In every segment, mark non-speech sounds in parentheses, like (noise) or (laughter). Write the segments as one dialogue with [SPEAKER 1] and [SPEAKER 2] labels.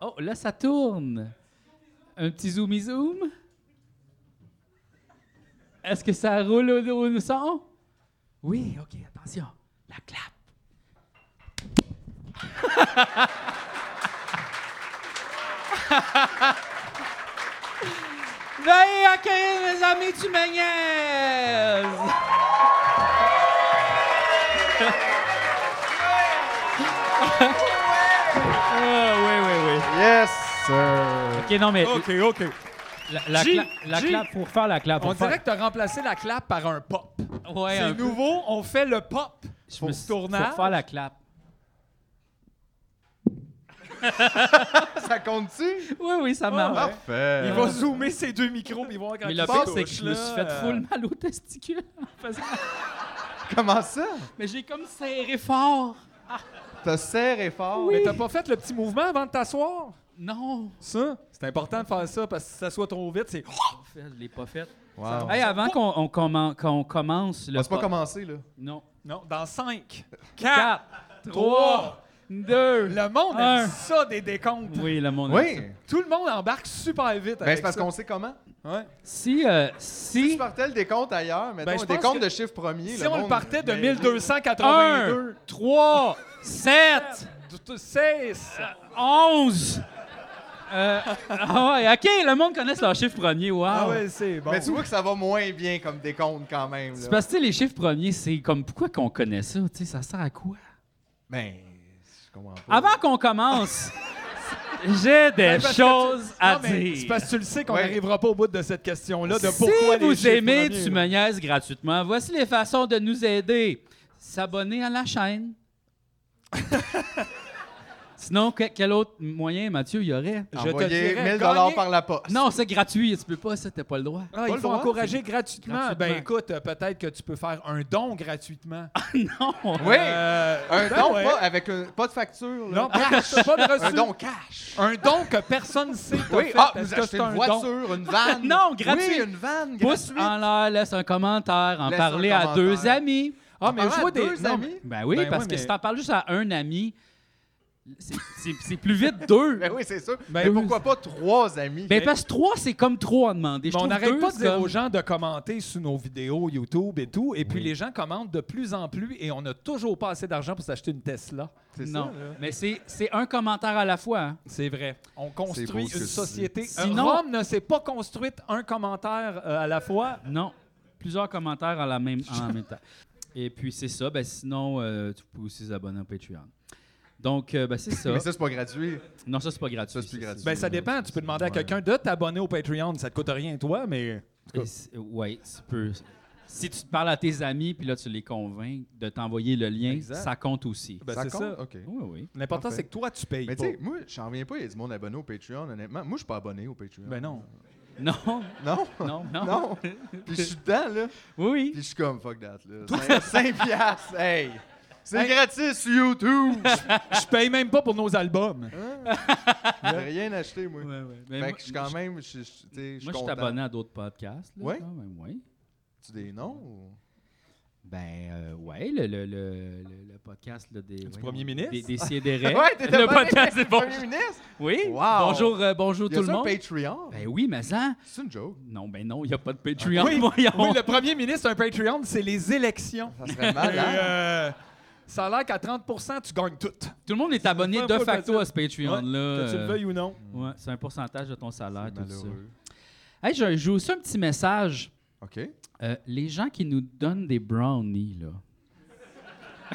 [SPEAKER 1] Oh, là, ça tourne. Un petit zoom zoom. Est-ce que ça roule au, au son? Oui, OK, attention. La clap. (laughs) Veuillez accueillir mes amis du Magnaise! (laughs) Ah, oui, oui, oui.
[SPEAKER 2] Yes! sir.
[SPEAKER 1] OK, non, mais
[SPEAKER 3] OK, OK.
[SPEAKER 1] la, la
[SPEAKER 3] G,
[SPEAKER 1] cla- la
[SPEAKER 3] G.
[SPEAKER 1] clap, pour faire la clap, pour
[SPEAKER 3] On
[SPEAKER 1] faire-
[SPEAKER 3] dirait que t'as remplacé la clap par un pop.
[SPEAKER 1] Ouais, un
[SPEAKER 3] C'est
[SPEAKER 1] peu.
[SPEAKER 3] nouveau, on fait le pop.
[SPEAKER 1] Je
[SPEAKER 3] pour
[SPEAKER 1] me
[SPEAKER 3] ce
[SPEAKER 1] suis-
[SPEAKER 3] tournage.
[SPEAKER 1] Pour faire la clap.
[SPEAKER 2] Ça compte-tu?
[SPEAKER 1] (laughs) Oui, oui, ça
[SPEAKER 3] Ouais,
[SPEAKER 1] marche.
[SPEAKER 3] ouais.
[SPEAKER 2] Parfait.
[SPEAKER 3] Il va zoomer ses deux micros, puis il va voir Oh, bah,
[SPEAKER 1] Euh.
[SPEAKER 3] quand
[SPEAKER 1] Mais
[SPEAKER 3] il
[SPEAKER 1] le
[SPEAKER 3] passe,
[SPEAKER 1] pire, c'est que je me
[SPEAKER 3] là,
[SPEAKER 1] suis fait
[SPEAKER 3] euh,
[SPEAKER 1] full mal aux testicules. (laughs) en faisant-
[SPEAKER 2] Comment ça?
[SPEAKER 1] Mais j'ai comme serré fort.
[SPEAKER 2] T'as serré fort.
[SPEAKER 3] Mais t'as pas fait le petit mouvement avant de t'asseoir?
[SPEAKER 1] Non.
[SPEAKER 3] Ça, c'est important de faire ça, parce que si ça soit trop vite, c'est... (sniffs)
[SPEAKER 1] En fait, Je l'ai pas fait.
[SPEAKER 2] Wow.
[SPEAKER 1] Hey, avant qu'on on commen- qu'on commence le.
[SPEAKER 2] On s'est pas
[SPEAKER 1] po-
[SPEAKER 2] commencé, là.
[SPEAKER 1] Non.
[SPEAKER 3] Non, dans 5, 4,
[SPEAKER 1] 4, 3, 2.
[SPEAKER 3] le monde
[SPEAKER 1] Un.
[SPEAKER 3] aime ça des décomptes.
[SPEAKER 1] Oui, le monde. aime ça.
[SPEAKER 2] Oui.
[SPEAKER 3] Tout le monde embarque super vite
[SPEAKER 2] Ben,
[SPEAKER 3] avec
[SPEAKER 2] c'est parce
[SPEAKER 3] ça.
[SPEAKER 2] qu'on sait comment.
[SPEAKER 3] Ouais.
[SPEAKER 1] Si, euh,
[SPEAKER 2] Si
[SPEAKER 1] si.
[SPEAKER 2] tu partais le décompte ailleurs, mettons,
[SPEAKER 3] Ben, je
[SPEAKER 2] un
[SPEAKER 3] pense
[SPEAKER 2] décompte
[SPEAKER 3] que
[SPEAKER 2] de chiffres premiers.
[SPEAKER 3] Si on le
[SPEAKER 2] monde-
[SPEAKER 3] partait de
[SPEAKER 2] Ben,
[SPEAKER 3] 1282,
[SPEAKER 1] 1,
[SPEAKER 3] (laughs)
[SPEAKER 1] 3, 7,
[SPEAKER 3] 16,
[SPEAKER 1] 11. Euh, (laughs) ah ouais, OK, le monde connaît leur chiffre premier. Wow.
[SPEAKER 3] Ah ouais, c'est bon.
[SPEAKER 2] Mais tu vois que ça va moins bien comme décompte quand même.
[SPEAKER 1] C'est
[SPEAKER 2] Là.
[SPEAKER 1] parce que tu sais, les chiffres premiers, c'est comme pourquoi qu'on connaît ça, tu sais, ça sert à quoi?
[SPEAKER 2] Ben, je comprends pas.
[SPEAKER 1] Avant qu'on
[SPEAKER 3] (laughs)
[SPEAKER 1] commence, j'ai des
[SPEAKER 3] Ben, parce que tu-
[SPEAKER 1] choses à
[SPEAKER 3] Non, mais C'est
[SPEAKER 1] dire.
[SPEAKER 3] parce que tu le sais qu'on
[SPEAKER 2] Ouais.
[SPEAKER 3] n'arrivera pas au bout de cette question-là de pourquoi
[SPEAKER 1] si
[SPEAKER 3] les
[SPEAKER 1] vous
[SPEAKER 3] chiffres
[SPEAKER 1] aimez
[SPEAKER 3] premiers,
[SPEAKER 1] Tu
[SPEAKER 3] là.
[SPEAKER 1] me niaises gratuitement, voici les façons de nous aider. S'abonner à la chaîne.
[SPEAKER 3] (laughs)
[SPEAKER 1] Sinon, que- quel autre moyen, Mathieu, il y aurait?
[SPEAKER 3] je te
[SPEAKER 2] Envoyer
[SPEAKER 3] dirais,
[SPEAKER 2] 1000
[SPEAKER 3] gagner-
[SPEAKER 2] par la poste.
[SPEAKER 1] Non, c'est gratuit, tu peux pas, ça, t'as pas le droit.
[SPEAKER 3] Ah,
[SPEAKER 2] Pas
[SPEAKER 3] il
[SPEAKER 2] le
[SPEAKER 3] faut
[SPEAKER 2] droit,
[SPEAKER 3] encourager gratuitement. Ben
[SPEAKER 1] Gratuitement.
[SPEAKER 3] écoute, euh, peut-être que tu peux faire un don gratuitement.
[SPEAKER 1] non!
[SPEAKER 2] Oui.
[SPEAKER 3] Euh,
[SPEAKER 2] un
[SPEAKER 3] ben
[SPEAKER 2] don,
[SPEAKER 3] ouais.
[SPEAKER 2] pas avec un- pas de facture. là.
[SPEAKER 3] Non, pas, de- pas de reçu.
[SPEAKER 2] un don cash.
[SPEAKER 3] Un don que personne ne sait. que t'as
[SPEAKER 2] Oui,
[SPEAKER 3] fait.
[SPEAKER 2] ah,
[SPEAKER 3] Est-ce
[SPEAKER 2] vous
[SPEAKER 3] que
[SPEAKER 2] achetez
[SPEAKER 3] c'est
[SPEAKER 2] une
[SPEAKER 3] un don?
[SPEAKER 2] voiture, une vanne.
[SPEAKER 1] Non,
[SPEAKER 2] Oui,
[SPEAKER 1] gratuit.
[SPEAKER 2] une vanne
[SPEAKER 1] Pouce
[SPEAKER 2] gratuite.
[SPEAKER 1] en l'air, laisse un commentaire, en
[SPEAKER 2] Laisse un
[SPEAKER 1] parler à
[SPEAKER 2] commentaire.
[SPEAKER 1] deux amis.
[SPEAKER 3] Ah, mais
[SPEAKER 2] Ah,
[SPEAKER 3] je vois des.
[SPEAKER 2] deux
[SPEAKER 3] non,
[SPEAKER 2] amis?
[SPEAKER 3] mais-
[SPEAKER 1] Ben oui,
[SPEAKER 3] Ben
[SPEAKER 1] parce
[SPEAKER 3] oui,
[SPEAKER 1] que
[SPEAKER 3] mais-
[SPEAKER 1] si t'en parles juste à un ami, c'est- c'est c'est plus vite deux.
[SPEAKER 2] Ben oui, c'est sûr.
[SPEAKER 3] Ben
[SPEAKER 2] mais
[SPEAKER 3] oui.
[SPEAKER 2] pourquoi pas trois amis?
[SPEAKER 1] Ben parce que trois, c'est comme trop à demander. Je
[SPEAKER 3] Mais
[SPEAKER 1] trouve
[SPEAKER 3] on n'arrête
[SPEAKER 1] deux,
[SPEAKER 3] pas de
[SPEAKER 1] c'est
[SPEAKER 3] dire
[SPEAKER 1] comme-
[SPEAKER 3] aux gens de commenter sur nos vidéos YouTube et tout. Et puis les gens commentent de plus en plus et on n'a toujours pas assez d'argent pour s'acheter une Tesla.
[SPEAKER 2] C'est
[SPEAKER 1] Non,
[SPEAKER 2] ça, là.
[SPEAKER 1] mais c'est c'est un commentaire à la fois. hein.
[SPEAKER 3] C'est vrai. On
[SPEAKER 2] beau
[SPEAKER 3] construit
[SPEAKER 2] ce que
[SPEAKER 3] une
[SPEAKER 2] tu
[SPEAKER 3] société.
[SPEAKER 1] dis.
[SPEAKER 3] Euh,
[SPEAKER 1] Sinon-
[SPEAKER 3] Rome ne s'est pas construite un commentaire euh, à la fois.
[SPEAKER 1] Non, plusieurs commentaires à la même, en même temps. Et puis c'est ça. Ben sinon, euh, tu peux aussi t'abonner à Patreon. Donc, euh, ben, c'est ça.
[SPEAKER 2] (laughs) Mais ça, c'est pas gratuit.
[SPEAKER 1] Non, ça, c'est pas gratuit.
[SPEAKER 2] Ça, c'est plus gratuit.
[SPEAKER 3] Ben, ça dépend. Tu peux demander à quelqu'un de t'abonner au Patreon. Ça te coûte rien, toi, mais.
[SPEAKER 1] Oui, tu peux. Si tu te parles à tes amis, puis là, tu les convaincs de t'envoyer le lien,
[SPEAKER 3] Exact.
[SPEAKER 1] ça compte aussi.
[SPEAKER 3] Ben,
[SPEAKER 2] ça
[SPEAKER 3] c'est
[SPEAKER 2] compte?
[SPEAKER 3] ça.
[SPEAKER 2] OK.
[SPEAKER 1] Oui, oui.
[SPEAKER 3] L'important,
[SPEAKER 2] Parfait.
[SPEAKER 3] c'est que toi, tu payes.
[SPEAKER 2] Mais tu
[SPEAKER 3] pas.
[SPEAKER 2] sais, moi, j'en reviens pas, il y a du monde abonné au Patreon, honnêtement. Moi, je suis pas abonné au Patreon.
[SPEAKER 3] Ben non.
[SPEAKER 1] Non,
[SPEAKER 2] Non?
[SPEAKER 1] non, non.
[SPEAKER 2] (laughs) Non. Puis je suis dedans, là.
[SPEAKER 1] Oui, oui.
[SPEAKER 2] Puis je suis comme, fuck that, là. 5 piastres, hey! C'est gratis sur YouTube! Hein?
[SPEAKER 3] Je paye même pas pour nos albums.
[SPEAKER 2] J'ai rien acheté, moi.
[SPEAKER 1] Ouais, ouais. Ben,
[SPEAKER 2] Fait
[SPEAKER 1] moi,
[SPEAKER 2] que je suis quand même, je je- tu sais, je suis
[SPEAKER 1] moi, je suis
[SPEAKER 2] content.
[SPEAKER 1] abonné à d'autres podcasts. là,
[SPEAKER 2] Ouais?
[SPEAKER 1] quand même, ouais.
[SPEAKER 2] Tu des noms? ou-
[SPEAKER 1] Ben, euh, ouais, le, le, le, le- le podcast là, des. Du
[SPEAKER 3] premier ministre?
[SPEAKER 1] Des,
[SPEAKER 2] (laughs)
[SPEAKER 1] des Sidérés.
[SPEAKER 2] Ouais, t'es
[SPEAKER 1] Eh? Le
[SPEAKER 2] abonné
[SPEAKER 1] podcast des
[SPEAKER 2] Premier
[SPEAKER 1] bonjours.
[SPEAKER 2] ministre?
[SPEAKER 1] Oui.
[SPEAKER 2] Wow.
[SPEAKER 1] Bonjour, euh, bonjour
[SPEAKER 2] Y a
[SPEAKER 1] tout le
[SPEAKER 2] un
[SPEAKER 1] monde.
[SPEAKER 2] Patreon? Ah,
[SPEAKER 1] Ben oui, mais ça.
[SPEAKER 2] C'est une joke.
[SPEAKER 1] Non, ben non, il n'y a pas de Patreon.
[SPEAKER 3] oui,
[SPEAKER 1] voyons.
[SPEAKER 3] (laughs) oui, le premier ministre, un Patreon, c'est les élections.
[SPEAKER 2] Ça serait
[SPEAKER 3] Et,
[SPEAKER 2] malade.
[SPEAKER 3] euh, ça a l'air qu'à 30 tu gagnes tout.
[SPEAKER 1] Tout le monde est abonné
[SPEAKER 3] pas
[SPEAKER 1] de
[SPEAKER 3] facile.
[SPEAKER 1] facto à ce Patreon-là.
[SPEAKER 3] que
[SPEAKER 1] Euh.
[SPEAKER 3] tu le veuilles ou non.
[SPEAKER 1] Ouais, c'est un pourcentage de ton
[SPEAKER 3] Ah,
[SPEAKER 1] salaire,
[SPEAKER 2] C'est
[SPEAKER 1] tout ça.
[SPEAKER 2] malheureux.
[SPEAKER 1] Hey, je joue aussi un petit message.
[SPEAKER 2] OK.
[SPEAKER 1] Euh, les gens qui nous donnent des brownies, là.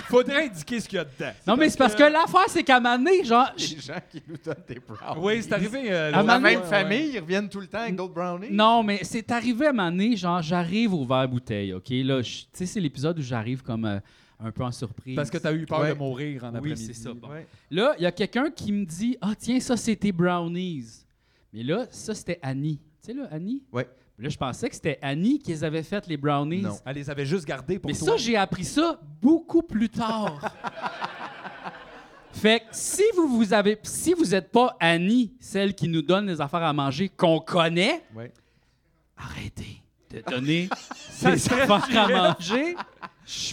[SPEAKER 3] Faudrait indiquer ce qu'il y a dedans.
[SPEAKER 1] Non, mais c'est parce que l'affaire, c'est qu'à Mané, genre. je-
[SPEAKER 2] (laughs) Les gens qui nous donnent des brownies.
[SPEAKER 3] Oui, c'est arrivé. euh,
[SPEAKER 1] À
[SPEAKER 2] Dans
[SPEAKER 3] l'autre
[SPEAKER 2] la
[SPEAKER 1] ma-
[SPEAKER 2] même
[SPEAKER 3] fois,
[SPEAKER 2] famille, ils reviennent tout le temps avec d'autres brownies.
[SPEAKER 1] Non, mais c'est arrivé à Mané, genre, j'arrive au verre bouteille, OK? Là, je- tu sais, c'est l'épisode où j'arrive comme euh, un peu en surprise.
[SPEAKER 3] ouais. Parce que t'as eu peur
[SPEAKER 2] Ouais.
[SPEAKER 3] de mourir en
[SPEAKER 1] Oui,
[SPEAKER 3] après-midi.
[SPEAKER 1] c'est ça. Bon.
[SPEAKER 2] Ouais.
[SPEAKER 1] Là, il y a quelqu'un qui me dit Ah, tiens, ça, c'était brownies. Mais là, ça, c'était Annie. Tu sais, là, Annie
[SPEAKER 2] Ouais.
[SPEAKER 1] Là, je pensais que c'était Annie qu'ils avaient fait les brownies.
[SPEAKER 2] Non.
[SPEAKER 3] Elle les avait juste gardés pour
[SPEAKER 1] Mais
[SPEAKER 3] toi.
[SPEAKER 1] ça, j'ai appris ça beaucoup plus
[SPEAKER 3] (laughs)
[SPEAKER 1] tard. fait que si vous, vous avez, si vous n'êtes pas Annie, celle qui nous donne les affaires à manger qu'on connaît,
[SPEAKER 2] Ouais.
[SPEAKER 1] arrêtez de donner (laughs)
[SPEAKER 3] Ça
[SPEAKER 1] ces
[SPEAKER 3] serait
[SPEAKER 1] affaires à manger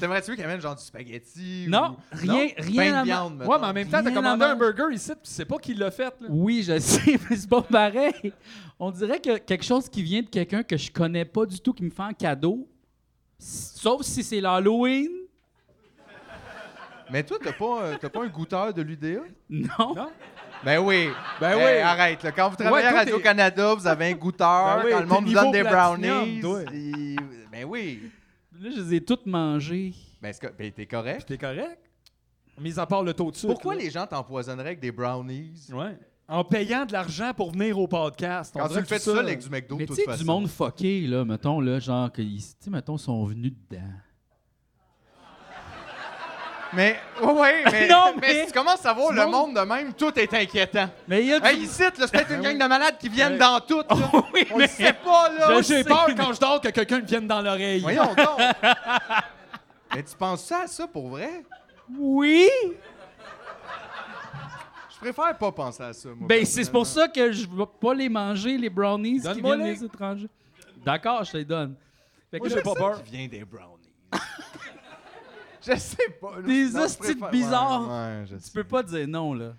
[SPEAKER 2] T'aimerais-tu qu'il amène genre du spaghetti?
[SPEAKER 1] Non,
[SPEAKER 2] ou-
[SPEAKER 1] rien- rien
[SPEAKER 2] Pain de
[SPEAKER 1] à ma-
[SPEAKER 2] viande,
[SPEAKER 3] Ouais, mais en même temps, t'as
[SPEAKER 1] Rien
[SPEAKER 3] commandé
[SPEAKER 1] à
[SPEAKER 3] un burger ici, tu sais pas qui l'a fait. là.
[SPEAKER 1] Oui, je sais, mais c'est pas pareil. On dirait que quelque chose qui vient de quelqu'un que je connais pas du tout, qui me fait un cadeau, s- sauf si c'est l'Halloween.
[SPEAKER 2] Mais toi, t'as pas, un- t'as pas un goûteur de l'UDA?
[SPEAKER 1] Non.
[SPEAKER 3] Non?
[SPEAKER 2] Ben oui.
[SPEAKER 3] Ben
[SPEAKER 2] Hey,
[SPEAKER 3] oui.
[SPEAKER 2] Arrête, là. Quand vous travaillez
[SPEAKER 3] Ouais,
[SPEAKER 2] à
[SPEAKER 3] toi, t'es-
[SPEAKER 2] Radio-Canada, vous avez un goûteur.
[SPEAKER 3] Ben oui,
[SPEAKER 2] quand le monde
[SPEAKER 3] t'es
[SPEAKER 2] vous donne des
[SPEAKER 3] niveau
[SPEAKER 2] brownies.
[SPEAKER 3] platinum, toi.
[SPEAKER 2] il- Ben oui.
[SPEAKER 1] Là, je les ai toutes mangées.
[SPEAKER 2] Ben, c'est co- ben, t'es correct.
[SPEAKER 3] T'es correct? Mis à part le taux de sucre.
[SPEAKER 2] Pourquoi
[SPEAKER 3] là.
[SPEAKER 2] les gens t'empoisonneraient avec des brownies?
[SPEAKER 3] Ouais. En payant de l'argent pour venir au podcast. on
[SPEAKER 2] Quand tu
[SPEAKER 3] dirait
[SPEAKER 2] le
[SPEAKER 3] que
[SPEAKER 2] fais tout seul avec du McDo,
[SPEAKER 1] mais
[SPEAKER 2] de
[SPEAKER 1] tu
[SPEAKER 2] toute
[SPEAKER 1] sais,
[SPEAKER 2] façon.
[SPEAKER 1] du monde fucké, là, mettons, là, genre, que, ils- tu sais, mettons, sont venus dedans.
[SPEAKER 2] Mais, ouais, ouais, mais,
[SPEAKER 1] Non,
[SPEAKER 2] mais
[SPEAKER 1] mais-
[SPEAKER 2] si tu commences à voir
[SPEAKER 1] du
[SPEAKER 2] le
[SPEAKER 1] monde-
[SPEAKER 2] monde de même, tout est inquiétant.
[SPEAKER 1] Mais il y a
[SPEAKER 2] Hey, ici, là, c'est peut-être une gang de malades qui viennent dans tout. là.
[SPEAKER 1] oui,
[SPEAKER 2] On
[SPEAKER 1] mais-
[SPEAKER 2] le sait pas, là.
[SPEAKER 3] Moi,
[SPEAKER 1] Je
[SPEAKER 3] j'ai
[SPEAKER 1] sais,
[SPEAKER 3] peur
[SPEAKER 1] mais-
[SPEAKER 3] quand je dors que quelqu'un me vienne dans l'oreille.
[SPEAKER 2] Voyons donc. mais tu penses ça à ça pour vrai?
[SPEAKER 1] Oui!
[SPEAKER 2] Je préfère pas penser à ça, moi.
[SPEAKER 1] Ben, c'est
[SPEAKER 2] personnellement.
[SPEAKER 1] pour ça que je vais pas les manger, les brownies qui
[SPEAKER 3] Donne-moi
[SPEAKER 1] viennent
[SPEAKER 3] les.
[SPEAKER 1] des étrangers. D'accord, je te les donne. Fait que
[SPEAKER 3] Moi,
[SPEAKER 1] là,
[SPEAKER 3] j'ai pas peur.
[SPEAKER 2] qui vient des brownies. je sais pas. là.
[SPEAKER 1] Des
[SPEAKER 2] Non, je
[SPEAKER 1] hosties de
[SPEAKER 2] préfère-
[SPEAKER 1] bizarres.
[SPEAKER 2] Ouais, ouais, je sais.
[SPEAKER 1] tu peux pas dire non, là.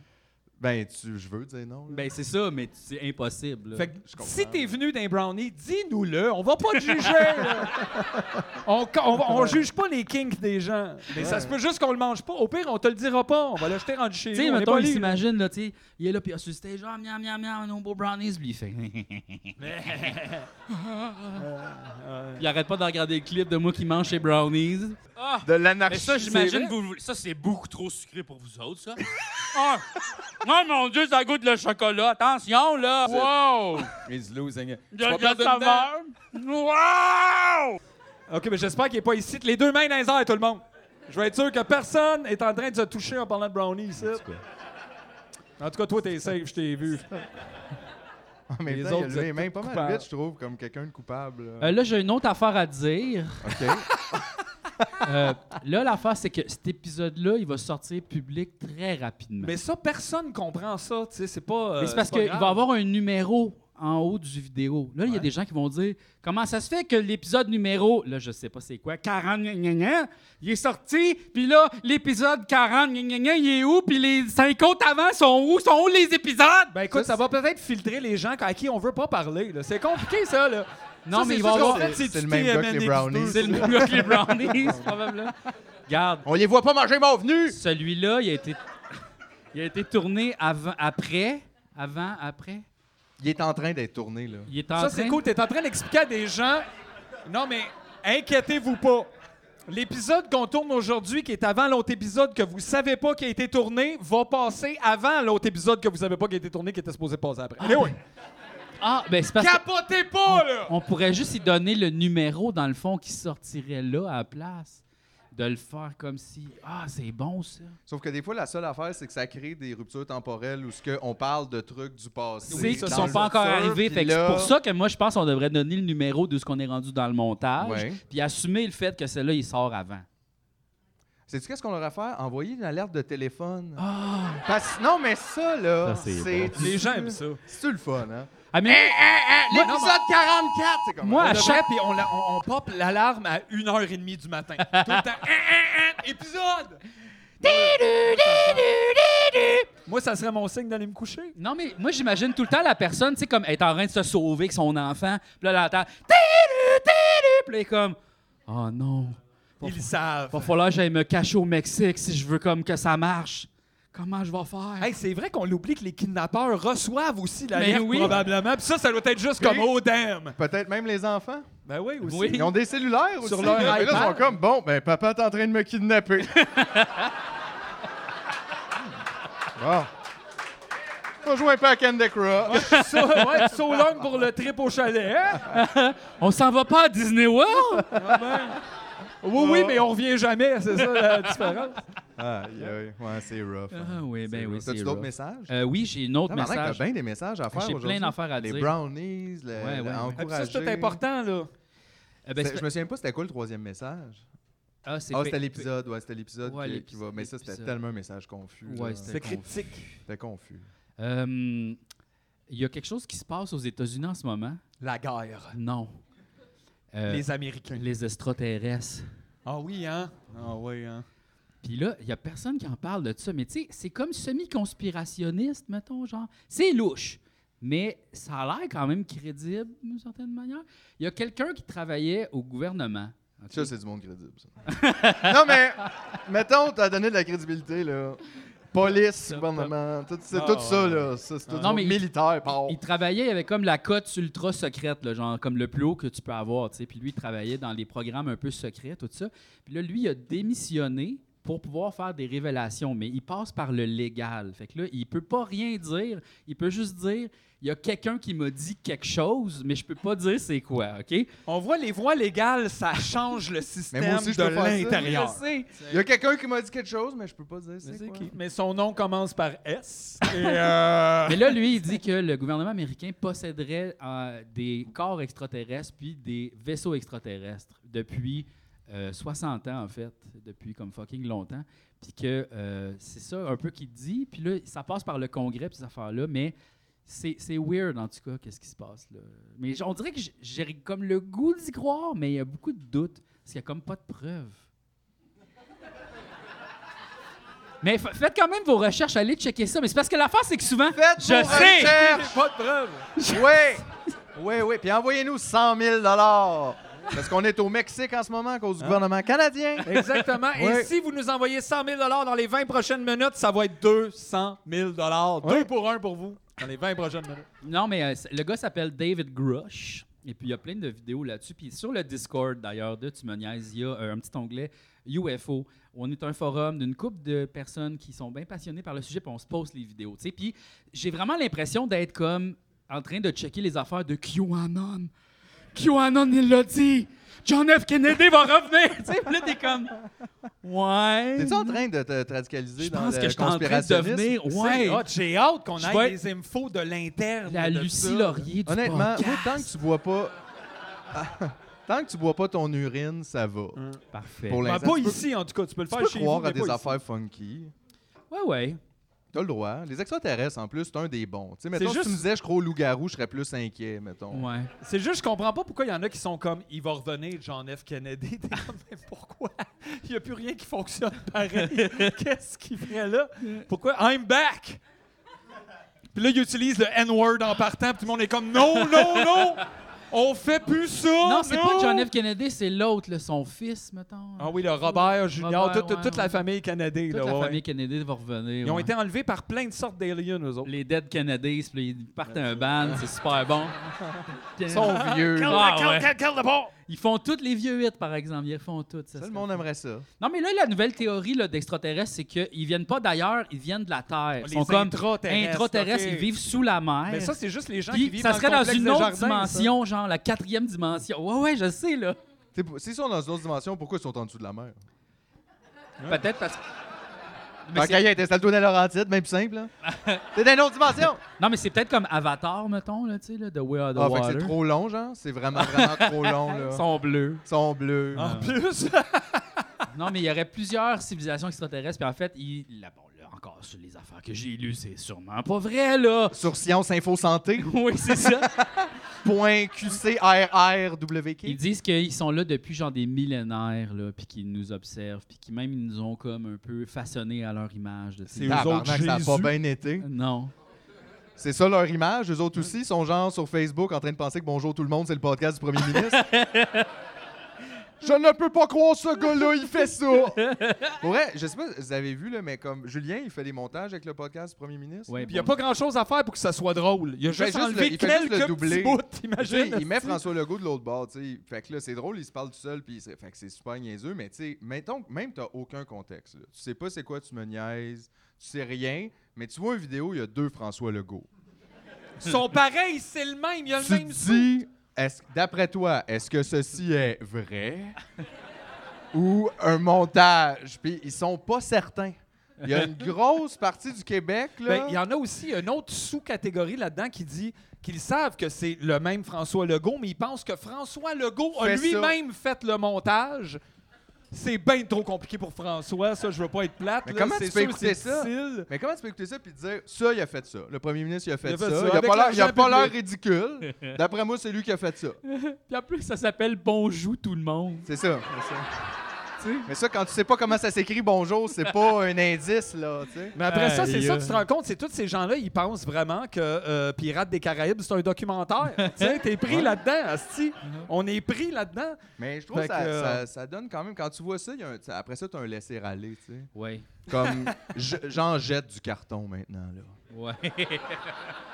[SPEAKER 2] Ben, tu, je veux dire non. là.
[SPEAKER 1] Ben, c'est ça, mais c'est impossible. là.
[SPEAKER 3] Fait que
[SPEAKER 2] Je comprends.
[SPEAKER 3] si t'es venu d'un brownie, dis-nous-le. On va pas te juger.
[SPEAKER 2] (laughs)
[SPEAKER 3] là. on, on, on juge pas les kinks des gens. Mais ça se peut juste qu'on le mange pas. Au pire, on te le dira pas. On va l'acheter rendu chez
[SPEAKER 1] tu
[SPEAKER 3] nous.
[SPEAKER 1] sais,
[SPEAKER 3] on est
[SPEAKER 1] mettons, il
[SPEAKER 3] poli.
[SPEAKER 1] s'imagine, là, tu sais, il est là, puis il a sur le stage, genre, miam, miam, miam, nos beaux brownies, puis il (laughs) fait. il arrête pas de regarder le clip de moi qui mange ses brownies.
[SPEAKER 4] Ah!
[SPEAKER 2] De
[SPEAKER 4] Mais
[SPEAKER 2] l'anarchie.
[SPEAKER 4] ça,
[SPEAKER 2] c'est
[SPEAKER 4] j'imagine
[SPEAKER 2] vrai.
[SPEAKER 4] que vous. Ça, c'est beaucoup trop sucré pour vous autres, ça. (laughs) ah! Non, mon Dieu, ça goûte le chocolat. Attention, là! Wow!
[SPEAKER 3] He's losing it.
[SPEAKER 4] Il
[SPEAKER 3] Tu
[SPEAKER 4] y a
[SPEAKER 3] vas
[SPEAKER 4] de la
[SPEAKER 3] perdre une dent.
[SPEAKER 4] saveur. Wow!
[SPEAKER 3] OK, mais j'espère qu'il est pas ici. Les deux mains dans les airs, tout le monde. Je vais être sûr que personne est en train de se toucher en parlant de brownie ici. En tout cas, toi, t'es safe, je t'ai vu.
[SPEAKER 2] En même
[SPEAKER 3] Les
[SPEAKER 2] temps, Ah, il a
[SPEAKER 3] autres,
[SPEAKER 2] levé les
[SPEAKER 3] vous
[SPEAKER 2] mains
[SPEAKER 3] êtes
[SPEAKER 2] pas mal
[SPEAKER 3] coupables.
[SPEAKER 2] vite, je trouve, comme quelqu'un de coupable.
[SPEAKER 1] Euh, là, j'ai une autre affaire à dire.
[SPEAKER 2] OK.
[SPEAKER 1] (laughs) Euh, là, l'affaire, c'est que cet épisode-là, il va sortir public très rapidement.
[SPEAKER 3] Mais ça, personne comprend ça. Tu sais, c'est pas. euh,
[SPEAKER 1] Mais c'est parce
[SPEAKER 3] pas
[SPEAKER 1] qu'il va
[SPEAKER 3] grave.
[SPEAKER 1] y avoir un numéro en haut du vidéo. Là, il y a des gens qui vont dire Comment ça se fait que l'épisode numéro, là, je sais pas c'est quoi, 40, gna, gna, gna, il est sorti, puis là, l'épisode 40, gna, gna, gna, il est où, puis les cinq autres avant sont où Sont où les épisodes
[SPEAKER 3] Ben écoute, ça, va peut-être filtrer les gens à qui on veut pas parler. là. C'est compliqué, ça. Là.
[SPEAKER 1] Non,
[SPEAKER 3] Ça,
[SPEAKER 1] mais
[SPEAKER 3] c'est
[SPEAKER 1] il va y
[SPEAKER 3] sûr qu'en
[SPEAKER 1] avoir.
[SPEAKER 3] fait,
[SPEAKER 2] C'est
[SPEAKER 3] du
[SPEAKER 2] le même gars que les
[SPEAKER 3] TMNX2.
[SPEAKER 2] brownies.
[SPEAKER 1] C'est le même gars que les
[SPEAKER 3] (laughs)
[SPEAKER 1] brownies, probablement. Regarde,
[SPEAKER 2] On les voit pas manger mon venu.
[SPEAKER 1] celui-là, il, a été- il a été tourné avant, après. Avant, après.
[SPEAKER 2] Il est en train d'être tourné, là.
[SPEAKER 1] Il est en
[SPEAKER 3] Ça,
[SPEAKER 1] train
[SPEAKER 3] c'est cool. T'es en train d'expliquer à des gens. Non, mais inquiétez-vous pas. L'épisode qu'on tourne aujourd'hui, qui est avant l'autre épisode que vous savez pas qui a été tourné, va passer avant l'autre épisode que vous savez pas qui a été tourné, qui était supposé passer après. Mais oui.
[SPEAKER 1] Ah, ben c'est parce que.
[SPEAKER 3] Capotez pas, là!
[SPEAKER 1] On pourrait juste y donner le numéro, dans le fond, qui sortirait là à la place. De le faire comme si. Ah, c'est bon, ça.
[SPEAKER 2] Sauf que des fois, la seule affaire, c'est que ça crée des ruptures temporelles où ce que on parle de trucs du passé.
[SPEAKER 1] Tu sais, qui
[SPEAKER 2] dans
[SPEAKER 1] sont
[SPEAKER 2] le
[SPEAKER 1] pas encore
[SPEAKER 2] futur,
[SPEAKER 1] arrivés.
[SPEAKER 2] puis
[SPEAKER 1] Fait que
[SPEAKER 2] là-
[SPEAKER 1] c'est pour ça que moi, je pense qu'on devrait donner le numéro de ce qu'on est rendu dans le montage.
[SPEAKER 2] Ouais.
[SPEAKER 1] Puis assumer le fait que celle-là, il sort avant.
[SPEAKER 2] Sais-tu qu'est-ce qu'on leur a fait? Envoyer une alerte de téléphone.
[SPEAKER 1] Ah!
[SPEAKER 2] Parce- non, mais ça, là,
[SPEAKER 1] Ça, c'est
[SPEAKER 2] c'est.
[SPEAKER 3] Les gens aiment ça.
[SPEAKER 2] C'est le fun, hein?
[SPEAKER 1] Ah, mais.
[SPEAKER 2] L'épisode 44, c'est comme
[SPEAKER 1] Moi,
[SPEAKER 3] On
[SPEAKER 1] à
[SPEAKER 3] devrait,
[SPEAKER 1] chaque-
[SPEAKER 3] puis on, la- on- on pop l'alarme à 1h30 du matin. Tout le temps. Hein, hein, hein, épisode! Moi, ça serait mon signe d'aller me coucher.
[SPEAKER 1] Non, mais moi, j'imagine tout le temps la personne, tu sais, comme être en train de se sauver avec son enfant. Puis là, elle entend. Télu, télu. Puis là, elle est comme. Oh non.
[SPEAKER 3] Ils le savent.
[SPEAKER 1] Va falloir que j'aille me cacher au Mexique si je veux comme que ça marche. Comment je vais faire?
[SPEAKER 3] (laughs) Hey, c'est vrai qu'on l'oublie que les kidnappeurs reçoivent aussi la
[SPEAKER 1] Mais
[SPEAKER 3] lettre,
[SPEAKER 1] oui.
[SPEAKER 3] probablement. Puis ça, ça doit être juste
[SPEAKER 2] Ben Oui.
[SPEAKER 3] comme « Oh, damn! »
[SPEAKER 2] Peut-être même les enfants.
[SPEAKER 3] Ben oui, aussi.
[SPEAKER 1] Oui.
[SPEAKER 2] Ils ont des cellulaires aussi.
[SPEAKER 3] Sur leur
[SPEAKER 2] là, Mais là, ils sont
[SPEAKER 3] iPad.
[SPEAKER 2] comme, bon, ben, papa est en train de me
[SPEAKER 1] (laughs)
[SPEAKER 2] kidnapper. bon. On va jouer un peu à Candy Crush.
[SPEAKER 3] (laughs) Ça, ouais, so long pour le trip au chalet, hein?
[SPEAKER 1] On s'en va pas à Disney World?
[SPEAKER 3] Oui, oui,
[SPEAKER 2] Oh.
[SPEAKER 3] mais on revient jamais, c'est ça la (laughs) différence.
[SPEAKER 2] Aïe, aïe. Ouais, c'est rough. hein.
[SPEAKER 1] Hein? Ah oui, ben oui,
[SPEAKER 2] T'as-tu
[SPEAKER 1] c'est
[SPEAKER 2] d'autres
[SPEAKER 1] rough.
[SPEAKER 2] messages?
[SPEAKER 1] (laughs) Euh, oui, j'ai une autre
[SPEAKER 2] Non, mais arrête,
[SPEAKER 1] message.
[SPEAKER 2] t'as bien des messages à faire
[SPEAKER 1] J'ai plein
[SPEAKER 2] aujourd'hui.
[SPEAKER 1] d'affaires à
[SPEAKER 2] les
[SPEAKER 1] dire.
[SPEAKER 2] brownies, le,
[SPEAKER 1] Ouais,
[SPEAKER 2] le
[SPEAKER 1] ouais.
[SPEAKER 3] Ah, puis ça, c'est tout
[SPEAKER 2] encourager.
[SPEAKER 3] important, là.
[SPEAKER 1] Euh, ben,
[SPEAKER 2] C'est-
[SPEAKER 1] c'est-
[SPEAKER 2] je me souviens pas c'était quoi le troisième message.
[SPEAKER 1] Ah, c'est
[SPEAKER 2] Ah,
[SPEAKER 1] pa-
[SPEAKER 2] c'était l'épisode, ouais, c'était l'épisode
[SPEAKER 1] Ouais,
[SPEAKER 2] qui, qui
[SPEAKER 1] l'épisode-
[SPEAKER 2] va. Mais ça, c'était
[SPEAKER 1] l'épisode.
[SPEAKER 2] tellement un message confus.
[SPEAKER 1] Ouais,
[SPEAKER 2] là.
[SPEAKER 1] c'était confus.
[SPEAKER 2] C'était confus.
[SPEAKER 1] Euh, Il y a quelque chose qui se passe aux États-Unis en ce moment?
[SPEAKER 3] La guerre.
[SPEAKER 1] Non. Euh,
[SPEAKER 3] Les Américains.
[SPEAKER 1] les extraterrestres.
[SPEAKER 3] Ah oui, hein? Ah oui, hein?
[SPEAKER 1] Puis là, il n'y a personne qui en parle de ça. Mais tu sais, c'est comme semi-conspirationniste, mettons, genre. C'est louche. Mais ça a l'air quand même crédible, d'une certaine manière. Il y a quelqu'un qui travaillait au gouvernement. OK?
[SPEAKER 2] Ça, c'est du monde crédible, ça. (laughs) non, mais, mettons, t'as donné de la crédibilité, là. Police, gouvernement, tout, c'est
[SPEAKER 3] Ah,
[SPEAKER 2] tout ça,
[SPEAKER 3] ouais.
[SPEAKER 2] là. Ça, c'est tout
[SPEAKER 1] Ah. Non,
[SPEAKER 2] non,
[SPEAKER 1] mais il-
[SPEAKER 2] militaire, par.
[SPEAKER 1] Il travaillait avec comme la cote ultra secrète, là, genre comme le plus haut que tu peux avoir. tu sais. Puis lui, il travaillait dans les programmes un peu secrets, tout ça. Puis là, lui, il a démissionné pour pouvoir faire des révélations, mais il passe par le légal. Fait que là, il peut pas rien dire. Il peut juste dire il y a quelqu'un qui m'a dit quelque chose, mais je peux pas dire c'est quoi, OK?
[SPEAKER 3] On voit les voies légales, ça change le système
[SPEAKER 2] Mais moi aussi, je
[SPEAKER 3] de
[SPEAKER 2] peux faire ça.
[SPEAKER 3] l'intérieur.
[SPEAKER 1] Je sais.
[SPEAKER 2] Il y a quelqu'un qui m'a dit quelque chose, mais je peux pas dire c'est
[SPEAKER 3] C'est
[SPEAKER 2] quoi.
[SPEAKER 3] qui? Mais son nom commence par S. Et euh,
[SPEAKER 1] Mais là, lui, il dit que le gouvernement américain posséderait euh, des corps extraterrestres puis des vaisseaux extraterrestres depuis euh, 60 ans, en fait, depuis comme fucking longtemps. Puis que euh, c'est ça un peu qu'il dit. Puis là, ça passe par le Congrès, puis ces affaires-là, mais c'est c'est weird, en tout cas, qu'est-ce qui se passe. là. Mais j- on dirait que j- j'ai comme le goût d'y croire, mais il y a beaucoup de doutes, parce qu'il n'y a comme pas de preuves. Mais fa- faites quand même vos recherches, allez checker ça. Mais c'est parce que l'affaire, c'est que souvent,
[SPEAKER 2] Faites
[SPEAKER 1] Je
[SPEAKER 2] vos
[SPEAKER 1] sais.
[SPEAKER 2] recherches!
[SPEAKER 3] pas de preuve.
[SPEAKER 2] (laughs) Oui! Oui, oui. Puis envoyez-nous 100 000 Parce qu'on est au Mexique en ce moment à
[SPEAKER 1] Hein?
[SPEAKER 2] cause du gouvernement
[SPEAKER 1] (laughs)
[SPEAKER 2] canadien.
[SPEAKER 3] Exactement.
[SPEAKER 2] Ouais.
[SPEAKER 3] Et si vous nous envoyez 100 000 dans les 20 prochaines minutes, ça va être 200 000 Deux pour un pour vous dans les 20 prochaines minutes.
[SPEAKER 1] Non, mais euh, c- le gars s'appelle David Grush. Et puis, il y a plein de vidéos là-dessus. Puis, sur le Discord, d'ailleurs, de Tu me niaises, il y a euh, un petit onglet UFO. On est un forum d'une couple de personnes qui sont bien passionnées par le sujet, puis on se poste les vidéos. tu sais. Puis, j'ai vraiment l'impression d'être comme en train de checker les affaires de QAnon. QAnon, il l'a dit! John F. Kennedy va revenir! tu sais, puis là, t'es comme. Ouais.
[SPEAKER 2] T'es-tu en train de te te radicaliser
[SPEAKER 1] Je
[SPEAKER 2] dans
[SPEAKER 1] pense
[SPEAKER 2] le
[SPEAKER 1] que je suis en train de
[SPEAKER 2] conspirationnisme?
[SPEAKER 1] devenir.
[SPEAKER 3] C'est
[SPEAKER 1] Ouais.
[SPEAKER 3] hot. J'ai hâte qu'on
[SPEAKER 1] Je
[SPEAKER 3] ait
[SPEAKER 1] vais-
[SPEAKER 3] des infos de l'interne.
[SPEAKER 1] La
[SPEAKER 3] de
[SPEAKER 1] Lucie
[SPEAKER 3] ça.
[SPEAKER 1] Laurier du
[SPEAKER 2] Honnêtement, moi,
[SPEAKER 1] podcast.
[SPEAKER 2] tant que tu bois pas... (laughs) tant que tu bois pas ton urine, ça va.
[SPEAKER 1] Hum. Parfait.
[SPEAKER 2] Pour
[SPEAKER 3] Ben,
[SPEAKER 2] l'instant,
[SPEAKER 3] pas
[SPEAKER 2] tu peux-
[SPEAKER 3] ici, en tout cas. Tu peux le
[SPEAKER 2] Tu
[SPEAKER 3] faire
[SPEAKER 2] peux
[SPEAKER 3] chez
[SPEAKER 2] croire
[SPEAKER 3] vous,
[SPEAKER 2] à
[SPEAKER 3] mais
[SPEAKER 2] des
[SPEAKER 3] pas ici.
[SPEAKER 2] affaires funky.
[SPEAKER 1] Ouais, ouais.
[SPEAKER 2] T'as le droit. Les extraterrestres, en plus, t'es un des bons. Tu sais, mettons, si
[SPEAKER 3] juste-
[SPEAKER 2] tu me disais, je crois au loup-garou, je serais plus inquiet, mettons.
[SPEAKER 1] Ouais.
[SPEAKER 3] C'est juste, je comprends pas pourquoi il y en a qui sont comme il va revenir, John F. Kennedy. (laughs) T'es comme, mais pourquoi Il n'y a plus rien qui fonctionne
[SPEAKER 1] (laughs)
[SPEAKER 3] pareil. Qu'est-ce qu'il ferait là Pourquoi I'm back Puis là, il utilise le N-word en partant, puis tout le monde est comme non, non, non On fait plus ça
[SPEAKER 1] Non, c'est pas John F. Kennedy, c'est l'autre, là, son fils, mettons.
[SPEAKER 3] Ah oui, le Robert Junior,
[SPEAKER 1] Robert,
[SPEAKER 3] toute, toute-
[SPEAKER 1] ouais,
[SPEAKER 3] toute
[SPEAKER 1] ouais.
[SPEAKER 3] la famille canadienne.
[SPEAKER 1] Toute la famille Kennedy va revenir.
[SPEAKER 3] Ils ont
[SPEAKER 1] ouais.
[SPEAKER 3] été enlevés par plein de sortes d'aliens, eux autres.
[SPEAKER 1] Les Dead Kennedys, puis ils partent un band, c'est super
[SPEAKER 3] (laughs)
[SPEAKER 1] bon.
[SPEAKER 2] Ils sont
[SPEAKER 1] (laughs)
[SPEAKER 2] vieux.
[SPEAKER 1] Ah, ouais.
[SPEAKER 3] le bon
[SPEAKER 1] Ils font toutes les vieux hits, par exemple. Ils les font toutes. Ça
[SPEAKER 2] Ça, le
[SPEAKER 1] serait-
[SPEAKER 2] monde aimerait ça.
[SPEAKER 1] Non, mais là, la nouvelle théorie là, d'extraterrestres, c'est qu'ils viennent pas d'ailleurs, ils viennent de la Terre. Ils
[SPEAKER 3] Ah, Les
[SPEAKER 1] sont comme
[SPEAKER 3] intraterrestres,
[SPEAKER 1] intraterrestres,
[SPEAKER 3] ok.
[SPEAKER 1] ils vivent sous la mer.
[SPEAKER 3] Mais ça, c'est juste les gens
[SPEAKER 1] Puis
[SPEAKER 3] qui vivent
[SPEAKER 1] ça
[SPEAKER 3] dans
[SPEAKER 1] serait
[SPEAKER 3] le
[SPEAKER 1] dans
[SPEAKER 3] complexe
[SPEAKER 1] une autre
[SPEAKER 3] Desjardins, ça.
[SPEAKER 1] dimension, genre la quatrième dimension. Ouais, ouais, je sais, là.
[SPEAKER 2] T'sais, pour- S'ils sont dans une autre dimension, pourquoi ils sont en dessous de la mer?
[SPEAKER 1] Peut-être parce que. Mais
[SPEAKER 2] Tant
[SPEAKER 1] c'est-
[SPEAKER 2] qu'à y être, installe-toi dans Laurentide, même plus
[SPEAKER 1] (laughs)
[SPEAKER 2] simple. là. T'es dans une autre dimension!
[SPEAKER 1] Non, mais c'est peut-être comme Avatar, mettons, là, tu sais, là, de Way Out of the
[SPEAKER 2] Ah, fait que
[SPEAKER 1] Water.
[SPEAKER 2] c'est trop long, genre? C'est vraiment, vraiment trop long, là.
[SPEAKER 1] Ils
[SPEAKER 2] Ils sont,
[SPEAKER 1] sont bleus.
[SPEAKER 2] bleus.
[SPEAKER 3] En
[SPEAKER 1] Ah.
[SPEAKER 3] plus,
[SPEAKER 1] Non, mais il y aurait plusieurs civilisations extraterrestres. Puis en fait, il... là, bon, là, encore sur les affaires que j'ai lues, c'est sûrement pas vrai, là. (laughs)
[SPEAKER 2] Sur scienceinfosanté.qcrrwk.
[SPEAKER 1] oui, c'est ça.
[SPEAKER 2] (laughs)
[SPEAKER 1] Ils
[SPEAKER 2] QCRRWK.
[SPEAKER 1] disent qu'ils sont là depuis genre des millénaires, là, puis qu'ils nous observent, puis qu'ils même ils nous ont comme un peu façonnés à leur image. de ces-
[SPEAKER 3] C'est eux autres,
[SPEAKER 2] Tabarnak, ça a pas
[SPEAKER 3] Jésus.
[SPEAKER 2] bien été.
[SPEAKER 1] Non.
[SPEAKER 2] C'est ça leur image. Eux autres aussi sont genre sur Facebook en train de penser que Bonjour tout le monde, c'est le podcast du premier
[SPEAKER 1] (laughs)
[SPEAKER 2] ministre. Je ne peux pas croire ce gars-là, il fait ça! Pour vrai, je sais pas si vous avez vu, là, mais comme Julien, il fait des montages avec le podcast du premier ministre.
[SPEAKER 1] Ouais,
[SPEAKER 3] il n'y a
[SPEAKER 1] bon.
[SPEAKER 3] pas grand-chose à faire pour que ça soit drôle. Il a
[SPEAKER 2] fait
[SPEAKER 3] juste
[SPEAKER 2] juste
[SPEAKER 3] enlevé
[SPEAKER 2] le- il fait juste
[SPEAKER 3] quelques
[SPEAKER 2] le doubler.
[SPEAKER 3] petits bouts, (laughs)
[SPEAKER 2] Tu sais,
[SPEAKER 3] t'imagines?
[SPEAKER 2] il met François Legault de l'autre bord, tu sais. Fait que là, c'est drôle, il se parle tout seul, puis c'est- fait que c'est super niaiseux, mais tu sais, mettons que même t'as aucun contexte, là. Tu sais pas c'est quoi, tu me niaises, tu sais rien, mais tu vois une vidéo, il y a deux François Legault.
[SPEAKER 3] Ils sont pareils, c'est le même, il y a le
[SPEAKER 2] Tu
[SPEAKER 3] même
[SPEAKER 2] te dis, est-ce- d'après toi, est-ce que ceci est vrai ou un montage? Puis ils sont pas certains. Il y a une grosse partie du Québec, là.
[SPEAKER 3] Ben, Il y en a aussi une autre sous-catégorie là-dedans qui dit qu'ils savent que c'est le même François Legault, mais ils pensent que François Legault a
[SPEAKER 2] Fait ça.
[SPEAKER 3] lui-même fait le montage. C'est bien trop compliqué pour François, ça, je veux pas être plate.
[SPEAKER 2] Mais
[SPEAKER 3] là,
[SPEAKER 2] comment
[SPEAKER 3] c'est
[SPEAKER 2] tu peux
[SPEAKER 3] sûr,
[SPEAKER 2] écouter
[SPEAKER 3] c'est
[SPEAKER 2] ça?
[SPEAKER 3] difficile.
[SPEAKER 2] Mais comment tu peux écouter ça puis te dire ça, il a fait ça. Le premier ministre, il a fait,
[SPEAKER 3] Il a fait
[SPEAKER 2] ça.
[SPEAKER 3] ça,
[SPEAKER 2] Il a
[SPEAKER 3] avec
[SPEAKER 2] pas l'air- Il a
[SPEAKER 3] l'argent
[SPEAKER 2] pas l'air
[SPEAKER 3] public. (laughs)
[SPEAKER 2] ridicule. D'après moi, c'est lui qui a fait ça.
[SPEAKER 1] Puis en plus, ça s'appelle Bonjour tout le monde.
[SPEAKER 2] C'est ça.
[SPEAKER 1] Tu tu sais.
[SPEAKER 2] Mais ça, quand tu sais pas comment ça s'écrit bonjour, c'est
[SPEAKER 3] (laughs)
[SPEAKER 2] pas un indice, là, tu sais.
[SPEAKER 3] Mais après ça, c'est
[SPEAKER 1] Aïe.
[SPEAKER 3] ça, tu te rends compte, c'est tous ces gens-là, ils pensent vraiment que euh, Pirates des Caraïbes, c'est un
[SPEAKER 1] (laughs)
[SPEAKER 3] documentaire. tu sais, t'es pris là-dedans, Asti.
[SPEAKER 1] Uh-huh.
[SPEAKER 3] On est pris là-dedans.
[SPEAKER 2] Mais je trouve
[SPEAKER 3] Fait
[SPEAKER 2] que ça,
[SPEAKER 3] que, euh,
[SPEAKER 2] ça- ça donne quand même, quand tu vois ça, il y a un- après ça, t'as un laisser-aller, tu sais.
[SPEAKER 1] Ouais.
[SPEAKER 3] (laughs)
[SPEAKER 2] Comme, je- j'en jette du carton maintenant, là.
[SPEAKER 1] Ouais.
[SPEAKER 2] (laughs)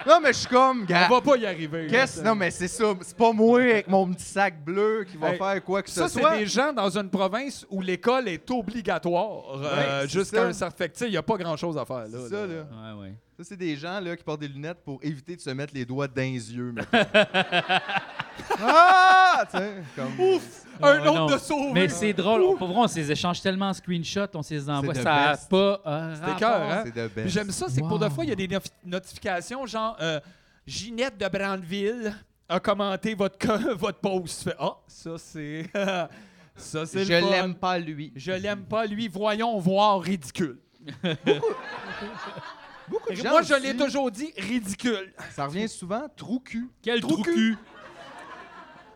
[SPEAKER 2] Non, mais je suis comme, gars,
[SPEAKER 3] On va pas y arriver.
[SPEAKER 2] Ah. qu'est-ce?
[SPEAKER 3] là.
[SPEAKER 2] Non, mais c'est ça, c'est pas moi avec mon petit sac bleu qui va
[SPEAKER 3] Hey,
[SPEAKER 2] faire quoi que
[SPEAKER 3] Ça,
[SPEAKER 2] ce
[SPEAKER 3] c'est
[SPEAKER 2] soit.
[SPEAKER 3] des gens dans une province où l'école est obligatoire euh,
[SPEAKER 2] Ouais, c'est
[SPEAKER 3] jusqu'à
[SPEAKER 2] ça.
[SPEAKER 3] un certain... Fait que, tu sais, il n'y a pas grand-chose à faire, là.
[SPEAKER 2] C'est ça, là.
[SPEAKER 1] Ouais, ouais.
[SPEAKER 2] Ça, c'est des gens là, qui portent des lunettes pour éviter de se mettre les doigts dans les yeux. mettons. ah! Tu sais, comme... euh, Ouf!
[SPEAKER 3] Un
[SPEAKER 1] Oh,
[SPEAKER 3] autre
[SPEAKER 1] non.
[SPEAKER 3] de sauvé.
[SPEAKER 1] Mais c'est drôle. Pour vrai, on s'échange tellement en screenshot, on s'échange envoie.
[SPEAKER 2] C'est
[SPEAKER 1] Ça
[SPEAKER 2] the
[SPEAKER 1] a
[SPEAKER 2] best.
[SPEAKER 1] pas. euh,
[SPEAKER 3] C'était
[SPEAKER 1] rapport.
[SPEAKER 3] cœur, hein?
[SPEAKER 2] ah, C'est de
[SPEAKER 3] Puis
[SPEAKER 2] best.
[SPEAKER 3] j'aime ça, c'est que pour
[SPEAKER 1] Wow.
[SPEAKER 3] de fois, il y a des nof- notifications genre euh, Ginette de Brandeville a commenté votre, co- (laughs) votre post. Tu fais, Ah, ça c'est. (laughs) ça c'est.
[SPEAKER 2] Je
[SPEAKER 3] le fun.
[SPEAKER 2] l'aime pas, lui.
[SPEAKER 3] Je l'aime pas, lui. Voyons voir ridicule.
[SPEAKER 2] Beaucoup de gens
[SPEAKER 3] Moi, je
[SPEAKER 2] aussi,
[SPEAKER 3] l'ai toujours dit ridicule.
[SPEAKER 2] Ça revient souvent, trou cul.
[SPEAKER 1] Quel
[SPEAKER 3] Trou
[SPEAKER 1] trou cul.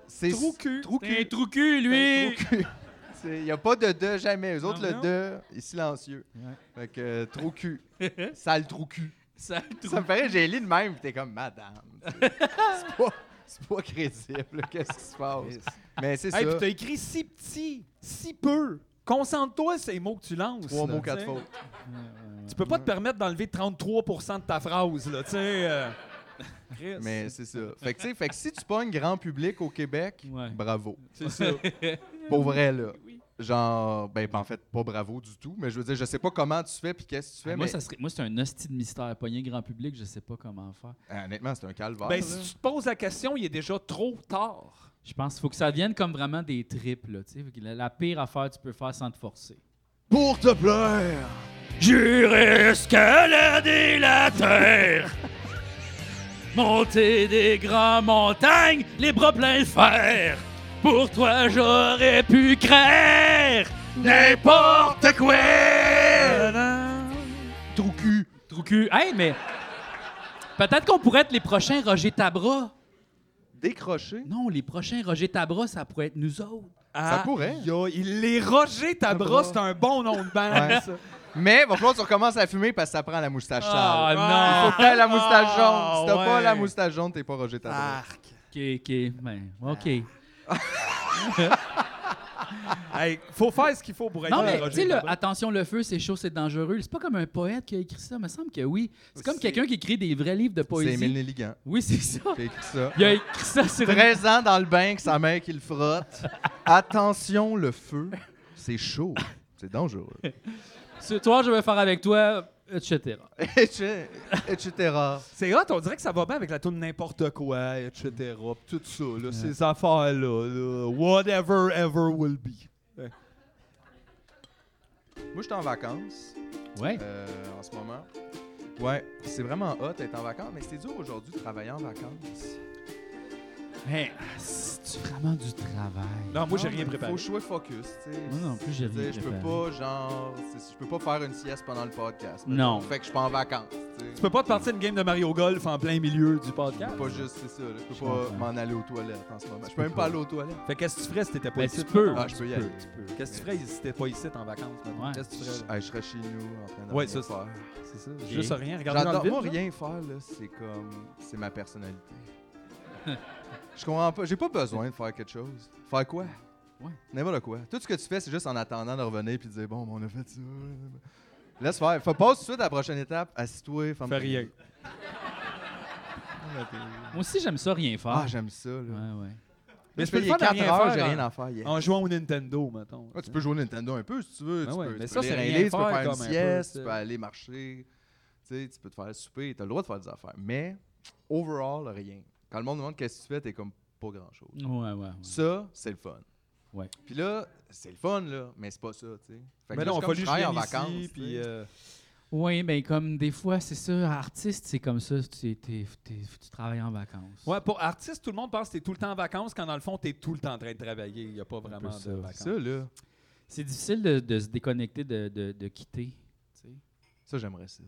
[SPEAKER 2] C'est
[SPEAKER 3] Trou cul.
[SPEAKER 2] Trou
[SPEAKER 1] C'est un
[SPEAKER 2] cul.
[SPEAKER 1] trou cul, lui.
[SPEAKER 2] (laughs) Il n'y a pas de de jamais. Eux autres,
[SPEAKER 3] Non,
[SPEAKER 2] le
[SPEAKER 3] non.
[SPEAKER 2] de est silencieux.
[SPEAKER 1] Ouais.
[SPEAKER 2] Fait que euh, trou
[SPEAKER 3] (laughs)
[SPEAKER 2] cul. Sale trou cul.
[SPEAKER 1] Ça, le trou
[SPEAKER 2] Ça me paraît, j'ai lu de même, pis t'es comme, madame. tu
[SPEAKER 3] (laughs)
[SPEAKER 2] sais. c'est pas, c'est pas crédible, là, qu'est-ce qui se passe? Mais c'est
[SPEAKER 3] Hey, puis
[SPEAKER 2] ça.
[SPEAKER 3] t'as écrit si petit, si peu. Concentre-toi sur les mots que tu lances.
[SPEAKER 2] Trois
[SPEAKER 3] là,
[SPEAKER 2] mots,
[SPEAKER 3] tu
[SPEAKER 2] quatre
[SPEAKER 3] sais.
[SPEAKER 2] fautes.
[SPEAKER 3] Tu peux pas te permettre d'enlever 33 de ta phrase, là, tu sais. euh. Chris.
[SPEAKER 2] Mais c'est ça. Fait que, tu sais, fait que si tu pognes grand public au Québec,
[SPEAKER 1] Ouais. Ah,
[SPEAKER 2] bravo.
[SPEAKER 1] (laughs)
[SPEAKER 3] C'est ça.
[SPEAKER 2] Pour vrai, là. Genre, ben, en fait, pas bravo du tout, mais je veux dire, je sais pas comment tu fais puis qu'est-ce que tu fais,
[SPEAKER 1] Ah, moi,
[SPEAKER 2] mais
[SPEAKER 1] ça serait- moi, c'est un hostie de mystère. Pogné grand public, je sais pas comment faire.
[SPEAKER 2] honnêtement, c'est un calvaire.
[SPEAKER 3] Ben,
[SPEAKER 2] là.
[SPEAKER 3] (laughs) si tu te poses la question, il est déjà trop tard.
[SPEAKER 1] Je pense qu'il faut que ça vienne comme vraiment des tripes. Là, tu sais. la, la pire affaire que tu peux faire sans te forcer.
[SPEAKER 2] Pour te plaire!
[SPEAKER 4] J'irai escalader la terre. Monter des grandes montagnes, les bras pleins de fer. Pour toi, j'aurais pu créer n'importe quoi.
[SPEAKER 2] Trou cul!
[SPEAKER 1] Trou cul. Hey, mais peut-être qu'on pourrait être les prochains Roger Tabra.
[SPEAKER 2] Décrocher?
[SPEAKER 1] Non, les prochains Roger Tabra, ça pourrait être nous autres.
[SPEAKER 2] Ça pourrait.
[SPEAKER 3] Yo, Ah, il les Roger Tabra,
[SPEAKER 2] Tabra.
[SPEAKER 3] c'est un bon nom de band.
[SPEAKER 2] Ouais.
[SPEAKER 3] ça.
[SPEAKER 2] Mais, va falloir que tu recommences à fumer parce que ça prend la moustache sale.
[SPEAKER 1] Ah,
[SPEAKER 2] Faut que t'aies la moustache
[SPEAKER 3] Ah,
[SPEAKER 2] jaune. Si t'as pas
[SPEAKER 3] ouais. Ah,
[SPEAKER 2] la moustache jaune, t'es pas Roger Tabra.
[SPEAKER 3] Arc.
[SPEAKER 1] OK, OK. Ben, OK.
[SPEAKER 3] Hey, faut faire ce qu'il faut pour être
[SPEAKER 1] Non,
[SPEAKER 3] les
[SPEAKER 1] mais tu
[SPEAKER 3] Roger
[SPEAKER 1] sais, le
[SPEAKER 3] Tabra.
[SPEAKER 1] attention, le feu, c'est chaud, c'est dangereux. C'est pas comme un poète qui a écrit ça, me semble que oui. C'est comme
[SPEAKER 2] C'est-
[SPEAKER 1] quelqu'un qui écrit des vrais livres de
[SPEAKER 2] C'est Émile
[SPEAKER 1] poésie.
[SPEAKER 2] Nelligan
[SPEAKER 1] Oui, c'est ça.
[SPEAKER 2] qui a écrit ça.
[SPEAKER 1] Il a écrit ça sur une-
[SPEAKER 2] 13 ans dans le bain, que sa mère qui le frotte. Attention, le feu, c'est chaud. C'est dangereux.
[SPEAKER 1] Ce toi, je vais faire avec toi, etc.
[SPEAKER 3] (laughs)
[SPEAKER 2] Etc.
[SPEAKER 3] C'est hot, on dirait que ça va bien avec la tourne n'importe quoi, etc. pis Tout ça, là, ces affaires-là. là, Whatever ever will be.
[SPEAKER 2] Moi, j'étais en vacances
[SPEAKER 1] Ouais.
[SPEAKER 2] euh, en ce moment. Ouais, c'est vraiment hot d'être en vacances, mais c'est dur aujourd'hui de travailler en vacances.
[SPEAKER 1] Mais c'est vraiment du travail.
[SPEAKER 3] Hein? Non, moi, j'ai
[SPEAKER 2] Ah,
[SPEAKER 3] rien
[SPEAKER 2] mais
[SPEAKER 3] préparé.
[SPEAKER 2] Faut que je sois focus, tu sais.
[SPEAKER 1] Moi non plus, j'ai
[SPEAKER 2] Je veux
[SPEAKER 1] rien
[SPEAKER 2] dire, Je peux
[SPEAKER 1] préparé.
[SPEAKER 2] pas, genre, c'est- je peux pas faire une sieste pendant le podcast.
[SPEAKER 1] Non.
[SPEAKER 2] mettons. Fait que je suis pas en vacances, tu sais.
[SPEAKER 3] Tu peux pas te partir une game de Mario Golf en plein milieu du podcast.
[SPEAKER 2] Pas juste, c'est ça. là. Je peux
[SPEAKER 1] Je
[SPEAKER 2] pas
[SPEAKER 1] comprends.
[SPEAKER 2] m'en aller aux toilettes en ce moment. Je
[SPEAKER 1] peux
[SPEAKER 2] peux même
[SPEAKER 1] pas.
[SPEAKER 2] pas aller aux toilettes.
[SPEAKER 3] Fait qu'est-ce que tu ferais si t'étais pas
[SPEAKER 1] Ben,
[SPEAKER 3] ici?
[SPEAKER 1] tu peux.
[SPEAKER 2] Ah, je peux y aller.
[SPEAKER 3] Tu peux. Qu'est-ce que tu ferais si t'étais pas ici en vacances? mettons?
[SPEAKER 1] Ouais.
[SPEAKER 3] Qu'est-ce que tu ferais?
[SPEAKER 2] Ah, je serais chez nous en train de
[SPEAKER 3] Ouais,
[SPEAKER 2] rien
[SPEAKER 3] ça, c'est-
[SPEAKER 2] faire.
[SPEAKER 3] C'est ça. Juste rien, regarder dans le
[SPEAKER 2] J'adore
[SPEAKER 3] vide,
[SPEAKER 2] moi
[SPEAKER 3] là.
[SPEAKER 2] rien faire là, c'est comme c'est ma personnalité. (laughs) je comprends pas, j'ai pas besoin de faire quelque chose. Faire quoi
[SPEAKER 1] Ouais.
[SPEAKER 2] N'importe quoi. Tout ce que tu fais, c'est juste en attendant de revenir puis de dire bon, ben, on a fait ça. Laisse faire. Faut pas tout de suite à la prochaine étape. Assis-toi, ferme
[SPEAKER 3] Fais
[SPEAKER 2] ta-
[SPEAKER 3] (laughs) rien. Ah,
[SPEAKER 1] Moi aussi, j'aime ça rien faire.
[SPEAKER 2] Ah, j'aime ça. Là.
[SPEAKER 1] ouais, ouais.
[SPEAKER 3] Mais
[SPEAKER 2] Mais
[SPEAKER 3] je
[SPEAKER 2] je
[SPEAKER 3] peux le
[SPEAKER 2] paye
[SPEAKER 3] faire de
[SPEAKER 2] 4
[SPEAKER 3] rien
[SPEAKER 2] heures,
[SPEAKER 3] faire
[SPEAKER 2] j'ai
[SPEAKER 3] en-
[SPEAKER 2] rien à faire. hier.
[SPEAKER 3] En jouant au Nintendo, mettons.
[SPEAKER 2] Ouais, Ah, tu peux jouer au Nintendo un peu si tu veux.
[SPEAKER 3] Ben
[SPEAKER 2] tu
[SPEAKER 3] ouais,
[SPEAKER 2] peux, tu
[SPEAKER 3] mais
[SPEAKER 2] peux
[SPEAKER 3] ça, c'est
[SPEAKER 2] lire un
[SPEAKER 3] rien
[SPEAKER 2] livre, tu
[SPEAKER 3] faire
[SPEAKER 2] peux faire une
[SPEAKER 3] comme un peu,
[SPEAKER 2] sieste,
[SPEAKER 3] c'est-
[SPEAKER 2] tu peux aller marcher, tu sais, tu peux te faire souper, tu as le droit de faire des affaires. Mais, overall, rien. Quand le monde demande qu'est-ce que tu fais, t'es comme pas grand-chose.
[SPEAKER 1] Ouais, ouais, ouais.
[SPEAKER 2] Ça, c'est le fun.
[SPEAKER 1] Ouais.
[SPEAKER 2] Puis là, c'est le fun, là, mais c'est pas ça, tu sais. Fait que là,
[SPEAKER 3] Mais là, on
[SPEAKER 2] c'est comme
[SPEAKER 3] va
[SPEAKER 2] je
[SPEAKER 3] juste
[SPEAKER 2] travaille
[SPEAKER 3] venir
[SPEAKER 2] en vacances.
[SPEAKER 3] ici,
[SPEAKER 2] tu
[SPEAKER 3] puis...
[SPEAKER 2] sais.
[SPEAKER 3] euh,
[SPEAKER 1] Oui, mais comme des fois, c'est ça, artiste, c'est comme ça, tu, t'es- t'es- tu travailles en vacances.
[SPEAKER 3] Ouais, pour artiste, tout le monde pense que t'es tout le temps en vacances quand dans le fond, t'es tout le temps en train de travailler. Il n'y a pas vraiment
[SPEAKER 1] ça,
[SPEAKER 3] de
[SPEAKER 1] c'est
[SPEAKER 3] vacances.
[SPEAKER 2] Ça, là,
[SPEAKER 1] C'est difficile de, de se déconnecter, de, de- de quitter. tu sais.
[SPEAKER 2] ça, j'aimerais ça.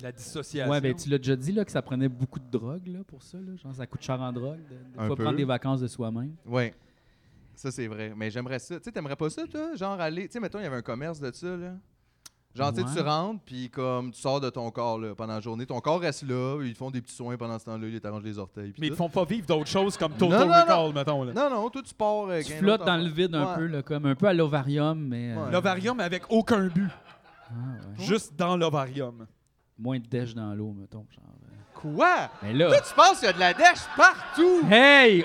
[SPEAKER 3] La dissociation.
[SPEAKER 1] Ouais, ben tu l'as déjà dit là, que ça prenait beaucoup de drogue là, pour ça. Là. Genre, ça coûte cher en drogue. De, des
[SPEAKER 2] Un
[SPEAKER 1] fois,
[SPEAKER 2] peu.
[SPEAKER 1] prendre des vacances de soi-même.
[SPEAKER 2] Ouais. Ça, c'est vrai. Mais j'aimerais ça. Tu sais, t'aimerais pas ça, toi? Genre aller. Tu sais, mettons, il y avait un commerce de ça, là. Genre, tu sais, tu
[SPEAKER 1] Ouais.
[SPEAKER 2] rentres, puis comme tu sors de ton corps là, pendant la journée, ton corps reste là, ils te font des petits soins pendant ce temps-là, ils t'arrangent les orteils. puis
[SPEAKER 3] Mais ils
[SPEAKER 2] tout.
[SPEAKER 3] te font pas vivre d'autres choses comme
[SPEAKER 2] Non,
[SPEAKER 3] Total
[SPEAKER 2] non,
[SPEAKER 3] Recall, mettons. là.
[SPEAKER 2] Non, non, toi, tu pars. euh,
[SPEAKER 1] Tu
[SPEAKER 2] gain
[SPEAKER 1] flottes
[SPEAKER 2] d'autre
[SPEAKER 1] dans le vide un
[SPEAKER 2] Ouais.
[SPEAKER 1] peu, là, comme un peu à l'ovarium, mais euh,
[SPEAKER 2] Ouais.
[SPEAKER 3] L'ovarium avec aucun but.
[SPEAKER 1] ah, ouais.
[SPEAKER 3] Juste dans l'ovarium.
[SPEAKER 1] moins de dèche dans l'eau, mettons. genre.
[SPEAKER 2] Quoi?
[SPEAKER 1] Mais là,
[SPEAKER 2] Toi, tu penses qu'il y a de la dèche partout!
[SPEAKER 1] hey,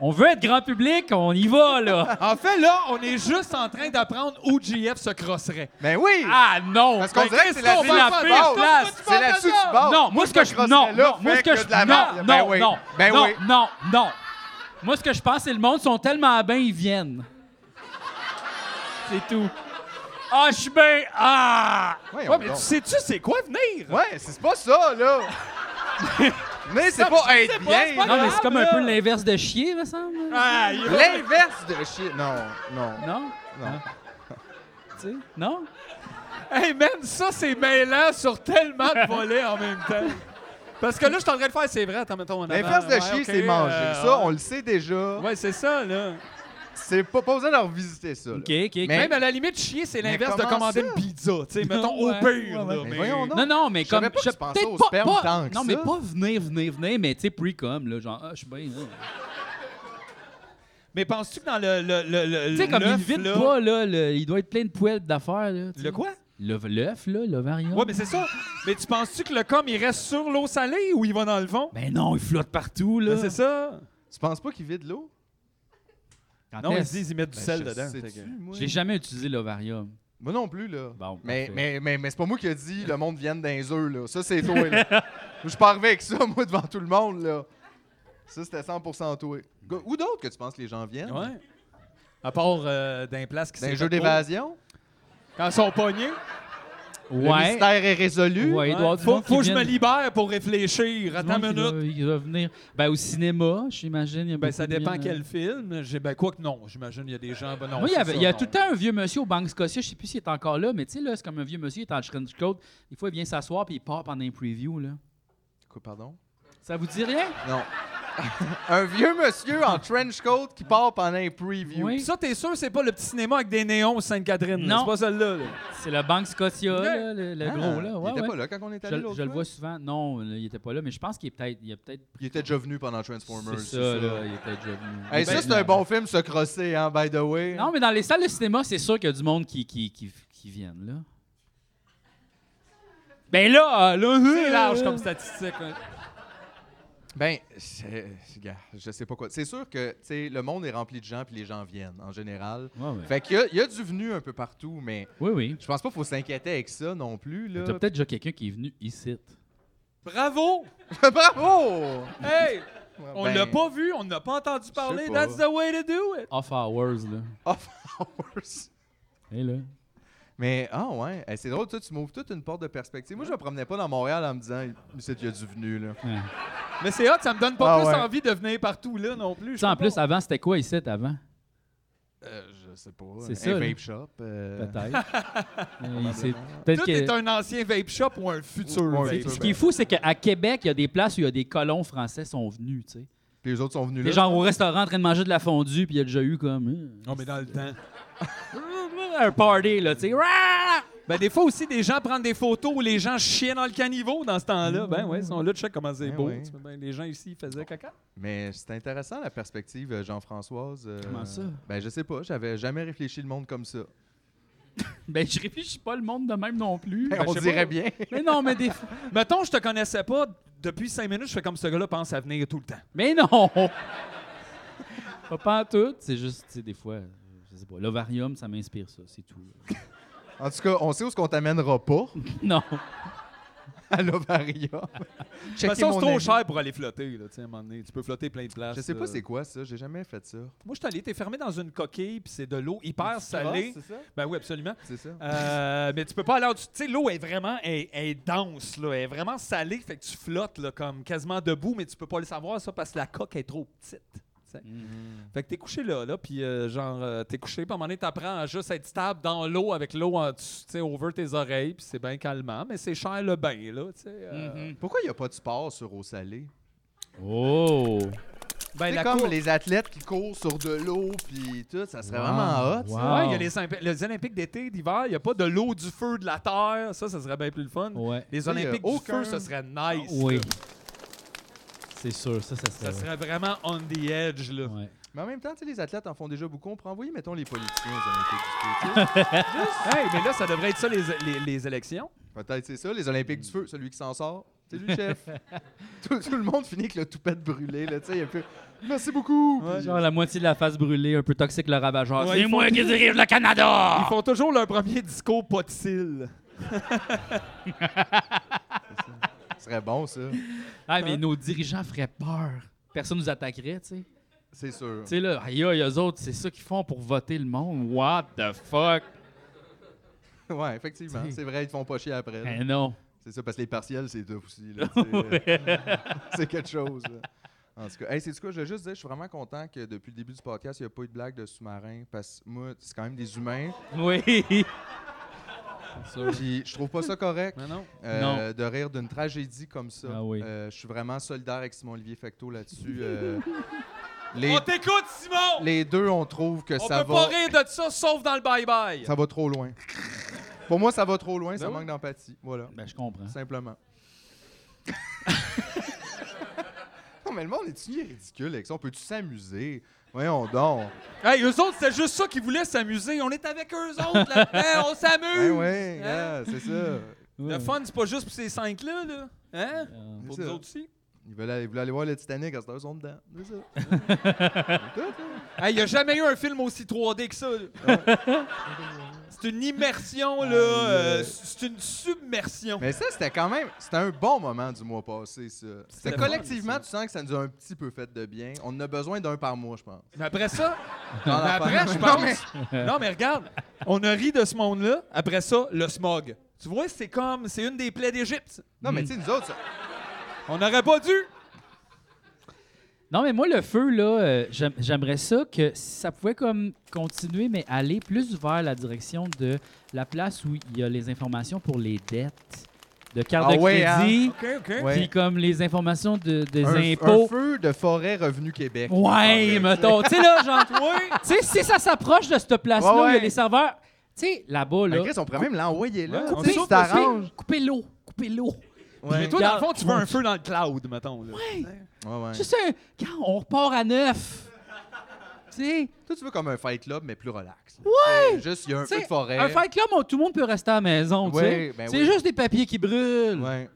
[SPEAKER 1] on veut être grand public, on y va
[SPEAKER 2] (laughs)
[SPEAKER 1] là.
[SPEAKER 3] En fait, là, on est juste en train d'apprendre où JF se crosserait.
[SPEAKER 2] Ben oui!
[SPEAKER 1] Ah non,
[SPEAKER 2] Parce qu'on
[SPEAKER 1] Ben,
[SPEAKER 2] dirait que c'est la,
[SPEAKER 1] Christophe, on va
[SPEAKER 2] pire
[SPEAKER 1] faire ça.
[SPEAKER 2] place.
[SPEAKER 1] Pourquoi
[SPEAKER 2] C'est là-dessus que tu pars.
[SPEAKER 1] non, moi ce que je
[SPEAKER 2] crosserais
[SPEAKER 1] non,
[SPEAKER 2] là,
[SPEAKER 1] non, moi
[SPEAKER 2] fait
[SPEAKER 1] ce que
[SPEAKER 2] que
[SPEAKER 1] je
[SPEAKER 2] de la
[SPEAKER 1] non,
[SPEAKER 2] merde. Ben
[SPEAKER 1] non,
[SPEAKER 2] oui.
[SPEAKER 1] non,
[SPEAKER 2] Ben
[SPEAKER 1] non,
[SPEAKER 2] oui.
[SPEAKER 1] non, non. Moi ce que je pense c'est le monde sont tellement bien ils viennent. C'est tout. Ah, je suis bien. Ah!
[SPEAKER 2] Voyons
[SPEAKER 3] Ouais, mais tu
[SPEAKER 2] Eh, donc.
[SPEAKER 3] sais-tu c'est quoi venir?
[SPEAKER 2] Ouais, c'est pas ça, là! Mais c'est pas être bien!
[SPEAKER 3] pas
[SPEAKER 2] là.
[SPEAKER 1] Non, mais
[SPEAKER 3] grave,
[SPEAKER 1] c'est comme un
[SPEAKER 3] là.
[SPEAKER 1] peu l'inverse de chier, me semble.
[SPEAKER 3] Ah, il-
[SPEAKER 2] L'inverse de shit. Non, non,
[SPEAKER 1] Non?
[SPEAKER 2] non.
[SPEAKER 1] Tu sais? Non?
[SPEAKER 3] Hey man, ça c'est mêlant sur tellement de volets en même temps. Parce que là, je suis en train de faire, c'est vrai, attends, mettons, en
[SPEAKER 2] L'inverse de
[SPEAKER 3] avant. Ouais,
[SPEAKER 2] chier,
[SPEAKER 3] ok,
[SPEAKER 2] c'est manger.
[SPEAKER 3] euh,
[SPEAKER 2] Ça, on le sait déjà.
[SPEAKER 3] Ouais, c'est ça, là.
[SPEAKER 2] C'est pas, pas besoin de revisiter ça. là.
[SPEAKER 1] OK, OK.
[SPEAKER 2] Mais-
[SPEAKER 3] Même à la limite, chier, c'est
[SPEAKER 2] Mais
[SPEAKER 3] l'inverse de
[SPEAKER 2] comment
[SPEAKER 3] commander
[SPEAKER 2] ça?
[SPEAKER 3] une pizza, tu
[SPEAKER 1] (laughs)
[SPEAKER 3] sais, mettons,
[SPEAKER 1] Ouais,
[SPEAKER 3] au pire.
[SPEAKER 1] ouais,
[SPEAKER 3] là,
[SPEAKER 1] ouais.
[SPEAKER 2] Mais
[SPEAKER 3] mais-
[SPEAKER 2] voyons donc.
[SPEAKER 1] Non, non, mais
[SPEAKER 2] Je
[SPEAKER 1] comme.
[SPEAKER 2] savais pas que
[SPEAKER 1] je-
[SPEAKER 2] tu pensais
[SPEAKER 1] peut-être
[SPEAKER 2] au sperme tant que
[SPEAKER 1] Non,
[SPEAKER 2] ça.
[SPEAKER 1] mais pas venir, venir, venir, mais tu sais, pre-com, là, genre, ah, je suis bien. là.
[SPEAKER 3] Mais penses-tu que dans le. le, le, le
[SPEAKER 1] Tu sais, comme il
[SPEAKER 3] l'œuf,
[SPEAKER 1] vide
[SPEAKER 3] là-
[SPEAKER 1] pas, là, le- il doit être plein de poêles d'affaires, là. tu sais.
[SPEAKER 3] Le quoi?
[SPEAKER 1] Le- L'œuf, là, l'ovarium.
[SPEAKER 3] Ouais, mais c'est ça. Mais tu penses-tu que le com, il reste sur l'eau salée ou il va dans le fond?
[SPEAKER 1] Ben non, il flotte partout, là.
[SPEAKER 3] Ben, c'est ça.
[SPEAKER 2] Tu penses pas qu'ils vident l'eau?
[SPEAKER 1] Quand
[SPEAKER 3] Non, ils
[SPEAKER 1] est-ce?
[SPEAKER 3] se disent, ils mettent du sel
[SPEAKER 2] Ben, je
[SPEAKER 3] dedans.
[SPEAKER 2] sais-tu,
[SPEAKER 3] fait que-
[SPEAKER 2] moi?
[SPEAKER 1] J'ai jamais utilisé l'ovarium.
[SPEAKER 2] Moi non plus, là.
[SPEAKER 1] Bon,
[SPEAKER 2] mais
[SPEAKER 1] parfait.
[SPEAKER 2] mais, mais, mais c'est pas moi qui ai dit le monde vienne d'un œufs, là. Ça, c'est toi, là. Je suis pas arrivé avec ça, moi, devant tout le monde, là. Ça, c'était 100 toi. Go- Où d'autres que tu penses que les gens viennent?
[SPEAKER 3] Ouais. À part euh, d'un place qui
[SPEAKER 2] D'un
[SPEAKER 3] s'est
[SPEAKER 2] jeu
[SPEAKER 3] fait-
[SPEAKER 2] d'évasion?
[SPEAKER 3] Quand ils sont pognés.
[SPEAKER 2] Le
[SPEAKER 1] Ouais.
[SPEAKER 2] mystère est résolu?
[SPEAKER 1] Ouais, il doit y avoir
[SPEAKER 3] Ouais,
[SPEAKER 1] du
[SPEAKER 3] faut,
[SPEAKER 1] monde
[SPEAKER 3] faut
[SPEAKER 1] qui
[SPEAKER 3] que je me
[SPEAKER 1] vienne-
[SPEAKER 3] libère pour réfléchir.
[SPEAKER 1] du
[SPEAKER 3] Attends
[SPEAKER 1] monde
[SPEAKER 3] une
[SPEAKER 1] qui
[SPEAKER 3] minute.
[SPEAKER 1] doit- Il doit venir. Ben, au cinéma, j'imagine. il y a
[SPEAKER 3] Ben,
[SPEAKER 1] beaucoup
[SPEAKER 3] ça
[SPEAKER 1] de
[SPEAKER 3] dépend
[SPEAKER 1] monde,
[SPEAKER 3] quel
[SPEAKER 1] là.
[SPEAKER 3] film. J'ai, ben, quoi que non, j'imagine, il y a des gens. Ben, non,
[SPEAKER 1] euh. Moi, il y,
[SPEAKER 3] c'est
[SPEAKER 1] avait-
[SPEAKER 3] ça,
[SPEAKER 1] il y a
[SPEAKER 3] non.
[SPEAKER 1] tout le temps un vieux monsieur au Banque Scotia, je sais plus s'il est encore là, mais tu sais, là, c'est comme un vieux monsieur, il est en trench coat. Des fois, il vient s'asseoir puis il part pendant un preview, là.
[SPEAKER 2] Quoi, pardon?
[SPEAKER 1] Ça vous dit rien?
[SPEAKER 2] Non. (laughs) un vieux monsieur en trench coat qui part pendant un preview.
[SPEAKER 1] Oui.
[SPEAKER 3] Ça, t'es sûr, c'est pas le petit cinéma avec des néons Sainte-Catherine. là,
[SPEAKER 1] Non.
[SPEAKER 3] C'est pas celle-là. là.
[SPEAKER 1] C'est le Banque Scotia, là, le, le
[SPEAKER 2] Ah,
[SPEAKER 1] gros, là. Ouais,
[SPEAKER 2] il était
[SPEAKER 1] ouais.
[SPEAKER 2] pas là quand on est
[SPEAKER 1] Je,
[SPEAKER 2] allé
[SPEAKER 1] je
[SPEAKER 2] l'autre
[SPEAKER 1] le
[SPEAKER 2] fois?
[SPEAKER 1] vois souvent. Non, là, il était pas là, mais je pense qu'il est peut-être. Il a peut-être.
[SPEAKER 2] Il était déjà venu pendant Transformers.
[SPEAKER 1] C'est ça, là. Il était déjà venu. Il
[SPEAKER 2] Hey,
[SPEAKER 1] est
[SPEAKER 2] ça, c'est un bon film, se crosser, hein, by the way.
[SPEAKER 1] Non, mais dans les salles de cinéma, c'est sûr qu'il y a du monde qui, qui, qui, qui viennent, là. Ben là, euh, là.
[SPEAKER 3] C'est
[SPEAKER 1] euh,
[SPEAKER 3] large
[SPEAKER 1] euh,
[SPEAKER 3] comme statistique. hein.
[SPEAKER 2] Ben, c'est- gars, je sais pas quoi. C'est sûr que, tu sais, le monde est rempli de gens, puis les gens viennent, en général.
[SPEAKER 1] Ouais, ouais.
[SPEAKER 2] Fait qu'il y a- il y, a du venu un peu partout, mais
[SPEAKER 1] Oui, oui.
[SPEAKER 2] je pense pas qu'il faut s'inquiéter avec ça non plus, là.
[SPEAKER 1] T'as peut-être déjà quelqu'un qui est venu ici.
[SPEAKER 3] Bravo!
[SPEAKER 2] (laughs) Bravo!
[SPEAKER 3] Hey! On
[SPEAKER 2] Ben,
[SPEAKER 3] l'a pas vu, on n'a pas entendu parler.
[SPEAKER 2] pas.
[SPEAKER 3] That's the way to do it.
[SPEAKER 1] Off hours, là.
[SPEAKER 2] off hours.
[SPEAKER 1] Hé, là.
[SPEAKER 2] Mais, ah ouais, Hey, c'est drôle, toi, tu m'ouvres toute une porte de perspective. Moi, je me promenais pas dans Montréal en me disant, c'est qu'il y a du venu, là.
[SPEAKER 3] Mais c'est hot, ça me donne pas
[SPEAKER 2] Ah
[SPEAKER 3] plus
[SPEAKER 2] ouais.
[SPEAKER 3] envie de venir partout là non
[SPEAKER 1] Tu
[SPEAKER 3] plus. je
[SPEAKER 1] sais, en
[SPEAKER 3] sais
[SPEAKER 1] plus,
[SPEAKER 3] pas.
[SPEAKER 1] avant, c'était quoi ici, avant?
[SPEAKER 2] Euh, je sais pas.
[SPEAKER 1] C'est
[SPEAKER 2] un
[SPEAKER 1] ça, là.
[SPEAKER 2] vape shop. euh,
[SPEAKER 1] Peut-être. Euh, il s'est-
[SPEAKER 3] Toi,
[SPEAKER 1] Peut-être
[SPEAKER 3] t'es
[SPEAKER 1] que-
[SPEAKER 3] un ancien vape shop ou un futur
[SPEAKER 2] Ou un
[SPEAKER 3] vape
[SPEAKER 2] futur
[SPEAKER 1] Ce
[SPEAKER 3] shop.
[SPEAKER 1] qui est fou, c'est qu'à Québec, il y a des places où il y a des colons français sont venus, tu sais.
[SPEAKER 2] Puis les autres sont venus
[SPEAKER 1] T'es
[SPEAKER 2] là.
[SPEAKER 1] genre au restaurant en train de manger de la fondue, puis il y a déjà eu comme. euh,
[SPEAKER 3] Non, mais dans le temps.
[SPEAKER 1] (laughs) Un party, là, tu sais. Rah!
[SPEAKER 3] Ben, des fois aussi, des gens prennent des photos où les gens chient dans le caniveau dans ce temps-là. Ben ouais, ils sont là, tu sais comment c'est
[SPEAKER 2] Ben
[SPEAKER 3] beau.
[SPEAKER 2] ouais.
[SPEAKER 3] Tu vois, ben, les gens ici, ils faisaient caca.
[SPEAKER 2] Mais c'est intéressant la perspective euh, Jean-Françoise. euh,
[SPEAKER 1] Comment ça?
[SPEAKER 2] Ben je sais pas, j'avais jamais réfléchi le monde comme ça. (laughs)
[SPEAKER 1] Ben, je réfléchis pas le monde de même non plus.
[SPEAKER 2] on
[SPEAKER 3] je sais
[SPEAKER 2] dirait
[SPEAKER 3] pas.
[SPEAKER 2] bien.
[SPEAKER 1] Mais non, mais des fois.
[SPEAKER 3] Mettons, je te connaissais pas. Depuis cinq minutes, je fais comme ce gars-là pense à venir tout le temps.
[SPEAKER 1] Mais non! (laughs) pas, pas en tout, c'est juste, tu sais, des fois, euh, je sais pas, l'ovarium, ça m'inspire ça, c'est tout.
[SPEAKER 2] En tout cas, on sait où ce qu'on t'amènera pas
[SPEAKER 1] (laughs)
[SPEAKER 2] (laughs)
[SPEAKER 1] non.
[SPEAKER 2] à (laughs) l'ovarium.
[SPEAKER 3] De toute
[SPEAKER 2] Checker
[SPEAKER 3] façon,
[SPEAKER 2] mon
[SPEAKER 3] c'est trop
[SPEAKER 2] ami.
[SPEAKER 3] cher pour aller flotter. Là, tu sais, à un moment donné. Tu peux flotter plein de places.
[SPEAKER 2] Je sais pas
[SPEAKER 3] là.
[SPEAKER 2] c'est quoi ça, j'ai jamais fait ça.
[SPEAKER 3] Moi, je suis allé, t'es fermé dans une coquille, puis c'est de l'eau hyper salée.
[SPEAKER 2] C'est ça
[SPEAKER 3] Ben oui, absolument.
[SPEAKER 2] C'est ça.
[SPEAKER 3] Euh, mais tu peux pas aller en dessous. Tu sais, l'eau est vraiment elle, elle est dense, là. Elle est vraiment salée, fait que tu flottes, là, comme quasiment debout, mais tu peux pas le savoir, ça, parce que la coque est trop petite. tu sais. Fait que t'es couché là, là, puis euh, genre, euh, t'es couché, puis à un moment donné, t'apprends à juste être stable dans l'eau avec l'eau en dessous, tu sais, over tes oreilles, puis c'est bien calmant, mais c'est cher le
[SPEAKER 1] Mm-hmm.
[SPEAKER 3] bain, là, tu sais. euh.
[SPEAKER 2] Pourquoi il y a pas de sport sur eau salée
[SPEAKER 1] Oh!
[SPEAKER 3] Ben,
[SPEAKER 2] C'est
[SPEAKER 3] la
[SPEAKER 2] comme
[SPEAKER 3] course.
[SPEAKER 2] les athlètes qui courent sur de l'eau, puis tout, ça serait
[SPEAKER 1] Wow.
[SPEAKER 2] vraiment hot. ça.
[SPEAKER 1] Wow.
[SPEAKER 3] Ouais, il y a les, Olympi- les Olympiques d'été, d'hiver, il n'y a pas de l'eau, du feu, de la terre. Ça, ça serait bien plus le fun.
[SPEAKER 1] Ouais. Ah,
[SPEAKER 3] Les
[SPEAKER 2] Oui,
[SPEAKER 3] Olympiques
[SPEAKER 2] euh,
[SPEAKER 3] du
[SPEAKER 2] aucun-
[SPEAKER 3] feu, ce serait nice.
[SPEAKER 1] Oui.
[SPEAKER 3] là.
[SPEAKER 1] C'est sûr, ça, ça
[SPEAKER 3] Ah, Ça
[SPEAKER 1] serait.
[SPEAKER 3] serait vraiment on the edge, là.
[SPEAKER 1] Ouais.
[SPEAKER 2] Mais en même temps, tu sais, les athlètes en font déjà beaucoup. On pourrait envoyer, mettons, les politiciens aux Olympiques du Feu. tu sais.
[SPEAKER 3] Hey, mais là, ça devrait être ça, les, les- les élections.
[SPEAKER 2] (laughs) Peut-être c'est ça, les Olympiques du Feu, celui qui s'en sort. C'est lui, (laughs) chef. tout, tout le monde finit avec le toupette brûlé, là, tu sais, il y a plus... Merci beaucoup!
[SPEAKER 3] Ouais.
[SPEAKER 2] Puis-
[SPEAKER 1] Genre la moitié de la face brûlée, un peu toxique le ravageur.
[SPEAKER 3] Ouais,
[SPEAKER 1] c'est
[SPEAKER 3] il faut-
[SPEAKER 1] moi qui dirige le
[SPEAKER 2] Ah.
[SPEAKER 1] Canada!
[SPEAKER 3] Ils font toujours leur premier discours pas de cils.
[SPEAKER 2] Ce serait bon, ça.
[SPEAKER 1] Ah,
[SPEAKER 3] Hein?
[SPEAKER 1] mais nos dirigeants feraient peur. Personne nous attaquerait, tu sais. Tu
[SPEAKER 2] C'est sûr.
[SPEAKER 1] sais, là, aïe, aïe, eux autres, c'est ça qu'ils font pour voter le monde. What the fuck?
[SPEAKER 2] Ouais, effectivement.
[SPEAKER 1] T'sais.
[SPEAKER 2] C'est vrai, ils te font pas chier après. là.
[SPEAKER 1] Ben non.
[SPEAKER 2] C'est ça, parce que les partiels, c'est tough aussi.
[SPEAKER 3] (laughs)
[SPEAKER 2] là, tu sais. (laughs) c'est quelque chose. là. En tout cas, hey, c'est quoi, je veux juste dire, je suis vraiment content que depuis le début du podcast, il n'y a pas eu de blague de sous-marin, parce que moi, c'est quand même des humains.
[SPEAKER 1] Oui.
[SPEAKER 2] Puis je trouve pas ça correct
[SPEAKER 3] (laughs) Non, non.
[SPEAKER 2] euh, de rire d'une tragédie comme ça.
[SPEAKER 1] Ah oui.
[SPEAKER 2] Euh, je suis vraiment solidaire avec Simon-Olivier Fecteau là-dessus.
[SPEAKER 3] (laughs)
[SPEAKER 2] euh, les,
[SPEAKER 3] On t'écoute, Simon!
[SPEAKER 2] les deux, on trouve que
[SPEAKER 3] On
[SPEAKER 2] ça
[SPEAKER 3] peut
[SPEAKER 2] va,
[SPEAKER 3] pas rire de ça, sauf dans le bye-bye.
[SPEAKER 2] ça va trop loin. Pour moi, ça va trop loin, ça
[SPEAKER 3] Ben oui.
[SPEAKER 2] manque d'empathie. Voilà.
[SPEAKER 1] Ben, je comprends.
[SPEAKER 2] Simplement. (laughs) non, mais le monde est-tu ridicule avec ça? On peut-tu s'amuser? Voyons donc.
[SPEAKER 3] Hey, eux autres, c'est juste ça qu'ils voulaient s'amuser. On est avec eux autres
[SPEAKER 2] (laughs)
[SPEAKER 3] là-dedans, on s'amuse.
[SPEAKER 2] Ben ouais, yeah, c'est ça.
[SPEAKER 3] Le fun, c'est pas juste pour ces cinq-là, là. Hein?
[SPEAKER 1] Euh,
[SPEAKER 2] C'est
[SPEAKER 3] Pour
[SPEAKER 2] ça.
[SPEAKER 3] nous autres aussi.
[SPEAKER 2] Ils veulent aller, ils veulent aller voir le Titanic à cette heure, ils sont dedans. C'est ça. C'est tout, hein?
[SPEAKER 3] Hey, y a jamais eu un film aussi 3D que ça. là. c'est une immersion, là. euh, c'est une submersion.
[SPEAKER 2] Ah, Mais ça, c'était quand même. C'était un bon moment du mois passé, ça. C'était
[SPEAKER 3] C'était
[SPEAKER 2] collectivement, tu sens que ça nous a un petit peu fait de bien. On en a besoin d'un par mois, je pense.
[SPEAKER 3] Mais après ça,
[SPEAKER 2] Dans
[SPEAKER 3] mais
[SPEAKER 2] la
[SPEAKER 3] après,
[SPEAKER 2] pandémie.
[SPEAKER 3] je
[SPEAKER 2] Non, mais-
[SPEAKER 3] pense. Non, mais regarde, on a ri de ce monde-là. Après ça, le smog. Tu vois, c'est comme. C'est une des plaies d'Égypte.
[SPEAKER 2] Non, mais tu sais, nous autres, ça-
[SPEAKER 3] On n'aurait pas dû.
[SPEAKER 1] Non, mais moi, le feu, là, euh, j'aim- j'aimerais ça que ça pouvait comme continuer, mais aller plus vers la direction de la place où il y a les informations pour les dettes de carte
[SPEAKER 2] Ah
[SPEAKER 1] de
[SPEAKER 2] ouais, hein?
[SPEAKER 1] crédit,
[SPEAKER 3] OK, OK.
[SPEAKER 2] Ouais.
[SPEAKER 1] puis comme les informations de, des
[SPEAKER 2] un, un
[SPEAKER 1] impôts.
[SPEAKER 2] feu de forêt revenu Québec.
[SPEAKER 1] Ouais,
[SPEAKER 2] Ah,
[SPEAKER 1] mettons. Tu sais, là, genre, tu sais, si ça s'approche de cette place-là
[SPEAKER 2] Ouais,
[SPEAKER 1] où il y a
[SPEAKER 2] ouais.
[SPEAKER 1] des serveurs, tu sais, là-bas,
[SPEAKER 2] Ben,
[SPEAKER 1] là.
[SPEAKER 2] Chris, on pourrait même l'envoyer là.
[SPEAKER 3] Ouais,
[SPEAKER 2] tu
[SPEAKER 3] on
[SPEAKER 2] sais,
[SPEAKER 3] souffle
[SPEAKER 2] si t'arranges.
[SPEAKER 1] Coupez- Coupez l'eau. Coupez l'eau.
[SPEAKER 3] Mais
[SPEAKER 2] Ouais.
[SPEAKER 3] toi, dans le fond, tu veux
[SPEAKER 1] Ouais.
[SPEAKER 3] un feu dans le cloud, mettons. Là.
[SPEAKER 2] Ouais, ouais.
[SPEAKER 1] Juste un. Quand on repart à neuf. Tu sais,
[SPEAKER 2] Toi, tu veux comme un fight club, mais plus relax. Ouais! Juste, il y a un
[SPEAKER 1] tu
[SPEAKER 2] peu
[SPEAKER 1] sais,
[SPEAKER 2] de forêt.
[SPEAKER 1] un fight club où tout le monde peut rester à la maison, tu sais.
[SPEAKER 2] Ouais, ben
[SPEAKER 1] C'est
[SPEAKER 2] oui.
[SPEAKER 1] juste des papiers qui brûlent.
[SPEAKER 2] Ouais.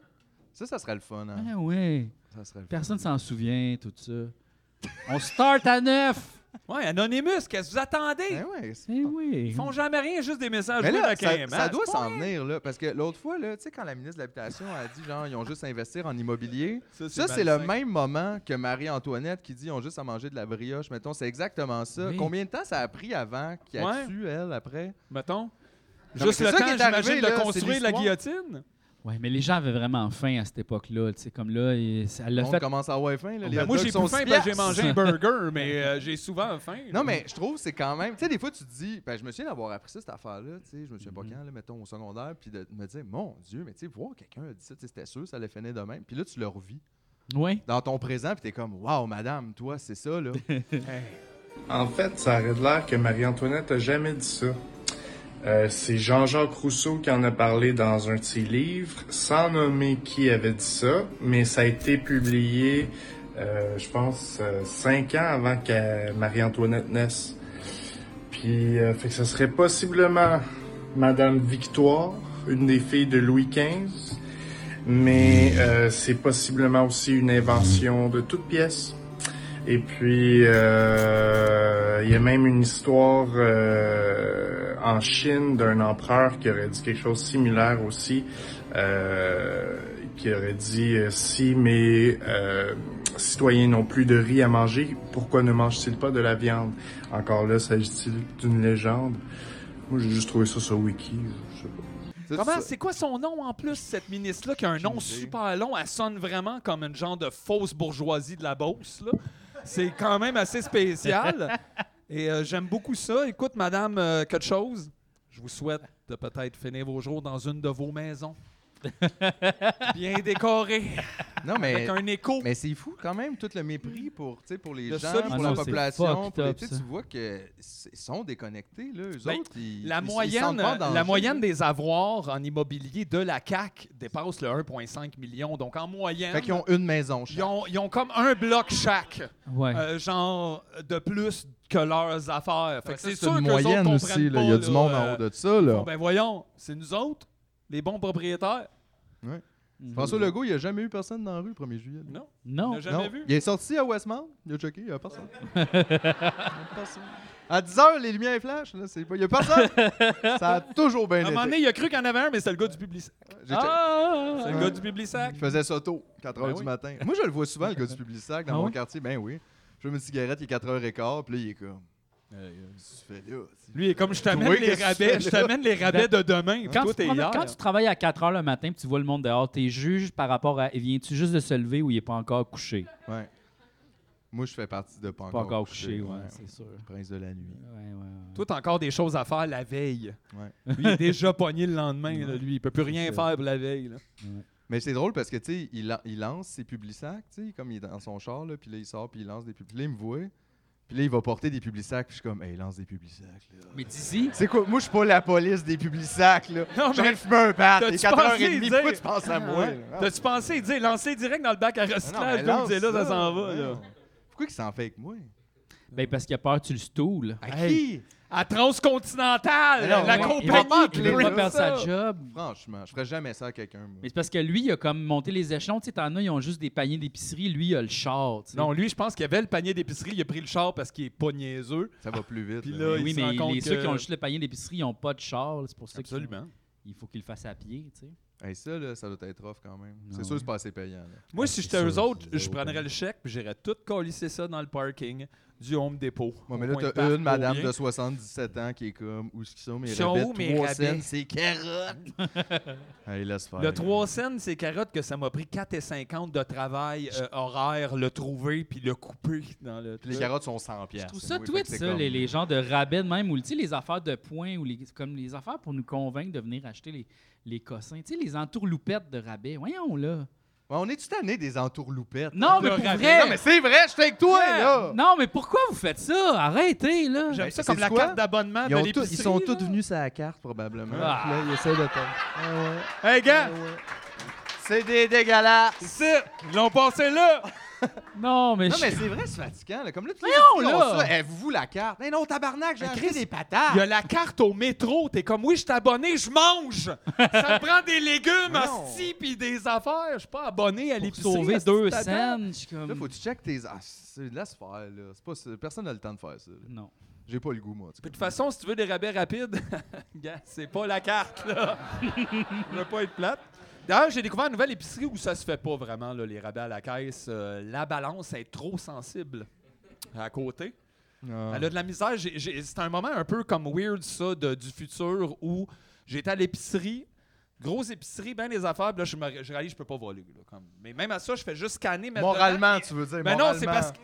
[SPEAKER 2] Ça, ça serait le fun. Hein?
[SPEAKER 1] Ah ouais.
[SPEAKER 2] Ça serait le fun.
[SPEAKER 1] Personne s'en souvient, tout ça. On start à neuf.
[SPEAKER 3] Ouais, Anonymous, qu'est-ce que vous attendez?
[SPEAKER 2] Ben ouais, c'est
[SPEAKER 1] (laughs) Eh
[SPEAKER 2] fun.
[SPEAKER 1] oui.
[SPEAKER 3] Ils font jamais rien, juste des messages.
[SPEAKER 2] Mais
[SPEAKER 3] oui,
[SPEAKER 2] là,
[SPEAKER 3] avec un
[SPEAKER 2] ça, ça
[SPEAKER 3] masque.
[SPEAKER 2] doit s'en venir, là. Parce que l'autre fois, là, tu sais, quand la ministre de l'Habitation a dit, genre, ils ont juste à investir en immobilier, ça, c'est le
[SPEAKER 3] malsain.
[SPEAKER 2] même moment que Marie-Antoinette qui dit, ils ont juste à manger de la brioche. Mettons, c'est exactement ça.
[SPEAKER 1] Oui.
[SPEAKER 2] Combien de temps ça a pris avant qu'il y a
[SPEAKER 3] Ouais.
[SPEAKER 2] tué, elle, après?
[SPEAKER 3] Mettons.
[SPEAKER 2] mais
[SPEAKER 3] Juste
[SPEAKER 2] c'est
[SPEAKER 3] le
[SPEAKER 2] ça qui
[SPEAKER 3] temps,
[SPEAKER 2] est arrivé,
[SPEAKER 3] j'imagine,
[SPEAKER 2] là,
[SPEAKER 3] de
[SPEAKER 2] c'est
[SPEAKER 3] construire la
[SPEAKER 2] l'histoire.
[SPEAKER 3] guillotine.
[SPEAKER 1] Ouais, mais les gens avaient vraiment faim à cette époque-là. Tu sais, comme là, il- elle l'a
[SPEAKER 2] on
[SPEAKER 1] fait.
[SPEAKER 2] commence à avoir faim, là. les
[SPEAKER 3] Ben,
[SPEAKER 2] hot
[SPEAKER 3] moi,
[SPEAKER 2] dogs
[SPEAKER 3] j'ai
[SPEAKER 2] sont
[SPEAKER 3] plus faim
[SPEAKER 2] six
[SPEAKER 3] parce que j'ai
[SPEAKER 2] piastres.
[SPEAKER 3] mangé un burger, mais euh, j'ai souvent faim. (laughs) là.
[SPEAKER 2] Non, mais je trouve que c'est quand même. Tu sais, des fois, tu te dis. Ben, je me souviens d'avoir appris ça, cette affaire-là. Tu sais, je me souviens
[SPEAKER 3] Mm-hmm.
[SPEAKER 1] Mhm.
[SPEAKER 2] pas quand, là, mettons, au secondaire. Puis de me dire, mon Dieu, mais tu sais, voir quelqu'un a dit ça, tu sais, c'était sûr, ça allait finir de même. Puis là, tu le revis
[SPEAKER 1] Ouais.
[SPEAKER 2] dans ton présent. Puis t'es comme, waouh, madame, toi, c'est ça,
[SPEAKER 3] (laughs)
[SPEAKER 2] là.
[SPEAKER 5] En fait, ça aurait de l'air que Marie-Antoinette a jamais dit ça. Euh, c'est Jean-Jacques Rousseau qui en a parlé dans un de ses livres, sans nommer qui avait dit ça, mais ça a été publié, euh, je pense, euh, cinq ans avant que Marie-Antoinette naisse. Puis, euh, fait que ça serait possiblement Madame Victoire, une des filles de Louis XV, mais euh, c'est possiblement aussi une invention de toute pièce. Et puis, euh, il y a même une histoire euh, en Chine d'un empereur qui aurait dit quelque chose de similaire aussi, euh, qui aurait dit euh, si mes euh, citoyens n'ont plus de riz à manger, pourquoi ne mangent-ils pas de la viande Encore là, s'agit-il d'une légende Moi, j'ai juste trouvé ça sur Wiki. Je sais pas.
[SPEAKER 2] C'est
[SPEAKER 3] Comment,
[SPEAKER 2] ça.
[SPEAKER 3] c'est quoi son nom en plus, cette ministre-là, qui a un nom
[SPEAKER 2] Aucune idée.
[SPEAKER 3] super long? Elle sonne vraiment comme une genre de fausse bourgeoisie de la Beauce. là. C'est quand même
[SPEAKER 2] (laughs)
[SPEAKER 3] assez spécial. Et euh, j'aime beaucoup ça. Écoute,
[SPEAKER 2] (laughs)
[SPEAKER 3] madame, euh, quelque chose, je vous souhaite de peut-être finir vos jours dans une de vos maisons. Bien décoré,
[SPEAKER 2] Non, mais,
[SPEAKER 3] avec un écho.
[SPEAKER 2] mais c'est fou quand même, tout le mépris pour, tu sais, pour les
[SPEAKER 3] Le
[SPEAKER 2] gens, pour
[SPEAKER 3] solitude.
[SPEAKER 1] Ah
[SPEAKER 2] la
[SPEAKER 1] non, c'est
[SPEAKER 2] population.
[SPEAKER 1] fucked
[SPEAKER 2] Pour les-
[SPEAKER 1] up,
[SPEAKER 2] tu sais,
[SPEAKER 1] ça.
[SPEAKER 2] tu vois qu'ils sont déconnectés, là, eux
[SPEAKER 3] Ben,
[SPEAKER 2] autres. Ils,
[SPEAKER 3] La
[SPEAKER 2] ils- ils
[SPEAKER 3] moyenne,
[SPEAKER 2] sentent pas en
[SPEAKER 3] la
[SPEAKER 2] danger.
[SPEAKER 3] moyenne des avoirs en immobilier de la CAC dépasse le 1,5 million. Donc, en moyenne,
[SPEAKER 2] Fait qu'ils ont une maison,
[SPEAKER 3] ils,
[SPEAKER 2] chaque.
[SPEAKER 3] ont, ils ont comme un bloc chaque,
[SPEAKER 1] Ouais.
[SPEAKER 3] euh, genre de plus que leurs affaires. Fait que
[SPEAKER 2] Ça,
[SPEAKER 3] c'est sûr
[SPEAKER 2] une
[SPEAKER 3] qu'eux autres
[SPEAKER 2] moyenne
[SPEAKER 3] comprennent
[SPEAKER 2] aussi. là.
[SPEAKER 3] pas,
[SPEAKER 2] Il y a du
[SPEAKER 3] là,
[SPEAKER 2] monde
[SPEAKER 3] euh,
[SPEAKER 2] en haut de ça. Là.
[SPEAKER 3] Bon, ben voyons, c'est nous autres, les bons propriétaires.
[SPEAKER 2] François Legault, il n'y a jamais eu personne dans la rue le 1er juillet. là.
[SPEAKER 3] Non, on
[SPEAKER 1] Mhm. Non.
[SPEAKER 3] n'a jamais
[SPEAKER 2] Non.
[SPEAKER 3] vu.
[SPEAKER 2] Il est sorti à Westmount, il a checké, il n'y a personne.
[SPEAKER 3] (laughs)
[SPEAKER 2] Il y a personne. À 10h, les lumières flashent. Là, c'est pas... Il n'y a
[SPEAKER 3] (laughs)
[SPEAKER 2] personne. ça a toujours bien
[SPEAKER 3] À un moment
[SPEAKER 2] été.
[SPEAKER 3] donné, il a cru qu'il y en avait un, mais c'est le gars du Publisac.
[SPEAKER 2] J'ai checké.
[SPEAKER 3] Ah! C'est le
[SPEAKER 2] Ah.
[SPEAKER 3] gars du Publisac.
[SPEAKER 2] Il faisait ça tôt, 4h
[SPEAKER 3] Ben
[SPEAKER 2] du
[SPEAKER 3] oui.
[SPEAKER 2] matin. Moi, je le vois souvent, le gars du public sac dans
[SPEAKER 1] Ah
[SPEAKER 2] mon
[SPEAKER 1] ouais?
[SPEAKER 2] quartier. Ben oui. Je veux une cigarette, il est 4h15, puis là, il est comme. euh, Qu'est-ce que tu fais là? tu-
[SPEAKER 3] Lui, il est comme je
[SPEAKER 2] Oui,
[SPEAKER 3] t'amène les
[SPEAKER 2] qu'est-ce que tu fais
[SPEAKER 3] rabais,
[SPEAKER 2] là?
[SPEAKER 3] je t'amène les rabais de demain.
[SPEAKER 1] Quand,
[SPEAKER 3] Toi,
[SPEAKER 1] tu,
[SPEAKER 3] t'es
[SPEAKER 1] promènes-
[SPEAKER 3] hier.
[SPEAKER 1] quand tu travailles à 4 heures le matin puis tu vois le monde dehors, t'es juge par rapport à viens-tu juste de se lever ou il est pas encore couché?
[SPEAKER 2] Ouais. Moi, je fais partie de Pas,
[SPEAKER 1] Pas encore couché, ouais,
[SPEAKER 2] ouais.
[SPEAKER 1] c'est sûr.
[SPEAKER 2] Prince de la nuit.
[SPEAKER 1] Ouais, ouais, ouais.
[SPEAKER 3] Toi, t'as encore des choses à faire la veille.
[SPEAKER 2] Ouais.
[SPEAKER 3] Lui, il est déjà pogné le lendemain, là, lui. Il peut plus rien
[SPEAKER 2] C'est ça.
[SPEAKER 3] faire pour la veille. là.
[SPEAKER 2] Mais c'est drôle parce que, tu sais, il, lan- il lance ses publicsacs, tu sais, comme il est dans son char, là, puis là, il sort, puis il lance des publicsacs. Là, il me voit, puis là, il va porter des publicsacs, puis je suis comme, hey, il lance des publicsacs, là.
[SPEAKER 1] Mais d'ici,
[SPEAKER 2] C'est quoi? Moi, je suis pas la police des publicsacs, là.
[SPEAKER 3] Non, mais-
[SPEAKER 2] J'aurais fumé un bat.
[SPEAKER 3] T'as-tu
[SPEAKER 2] Il est
[SPEAKER 3] pensé
[SPEAKER 2] 4h30,
[SPEAKER 3] dire-
[SPEAKER 2] pourquoi tu penses
[SPEAKER 3] Ah,
[SPEAKER 2] à moi? là?
[SPEAKER 3] T'as-tu pensé, dire, lancer direct dans le bac à
[SPEAKER 2] Non, mais
[SPEAKER 3] recyclage, comme
[SPEAKER 2] lance
[SPEAKER 3] disait là, ça s'en va.
[SPEAKER 2] ouais.
[SPEAKER 3] là.
[SPEAKER 2] Pourquoi il s'en fait avec moi?
[SPEAKER 1] ben parce qu'il a peur, tu le stoules.
[SPEAKER 2] À
[SPEAKER 3] Hey.
[SPEAKER 2] qui?
[SPEAKER 3] À Transcontinental,
[SPEAKER 2] Mais non,
[SPEAKER 3] la
[SPEAKER 2] mais-
[SPEAKER 1] il va
[SPEAKER 3] compagnie
[SPEAKER 1] pas,
[SPEAKER 3] qui
[SPEAKER 1] il va
[SPEAKER 2] là,
[SPEAKER 1] pas
[SPEAKER 3] brûle
[SPEAKER 1] perdre
[SPEAKER 3] ça.
[SPEAKER 1] sa job.
[SPEAKER 2] Franchement, je ferais jamais ça à quelqu'un. moi.
[SPEAKER 1] Mais c'est parce que lui, il a comme monté les échelons. Tu sais, t'en as, ils ont juste des paniers d'épicerie. Lui, il a le char. tu sais.
[SPEAKER 3] Non, lui, je pense qu'il avait le panier d'épicerie, il a pris le char parce qu'il est pas niaiseux.
[SPEAKER 2] Ça va plus vite.
[SPEAKER 3] Puis
[SPEAKER 2] là.
[SPEAKER 3] là, il
[SPEAKER 1] oui,
[SPEAKER 3] se
[SPEAKER 1] mais
[SPEAKER 3] rend compte
[SPEAKER 1] les, ceux
[SPEAKER 3] que-
[SPEAKER 1] qui ont juste le panier d'épicerie, ils n'ont pas de char. là. C'est pour ça qu'il faut- il faut qu'ils le fassent à pied. tu sais.
[SPEAKER 2] Hey, ça, là, ça doit être rough quand même.
[SPEAKER 1] Non.
[SPEAKER 2] C'est sûr, c'est pas assez payant. là.
[SPEAKER 3] Moi, si
[SPEAKER 2] c'est
[SPEAKER 3] j'étais eux
[SPEAKER 2] sûr,
[SPEAKER 3] autres,
[SPEAKER 2] c'est
[SPEAKER 3] je
[SPEAKER 2] zéro
[SPEAKER 3] prendrais
[SPEAKER 2] panier.
[SPEAKER 3] le chèque puis j'irais tout colisser ça dans le parking du Home Depot.
[SPEAKER 2] Bon,
[SPEAKER 3] au
[SPEAKER 2] mais là,
[SPEAKER 3] coin de
[SPEAKER 2] t'as
[SPEAKER 3] parc,
[SPEAKER 2] une madame
[SPEAKER 3] au
[SPEAKER 2] de
[SPEAKER 3] bien.
[SPEAKER 2] 77 ans qui est comme Où est-ce qu'ils sont mes
[SPEAKER 3] Ils sont
[SPEAKER 2] rabais?
[SPEAKER 3] où, mes
[SPEAKER 2] 3
[SPEAKER 3] rabais?
[SPEAKER 2] cents, c'est carottes!
[SPEAKER 1] (laughs)
[SPEAKER 2] Allez, laisse faire.
[SPEAKER 3] Le 3 cents, c'est carottes que ça m'a pris 4,50 de travail euh, horaire, le trouver puis le couper dans le.
[SPEAKER 2] Puis les carottes sont 100 pièces.
[SPEAKER 1] Je trouve ça tweet, ça, les, les genres de rabais de même, ou tu sais, les affaires de points, ou les, comme les affaires pour nous convaincre de venir acheter les, les cossins. Tu sais, les entourloupettes de rabais. Voyons, là.
[SPEAKER 2] on est-tu tanné des entourloupettes? hein,
[SPEAKER 1] Non, mais
[SPEAKER 3] Le
[SPEAKER 1] pour
[SPEAKER 3] rabais.
[SPEAKER 1] vrai.
[SPEAKER 2] Non, mais c'est vrai, je suis avec toi, là!
[SPEAKER 1] Non, mais pourquoi vous faites ça? Arrêtez, là.
[SPEAKER 3] J'aime
[SPEAKER 2] Ben,
[SPEAKER 3] ça
[SPEAKER 2] c'est
[SPEAKER 3] comme la
[SPEAKER 2] quoi?
[SPEAKER 3] carte d'abonnement
[SPEAKER 2] Ils,
[SPEAKER 3] de
[SPEAKER 2] ont tous-
[SPEAKER 3] l'épicerie.
[SPEAKER 2] ils sont
[SPEAKER 3] là.
[SPEAKER 2] tous venus sur la carte, probablement.
[SPEAKER 1] Ah.
[SPEAKER 2] Puis là, ils essaient de te- Ah ouais,
[SPEAKER 3] Hey,
[SPEAKER 2] ah
[SPEAKER 3] gars,
[SPEAKER 2] ouais. C'est des dégueulasses!
[SPEAKER 3] ici, ils l'ont passé là.
[SPEAKER 1] Non, mais,
[SPEAKER 2] Non,
[SPEAKER 1] je-
[SPEAKER 2] mais c'est vrai, c'est fatigant. Là. Comme là, tous les
[SPEAKER 1] Voyons,
[SPEAKER 2] petits ont
[SPEAKER 1] là!
[SPEAKER 2] ça. Eh, vous la carte. Eh non, tabarnak, j'ai
[SPEAKER 3] Mais
[SPEAKER 2] acheté
[SPEAKER 3] Chris,
[SPEAKER 2] des
[SPEAKER 1] Ah!
[SPEAKER 3] Il y a
[SPEAKER 2] patates.
[SPEAKER 3] la carte au métro. T'es comme, oui, je suis abonné, je mange. ça me prend
[SPEAKER 1] (laughs)
[SPEAKER 3] des légumes,
[SPEAKER 2] Voyons.
[SPEAKER 3] hostie, puis des affaires. Je suis pas abonné à
[SPEAKER 1] pour
[SPEAKER 3] l'épicerie.
[SPEAKER 1] sauver
[SPEAKER 3] hostie,
[SPEAKER 1] deux
[SPEAKER 3] t'attends.
[SPEAKER 1] cents, je suis comme...
[SPEAKER 2] Là, faut que tu check tes. Ah, c'est de la sphère, là. C'est pas... ça. Personne n'a le temps de faire ça. là.
[SPEAKER 1] Non.
[SPEAKER 2] J'ai pas le goût, moi. en tout
[SPEAKER 3] Puis de
[SPEAKER 2] cas.
[SPEAKER 3] toute façon, si tu veux des rabais rapides, (laughs) gars, c'est pas la carte, là. (laughs) Je veux pas être plate. D'ailleurs, j'ai découvert une nouvelle épicerie où ça se fait pas vraiment, là, les rabais à la caisse. Euh, la balance est trop sensible à côté.
[SPEAKER 2] Ah.
[SPEAKER 3] Elle a de la misère. J'ai- j'ai- C'est un moment un peu comme weird, ça, de- du futur où j'étais à l'épicerie. Grosse épicerie, bien des affaires, puis là, je, me- je réalise que je peux pas voler. là, comme. Mais même à ça, je fais juste scanner. mettre
[SPEAKER 2] Moralement,
[SPEAKER 3] dedans,
[SPEAKER 2] tu veux dire.
[SPEAKER 3] mais Ben non, c'est parce que.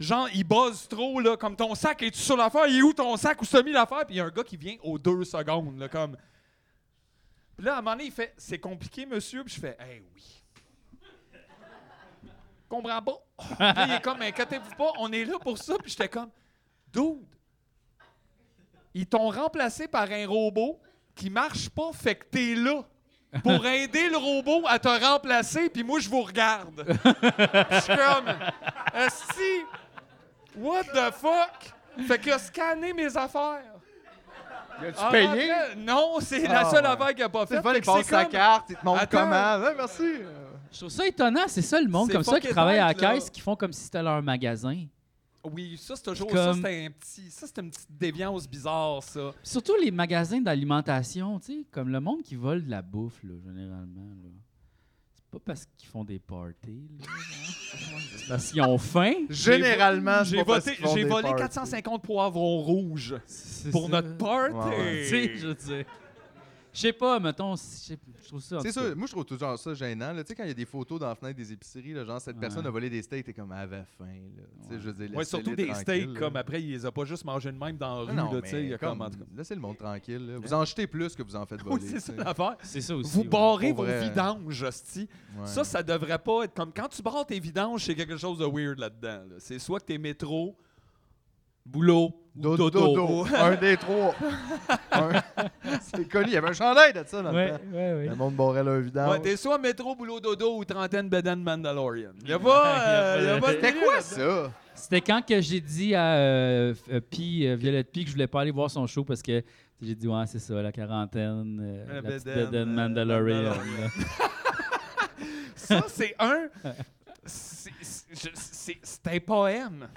[SPEAKER 3] Genre, il buzz trop, là, comme ton sac, es-tu sur l'affaire? Il est où ton sac? Où s'est mis l'affaire? Puis il y a un gars qui vient aux deux secondes, là, comme. Puis là, à un moment donné, il fait C'est compliqué, monsieur. Puis je fais Eh oui. Comprends pas. (laughs) Puis là, il est comme Inquiétez-vous pas, on est là pour ça. Puis j'étais comme Dude, ils t'ont remplacé par un robot qui marche pas, fait que t'es là. Pour aider le robot à te remplacer, puis moi, je vous regarde. (laughs) Puis je suis comme. Esti! What the fuck? Fait qu'il a scanné mes affaires.
[SPEAKER 2] Tu
[SPEAKER 3] En
[SPEAKER 2] payé?
[SPEAKER 3] rentrant- Ah, Non, c'est
[SPEAKER 2] Ah,
[SPEAKER 3] la seule
[SPEAKER 2] ouais.
[SPEAKER 3] affaire qu'il a pas
[SPEAKER 2] C'est le
[SPEAKER 3] faite.
[SPEAKER 2] fun,
[SPEAKER 3] Fait
[SPEAKER 2] il
[SPEAKER 3] que
[SPEAKER 2] passe
[SPEAKER 3] c'est
[SPEAKER 2] sa
[SPEAKER 3] comme-
[SPEAKER 2] carte, il te montre
[SPEAKER 3] Attends.
[SPEAKER 2] comment. Ouais, merci.
[SPEAKER 1] Je trouve ça étonnant. C'est ça, le monde
[SPEAKER 3] C'est
[SPEAKER 1] comme ça qui
[SPEAKER 3] fucking
[SPEAKER 1] travaille à la
[SPEAKER 3] dingue, là.
[SPEAKER 1] caisse, qui font comme si c'était leur magasin.
[SPEAKER 3] Oui, ça, c'est toujours ça.
[SPEAKER 1] Comme-
[SPEAKER 3] C'était un petit. Ça, c'était une petite déviance bizarre, ça.
[SPEAKER 1] Surtout les magasins d'alimentation, tu sais, comme le monde qui vole de la bouffe, là, généralement. là. C'est pas parce qu'ils font des parties, là, hein. C'est parce qu'ils ont faim.
[SPEAKER 2] Généralement,
[SPEAKER 3] J'ai voté- j'ai volé 450 poivrons rouges
[SPEAKER 1] C'est
[SPEAKER 3] pour
[SPEAKER 1] ça.
[SPEAKER 3] notre party.
[SPEAKER 2] Ouais, ouais.
[SPEAKER 1] Tu sais, je veux dire. Je sais pas, mettons, si- je trouve ça. en
[SPEAKER 2] C'est
[SPEAKER 1] tout cas.
[SPEAKER 2] sûr, moi je trouve toujours ça gênant. là. Tu sais, quand il y a des photos dans la fenêtre des épiceries, là, genre cette personne a volé des steaks, t'es comme, elle avait faim. Là. Tu sais, Je veux dire,
[SPEAKER 3] Ouais, surtout
[SPEAKER 2] laissez-les
[SPEAKER 3] des
[SPEAKER 2] tranquilles,
[SPEAKER 3] steaks,
[SPEAKER 2] là.
[SPEAKER 3] comme après, il les a pas juste mangés de même dans la
[SPEAKER 2] Ah non,
[SPEAKER 3] rue, là, tu sais,
[SPEAKER 2] mais
[SPEAKER 3] il y a comme...
[SPEAKER 2] comme, laissez le monde tranquille. là. Vous en jetez plus que vous en faites voler.
[SPEAKER 3] (laughs) Oui, c'est ça
[SPEAKER 2] tu sais.
[SPEAKER 3] l'affaire.
[SPEAKER 1] C'est ça aussi.
[SPEAKER 3] Vous
[SPEAKER 1] ouais.
[SPEAKER 3] barrez
[SPEAKER 2] Pour
[SPEAKER 3] vos
[SPEAKER 2] vrai.
[SPEAKER 3] vidanges, hostie.
[SPEAKER 2] Ouais.
[SPEAKER 3] Ça, ça devrait pas être comme quand tu barres tes vidanges, c'est quelque chose de weird là-dedans. là. C'est soit que t'es métro, boulot, ou
[SPEAKER 2] Dodo.
[SPEAKER 3] dodo. (laughs)
[SPEAKER 2] un des trois. Un- (laughs) C'est connu. Il y avait un chandail de ça dans
[SPEAKER 1] Ouais,
[SPEAKER 2] le temps.
[SPEAKER 1] ouais, ouais.
[SPEAKER 2] Le monde bourrait leur vidange.
[SPEAKER 3] Ouais, t'es soit métro, boulot, dodo ou trentaine bedaine Mandalorian. Y a pas, euh,
[SPEAKER 1] Y a
[SPEAKER 3] y a
[SPEAKER 1] pas
[SPEAKER 3] pas de
[SPEAKER 2] C'était
[SPEAKER 3] milieu
[SPEAKER 2] quoi
[SPEAKER 3] là-dedans.
[SPEAKER 2] ça?
[SPEAKER 1] C'était quand que j'ai dit à euh, F- euh, Pi, euh, Violette Pi que je voulais pas aller voir son show parce que j'ai dit ouais c'est ça la quarantaine, euh,
[SPEAKER 3] La
[SPEAKER 1] la petite
[SPEAKER 3] bedaine,
[SPEAKER 1] bedaine
[SPEAKER 3] euh,
[SPEAKER 1] Mandalorian.
[SPEAKER 3] Mandalorian.
[SPEAKER 1] là.
[SPEAKER 2] (laughs)
[SPEAKER 3] Ça, c'est un. c'est- c'est- je- C'est c'est un poème.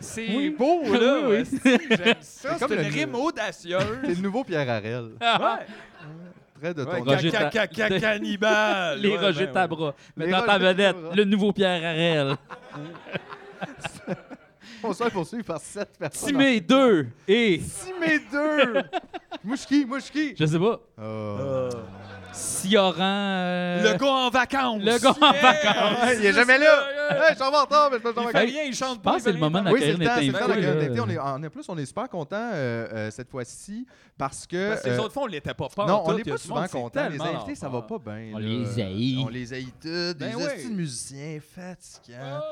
[SPEAKER 3] C'est
[SPEAKER 1] Oui.
[SPEAKER 3] beau, là.
[SPEAKER 1] Oui, oui.
[SPEAKER 3] hostie, J'aime ça.
[SPEAKER 2] C'est
[SPEAKER 3] C'est
[SPEAKER 2] comme
[SPEAKER 3] une
[SPEAKER 2] le-
[SPEAKER 3] rime
[SPEAKER 2] T'es
[SPEAKER 3] audacieuse.
[SPEAKER 2] le nouveau Pierre Harel.
[SPEAKER 3] Ouais.
[SPEAKER 2] Très de ton
[SPEAKER 3] Ouais,
[SPEAKER 1] Roger Ta-
[SPEAKER 3] ca- ca- ca-
[SPEAKER 1] de-
[SPEAKER 3] cannibale.
[SPEAKER 1] Les
[SPEAKER 3] Ouais,
[SPEAKER 1] Roger
[SPEAKER 3] ben oui.
[SPEAKER 1] Tabra.
[SPEAKER 2] Les
[SPEAKER 1] Maintenant ta
[SPEAKER 2] Roger
[SPEAKER 1] vedette,
[SPEAKER 2] Tabra.
[SPEAKER 1] le nouveau Pierre
[SPEAKER 2] (laughs)
[SPEAKER 1] Harel.
[SPEAKER 2] On se fait poursuivre par sept personnes.
[SPEAKER 1] Timé 2 et
[SPEAKER 2] Timé 2! Mouchki, Mouchki!
[SPEAKER 1] je sais pas,
[SPEAKER 2] Oh.
[SPEAKER 1] Sioran. euh,
[SPEAKER 3] Le gars en vacances.
[SPEAKER 1] Le gars en
[SPEAKER 3] vacances.
[SPEAKER 2] Ouais, il est jamais là! Hey, je suis en retard, mais je peux
[SPEAKER 3] Il
[SPEAKER 2] pas
[SPEAKER 3] fait rien, il chante
[SPEAKER 1] Je
[SPEAKER 3] pas.
[SPEAKER 1] pense que c'est le moment
[SPEAKER 2] Oui, c'est
[SPEAKER 1] d'accueillir
[SPEAKER 2] le temps, c'est le temps
[SPEAKER 1] notre
[SPEAKER 3] d'accueillir
[SPEAKER 2] d'accueillir
[SPEAKER 1] invité.
[SPEAKER 2] l'été.
[SPEAKER 1] là.
[SPEAKER 2] On est- En en plus, on est super contents euh, euh, cette fois-ci parce que.
[SPEAKER 3] Parce que les
[SPEAKER 2] euh,
[SPEAKER 3] autres fois, on l'était pas pas.
[SPEAKER 2] non,
[SPEAKER 3] en
[SPEAKER 2] on
[SPEAKER 3] tout,
[SPEAKER 2] n'est
[SPEAKER 3] il y a
[SPEAKER 2] pas
[SPEAKER 3] du monde,
[SPEAKER 2] souvent
[SPEAKER 3] c'est
[SPEAKER 2] contents. Les
[SPEAKER 3] tellement
[SPEAKER 2] invités, ça va
[SPEAKER 3] l'enfer.
[SPEAKER 2] pas bien.
[SPEAKER 1] On
[SPEAKER 2] là.
[SPEAKER 1] les haït.
[SPEAKER 2] On les haït tous, des
[SPEAKER 3] Ben
[SPEAKER 2] hosties
[SPEAKER 3] oui.
[SPEAKER 2] de musiciens fatigants.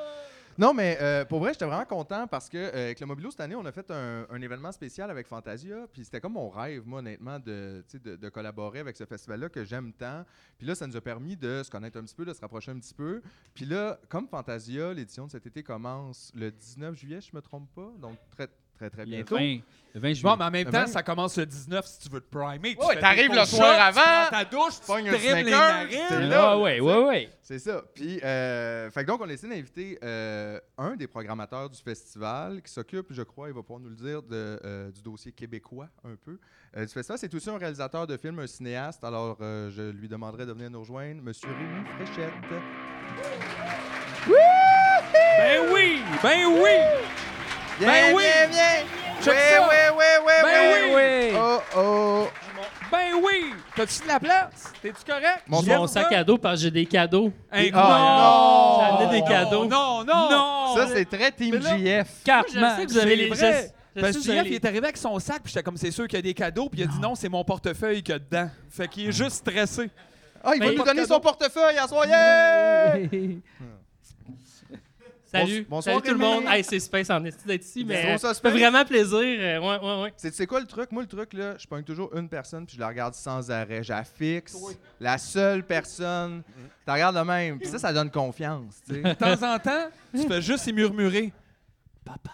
[SPEAKER 2] Non, mais euh, pour vrai, j'étais vraiment content parce que euh, avec le Mobilo cette année, on a fait un, un événement spécial avec Fantasia. Puis c'était comme mon rêve, moi, honnêtement, de, tu sais, de, de collaborer avec ce festival-là que j'aime tant. Puis là, ça nous a permis de se connaître un petit peu, de se rapprocher un petit peu. Puis là, comme Fantasia, l'édition de cet été commence le 19 juillet, je me trompe pas. Donc très, très, très
[SPEAKER 1] Le
[SPEAKER 2] bientôt.
[SPEAKER 1] 20 le 20
[SPEAKER 3] Bon,
[SPEAKER 1] juillet.
[SPEAKER 3] mais en même
[SPEAKER 2] Le
[SPEAKER 3] temps,
[SPEAKER 2] même.
[SPEAKER 3] ça commence le 19 si tu veux te primer.
[SPEAKER 2] Ouais,
[SPEAKER 3] Tu
[SPEAKER 2] t'arrives
[SPEAKER 3] fais
[SPEAKER 2] le
[SPEAKER 3] ton
[SPEAKER 2] soir
[SPEAKER 3] shot,
[SPEAKER 2] avant,
[SPEAKER 3] Tu prends ta douche, tu
[SPEAKER 2] pognes un
[SPEAKER 3] dribbles les
[SPEAKER 2] snacker,
[SPEAKER 3] narines.
[SPEAKER 2] t'es
[SPEAKER 1] Ah
[SPEAKER 2] là,
[SPEAKER 1] ouais, ouais, ouais.
[SPEAKER 2] C'est ça. Puis, euh, fait que donc, on a essayé d'inviter euh, un des programmateurs du festival qui s'occupe, je crois, il va pouvoir nous le dire, de, euh, du dossier québécois un peu euh, du festival. C'est aussi un réalisateur de films, un cinéaste. Alors, euh, je lui demanderai de venir nous rejoindre, Monsieur Rémi Fréchette.
[SPEAKER 3] Ben oui, ben oui. Ben oui!
[SPEAKER 2] Bien, bien,
[SPEAKER 3] Check ça!
[SPEAKER 2] oui, oui,
[SPEAKER 3] Ben oui!
[SPEAKER 2] Oh, oh!
[SPEAKER 3] Ben oui. T'as-tu de la place? T'es-tu correct?
[SPEAKER 2] Mon-
[SPEAKER 1] J'ai mon sac à dos parce que j'ai des cadeaux.
[SPEAKER 3] Hey,
[SPEAKER 2] Ah, non!
[SPEAKER 1] J'ai amené des
[SPEAKER 3] Oh, non,
[SPEAKER 1] cadeaux.
[SPEAKER 3] Non, non,
[SPEAKER 2] Ça, c'est très Team
[SPEAKER 3] Oh. Mais là-
[SPEAKER 2] GF.
[SPEAKER 1] Carte,
[SPEAKER 3] Moi, je sais que vous avez les
[SPEAKER 1] gestes.
[SPEAKER 3] vrais. Parce que Jeff, il est arrivé avec son sac, puis j'étais comme, c'est sûr qu'il y a des cadeaux, puis il a dit non, c'est mon portefeuille qu'il y a dedans. Fait qu'il est juste stressé.
[SPEAKER 2] Ah, il va
[SPEAKER 1] Mais-
[SPEAKER 2] nous donner son portefeuille à soi. Yeah!
[SPEAKER 1] (laughs)
[SPEAKER 4] Salut.
[SPEAKER 2] Bonsoir,
[SPEAKER 4] Salut tout le
[SPEAKER 2] Rémi.
[SPEAKER 4] monde. Hey, c'est space en esti d'être ici,
[SPEAKER 2] C'est trop
[SPEAKER 4] mais euh,
[SPEAKER 2] ça,
[SPEAKER 4] ça fait
[SPEAKER 2] space.
[SPEAKER 4] vraiment plaisir. Euh, Ouais, ouais, ouais.
[SPEAKER 2] C'est, c'est quoi le truc? Moi, le truc, là, je pogne toujours une personne puis je la regarde sans arrêt. Je la fixe. La seule personne. Tu regardes le même. Puis ça, ça donne confiance. tu sais.
[SPEAKER 3] (laughs) De temps en temps, tu fais juste y murmurer. Papa.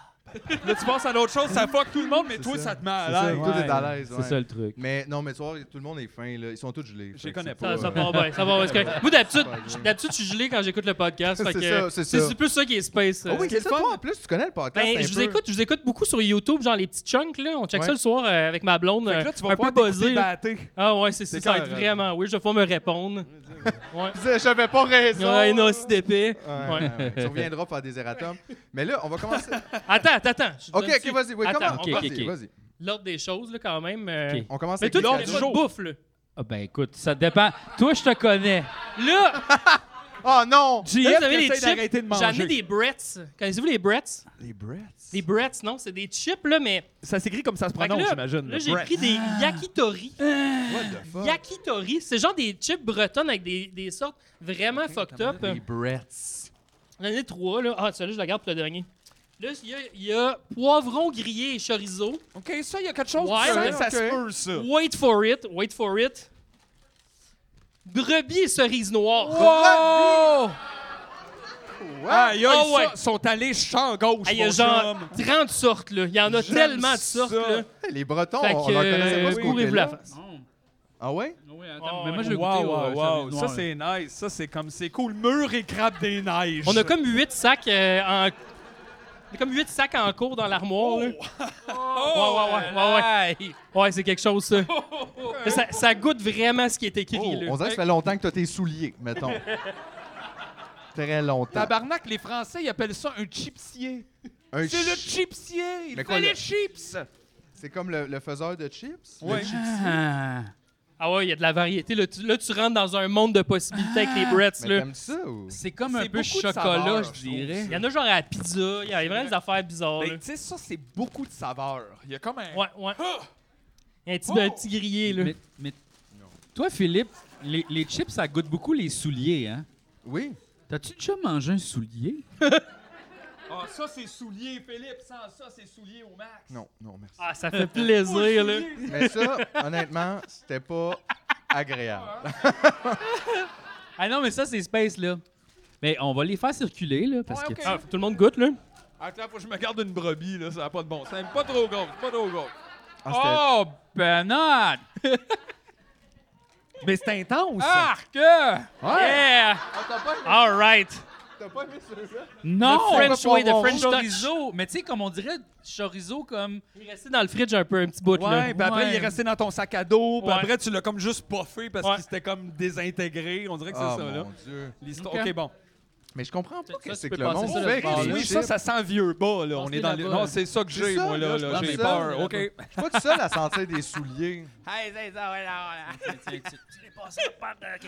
[SPEAKER 3] Là, tu penses à l'autre chose, ça fuck tout le monde, mais
[SPEAKER 2] C'est
[SPEAKER 3] toi, ça,
[SPEAKER 2] ça.
[SPEAKER 3] te met à
[SPEAKER 2] C'est ça,
[SPEAKER 3] l'aise.
[SPEAKER 2] tout est à l'aise.
[SPEAKER 1] C'est
[SPEAKER 2] ouais.
[SPEAKER 1] ça le truc.
[SPEAKER 2] Mais non, mais tu vois, tout le monde est fin. Là. Ils sont tous gelés.
[SPEAKER 3] Je les
[SPEAKER 2] Fait que
[SPEAKER 3] connais
[SPEAKER 2] c'est
[SPEAKER 4] Ça, ça
[SPEAKER 2] euh,
[SPEAKER 4] part bien, ça part bien. c'est correct. Moi, d'habitude,
[SPEAKER 2] C'est pas grave.
[SPEAKER 4] d'habitude, je suis gelé quand j'écoute le podcast. fait
[SPEAKER 2] C'est
[SPEAKER 4] que,
[SPEAKER 2] ça,
[SPEAKER 4] euh,
[SPEAKER 2] c'est
[SPEAKER 4] c'est
[SPEAKER 2] ça.
[SPEAKER 4] c'est plus ça qui est space.
[SPEAKER 2] Ah
[SPEAKER 4] euh.
[SPEAKER 2] oui, c'est ça. Toi, en plus, tu connais le podcast.
[SPEAKER 4] Ben,
[SPEAKER 2] un
[SPEAKER 4] je vous
[SPEAKER 2] peu.
[SPEAKER 4] écoute, je vous écoute beaucoup sur YouTube, genre les petits chunks, là. On check
[SPEAKER 2] Ouais.
[SPEAKER 4] ça le soir euh, avec ma blonde,
[SPEAKER 3] Fait que
[SPEAKER 4] euh,
[SPEAKER 3] là, tu
[SPEAKER 4] un
[SPEAKER 3] vas
[SPEAKER 4] peu
[SPEAKER 3] pouvoir t'écouter
[SPEAKER 4] buzzée. là.
[SPEAKER 3] battre.
[SPEAKER 4] Ah ouais, c'est ça, ça va
[SPEAKER 2] carré.
[SPEAKER 4] être vraiment oui, je vais pouvoir me répondre. ouais.
[SPEAKER 2] Je disais, J'avais pas raison.
[SPEAKER 4] Ouais, non, c'est d'épais.
[SPEAKER 2] Ouais, ouais,
[SPEAKER 4] Ouais.
[SPEAKER 2] ouais. Tu reviendras faire des erratums. Mais là, on va commencer.
[SPEAKER 4] Attends, attends, attends. je te
[SPEAKER 2] OK,
[SPEAKER 4] donne
[SPEAKER 2] OK,
[SPEAKER 4] suite.
[SPEAKER 2] vas-y. Oui,
[SPEAKER 4] Attends,
[SPEAKER 2] comment?
[SPEAKER 1] ok,
[SPEAKER 2] vas
[SPEAKER 1] ok, ok.
[SPEAKER 2] vas-y.
[SPEAKER 4] L'ordre des choses, là, quand même. euh,
[SPEAKER 1] Ok.
[SPEAKER 2] On commence
[SPEAKER 4] Mais
[SPEAKER 2] avec
[SPEAKER 4] toi,
[SPEAKER 2] les
[SPEAKER 4] tu
[SPEAKER 2] cadeaux.
[SPEAKER 4] fais pas de bouffe, là.
[SPEAKER 1] Ah ben écoute, ça dépend. Toi, je te connais.
[SPEAKER 4] Là,
[SPEAKER 2] Oh non!
[SPEAKER 4] là,
[SPEAKER 3] JF
[SPEAKER 4] vous avez
[SPEAKER 3] essaie
[SPEAKER 4] les
[SPEAKER 3] d'arrêter de
[SPEAKER 4] chips. J'ai
[SPEAKER 3] manger.
[SPEAKER 4] amené des Bretts. Connaissez-vous les Bretts?
[SPEAKER 2] Les Bretts.
[SPEAKER 4] Des Bretts, non? C'est des chips, là, mais.
[SPEAKER 3] Ça s'écrit comme ça se
[SPEAKER 4] Fait que
[SPEAKER 3] prononce,
[SPEAKER 4] là,
[SPEAKER 3] Ah j'imagine.
[SPEAKER 4] Là,
[SPEAKER 3] le
[SPEAKER 4] j'ai
[SPEAKER 3] Brett.
[SPEAKER 4] pris des yakitori.
[SPEAKER 2] What the fuck?
[SPEAKER 4] Yakitori, c'est genre des chips bretonnes avec des, des sortes vraiment fucked up.
[SPEAKER 2] Les Bretts.
[SPEAKER 4] J'en ai trois, là. Ah, celui-là, je la garde pour le dernier. Là, il y, a- il y a poivron grillé et chorizo.
[SPEAKER 3] OK, ça, il y a quelque chose
[SPEAKER 4] Ouais,
[SPEAKER 3] qui
[SPEAKER 4] ouais,
[SPEAKER 3] ça
[SPEAKER 2] ok.
[SPEAKER 3] se peut, ça.
[SPEAKER 4] Wait for it, wait for it. Brebis et cerise noire.
[SPEAKER 3] Oh! Wow! Aïe, aïe,
[SPEAKER 4] Ah ouais.
[SPEAKER 3] ça, sont allés champ gauche,
[SPEAKER 4] Ah, Il y a
[SPEAKER 3] mon
[SPEAKER 4] genre
[SPEAKER 3] chum.
[SPEAKER 4] 30 sortes, là. Il y en a
[SPEAKER 3] J'aime
[SPEAKER 4] tellement de sortes,
[SPEAKER 3] ça.
[SPEAKER 4] là.
[SPEAKER 2] Hey, Les Bretons,
[SPEAKER 4] Fait
[SPEAKER 2] on
[SPEAKER 4] que,
[SPEAKER 2] leur connaissait pas
[SPEAKER 4] euh,
[SPEAKER 2] ce
[SPEAKER 4] courez-vous
[SPEAKER 2] côté-là.
[SPEAKER 4] la face.
[SPEAKER 1] Non.
[SPEAKER 2] Ah ouais?
[SPEAKER 1] Oui,
[SPEAKER 4] attends,
[SPEAKER 1] attends,
[SPEAKER 4] mais
[SPEAKER 1] mais
[SPEAKER 4] moi,
[SPEAKER 1] moi
[SPEAKER 4] je
[SPEAKER 1] je
[SPEAKER 4] vais
[SPEAKER 1] vais
[SPEAKER 3] Wow,
[SPEAKER 1] goûter euh,
[SPEAKER 3] wow, wow. Ça, c'est nice. Ça, c'est comme, c'est cool. Mur et crabe des neiges.
[SPEAKER 4] On a comme 8 sacs euh, en... on a comme 8 sacs en cours dans l'armoire, là. ouais, ouais, ouais, ouais,
[SPEAKER 1] ouais.
[SPEAKER 4] ouais. Ouais, c'est quelque chose, ça. Mais ça. ça goûte vraiment ce qui est écrit,
[SPEAKER 2] Oh,
[SPEAKER 4] là.
[SPEAKER 2] on dirait que ça fait longtemps que t'as tes souliers, mettons. Très longtemps.
[SPEAKER 3] Tabarnak, les Français, ils appellent ça un chipsier.
[SPEAKER 2] Un
[SPEAKER 3] C'est le
[SPEAKER 2] chi-
[SPEAKER 3] chipsier. Il
[SPEAKER 2] Mais
[SPEAKER 3] fait
[SPEAKER 2] quoi,
[SPEAKER 3] les
[SPEAKER 2] le-
[SPEAKER 3] chips.
[SPEAKER 2] C'est comme le, le faiseur de chips?
[SPEAKER 3] Ouais.
[SPEAKER 2] Le chips-
[SPEAKER 1] Ah.
[SPEAKER 4] Ah ouais, il y a de la variété. Là tu, là, tu rentres dans un monde de possibilités avec les Bretts.
[SPEAKER 2] Mais
[SPEAKER 4] Là.
[SPEAKER 2] t'aimes ça ou?
[SPEAKER 1] C'est comme
[SPEAKER 3] C'est
[SPEAKER 1] un peu
[SPEAKER 3] beaucoup de
[SPEAKER 1] chocolat,
[SPEAKER 3] saveurs,
[SPEAKER 1] je
[SPEAKER 3] je
[SPEAKER 1] dirais.
[SPEAKER 4] Il y en a genre à la pizza, il y a vraiment des affaires bizarres.
[SPEAKER 3] Ben,
[SPEAKER 4] là.
[SPEAKER 3] tu sais, ça, c'est beaucoup de saveurs. Il y a comme un.
[SPEAKER 4] Ouais, ouais. Il y a un petit,
[SPEAKER 3] Oh!
[SPEAKER 4] un petit grillé, là.
[SPEAKER 1] Mais, mais- toi, Philippe, les, les chips, ça goûte beaucoup les souliers, hein?
[SPEAKER 2] Oui.
[SPEAKER 1] T'as-tu déjà mangé un soulier?
[SPEAKER 3] Ah, ça, c'est soulier, Philippe. Sans ça, c'est soulier au max.
[SPEAKER 2] Non, non, merci.
[SPEAKER 4] Ah,
[SPEAKER 3] (laughs)
[SPEAKER 4] ça fait plaisir, là.
[SPEAKER 2] Mais ça, honnêtement, c'était pas agréable.
[SPEAKER 1] Ah non, mais ça, c'est space, là. Mais on va les faire circuler, là, parce
[SPEAKER 3] Ouais,
[SPEAKER 1] que...
[SPEAKER 3] ok.
[SPEAKER 4] Ah, tout le monde goûte, là.
[SPEAKER 3] Attends, faut que je me garde une brebis, là. Ça n'a pas de bon sens. Pas trop gros, pas trop gros.
[SPEAKER 2] Ah,
[SPEAKER 1] Oh, Bernard!
[SPEAKER 3] Mais c'est intense.
[SPEAKER 1] Arc!
[SPEAKER 4] Yeah! All right.
[SPEAKER 2] c'était- T'as pas aimé ceux-là?
[SPEAKER 1] Non!
[SPEAKER 4] The French way, the
[SPEAKER 1] Bon,
[SPEAKER 4] French touch.
[SPEAKER 1] chorizo! Mais tu sais, comme on dirait, chorizo comme...
[SPEAKER 4] Il est resté dans le fridge un peu, un petit bout, là.
[SPEAKER 3] Ouais, ben, puis après,
[SPEAKER 1] Ouais.
[SPEAKER 3] il est resté dans ton sac à dos. Puis
[SPEAKER 4] Ouais.
[SPEAKER 3] après, tu l'as comme juste puffé parce
[SPEAKER 4] Ouais.
[SPEAKER 3] qu'il s'était comme désintégré. On dirait que c'est
[SPEAKER 2] Ah,
[SPEAKER 3] ça, là.
[SPEAKER 2] mon Dieu.
[SPEAKER 3] L'histoire.
[SPEAKER 1] Ok.
[SPEAKER 3] OK, bon.
[SPEAKER 2] Mais je comprends pas
[SPEAKER 4] Ça,
[SPEAKER 2] que
[SPEAKER 4] tu
[SPEAKER 2] c'est
[SPEAKER 4] peux
[SPEAKER 2] que le
[SPEAKER 4] passer
[SPEAKER 2] monde
[SPEAKER 4] ça,
[SPEAKER 2] fait
[SPEAKER 4] le
[SPEAKER 2] avec
[SPEAKER 1] bar,
[SPEAKER 2] les
[SPEAKER 1] là.
[SPEAKER 3] Oui,
[SPEAKER 2] chips.
[SPEAKER 3] ça, ça sent vieux bas, là. On
[SPEAKER 1] Pensez
[SPEAKER 3] est dans
[SPEAKER 1] là-bas,
[SPEAKER 3] le.
[SPEAKER 1] là.
[SPEAKER 3] Non, c'est ça que j'ai,
[SPEAKER 2] ça,
[SPEAKER 3] moi,
[SPEAKER 2] là,
[SPEAKER 3] là.
[SPEAKER 2] je
[SPEAKER 3] là,
[SPEAKER 2] pense
[SPEAKER 3] J'ai
[SPEAKER 2] ça,
[SPEAKER 3] peur.
[SPEAKER 2] là-bas.
[SPEAKER 3] OK.
[SPEAKER 2] Je suis pas tout seul à sentir des souliers.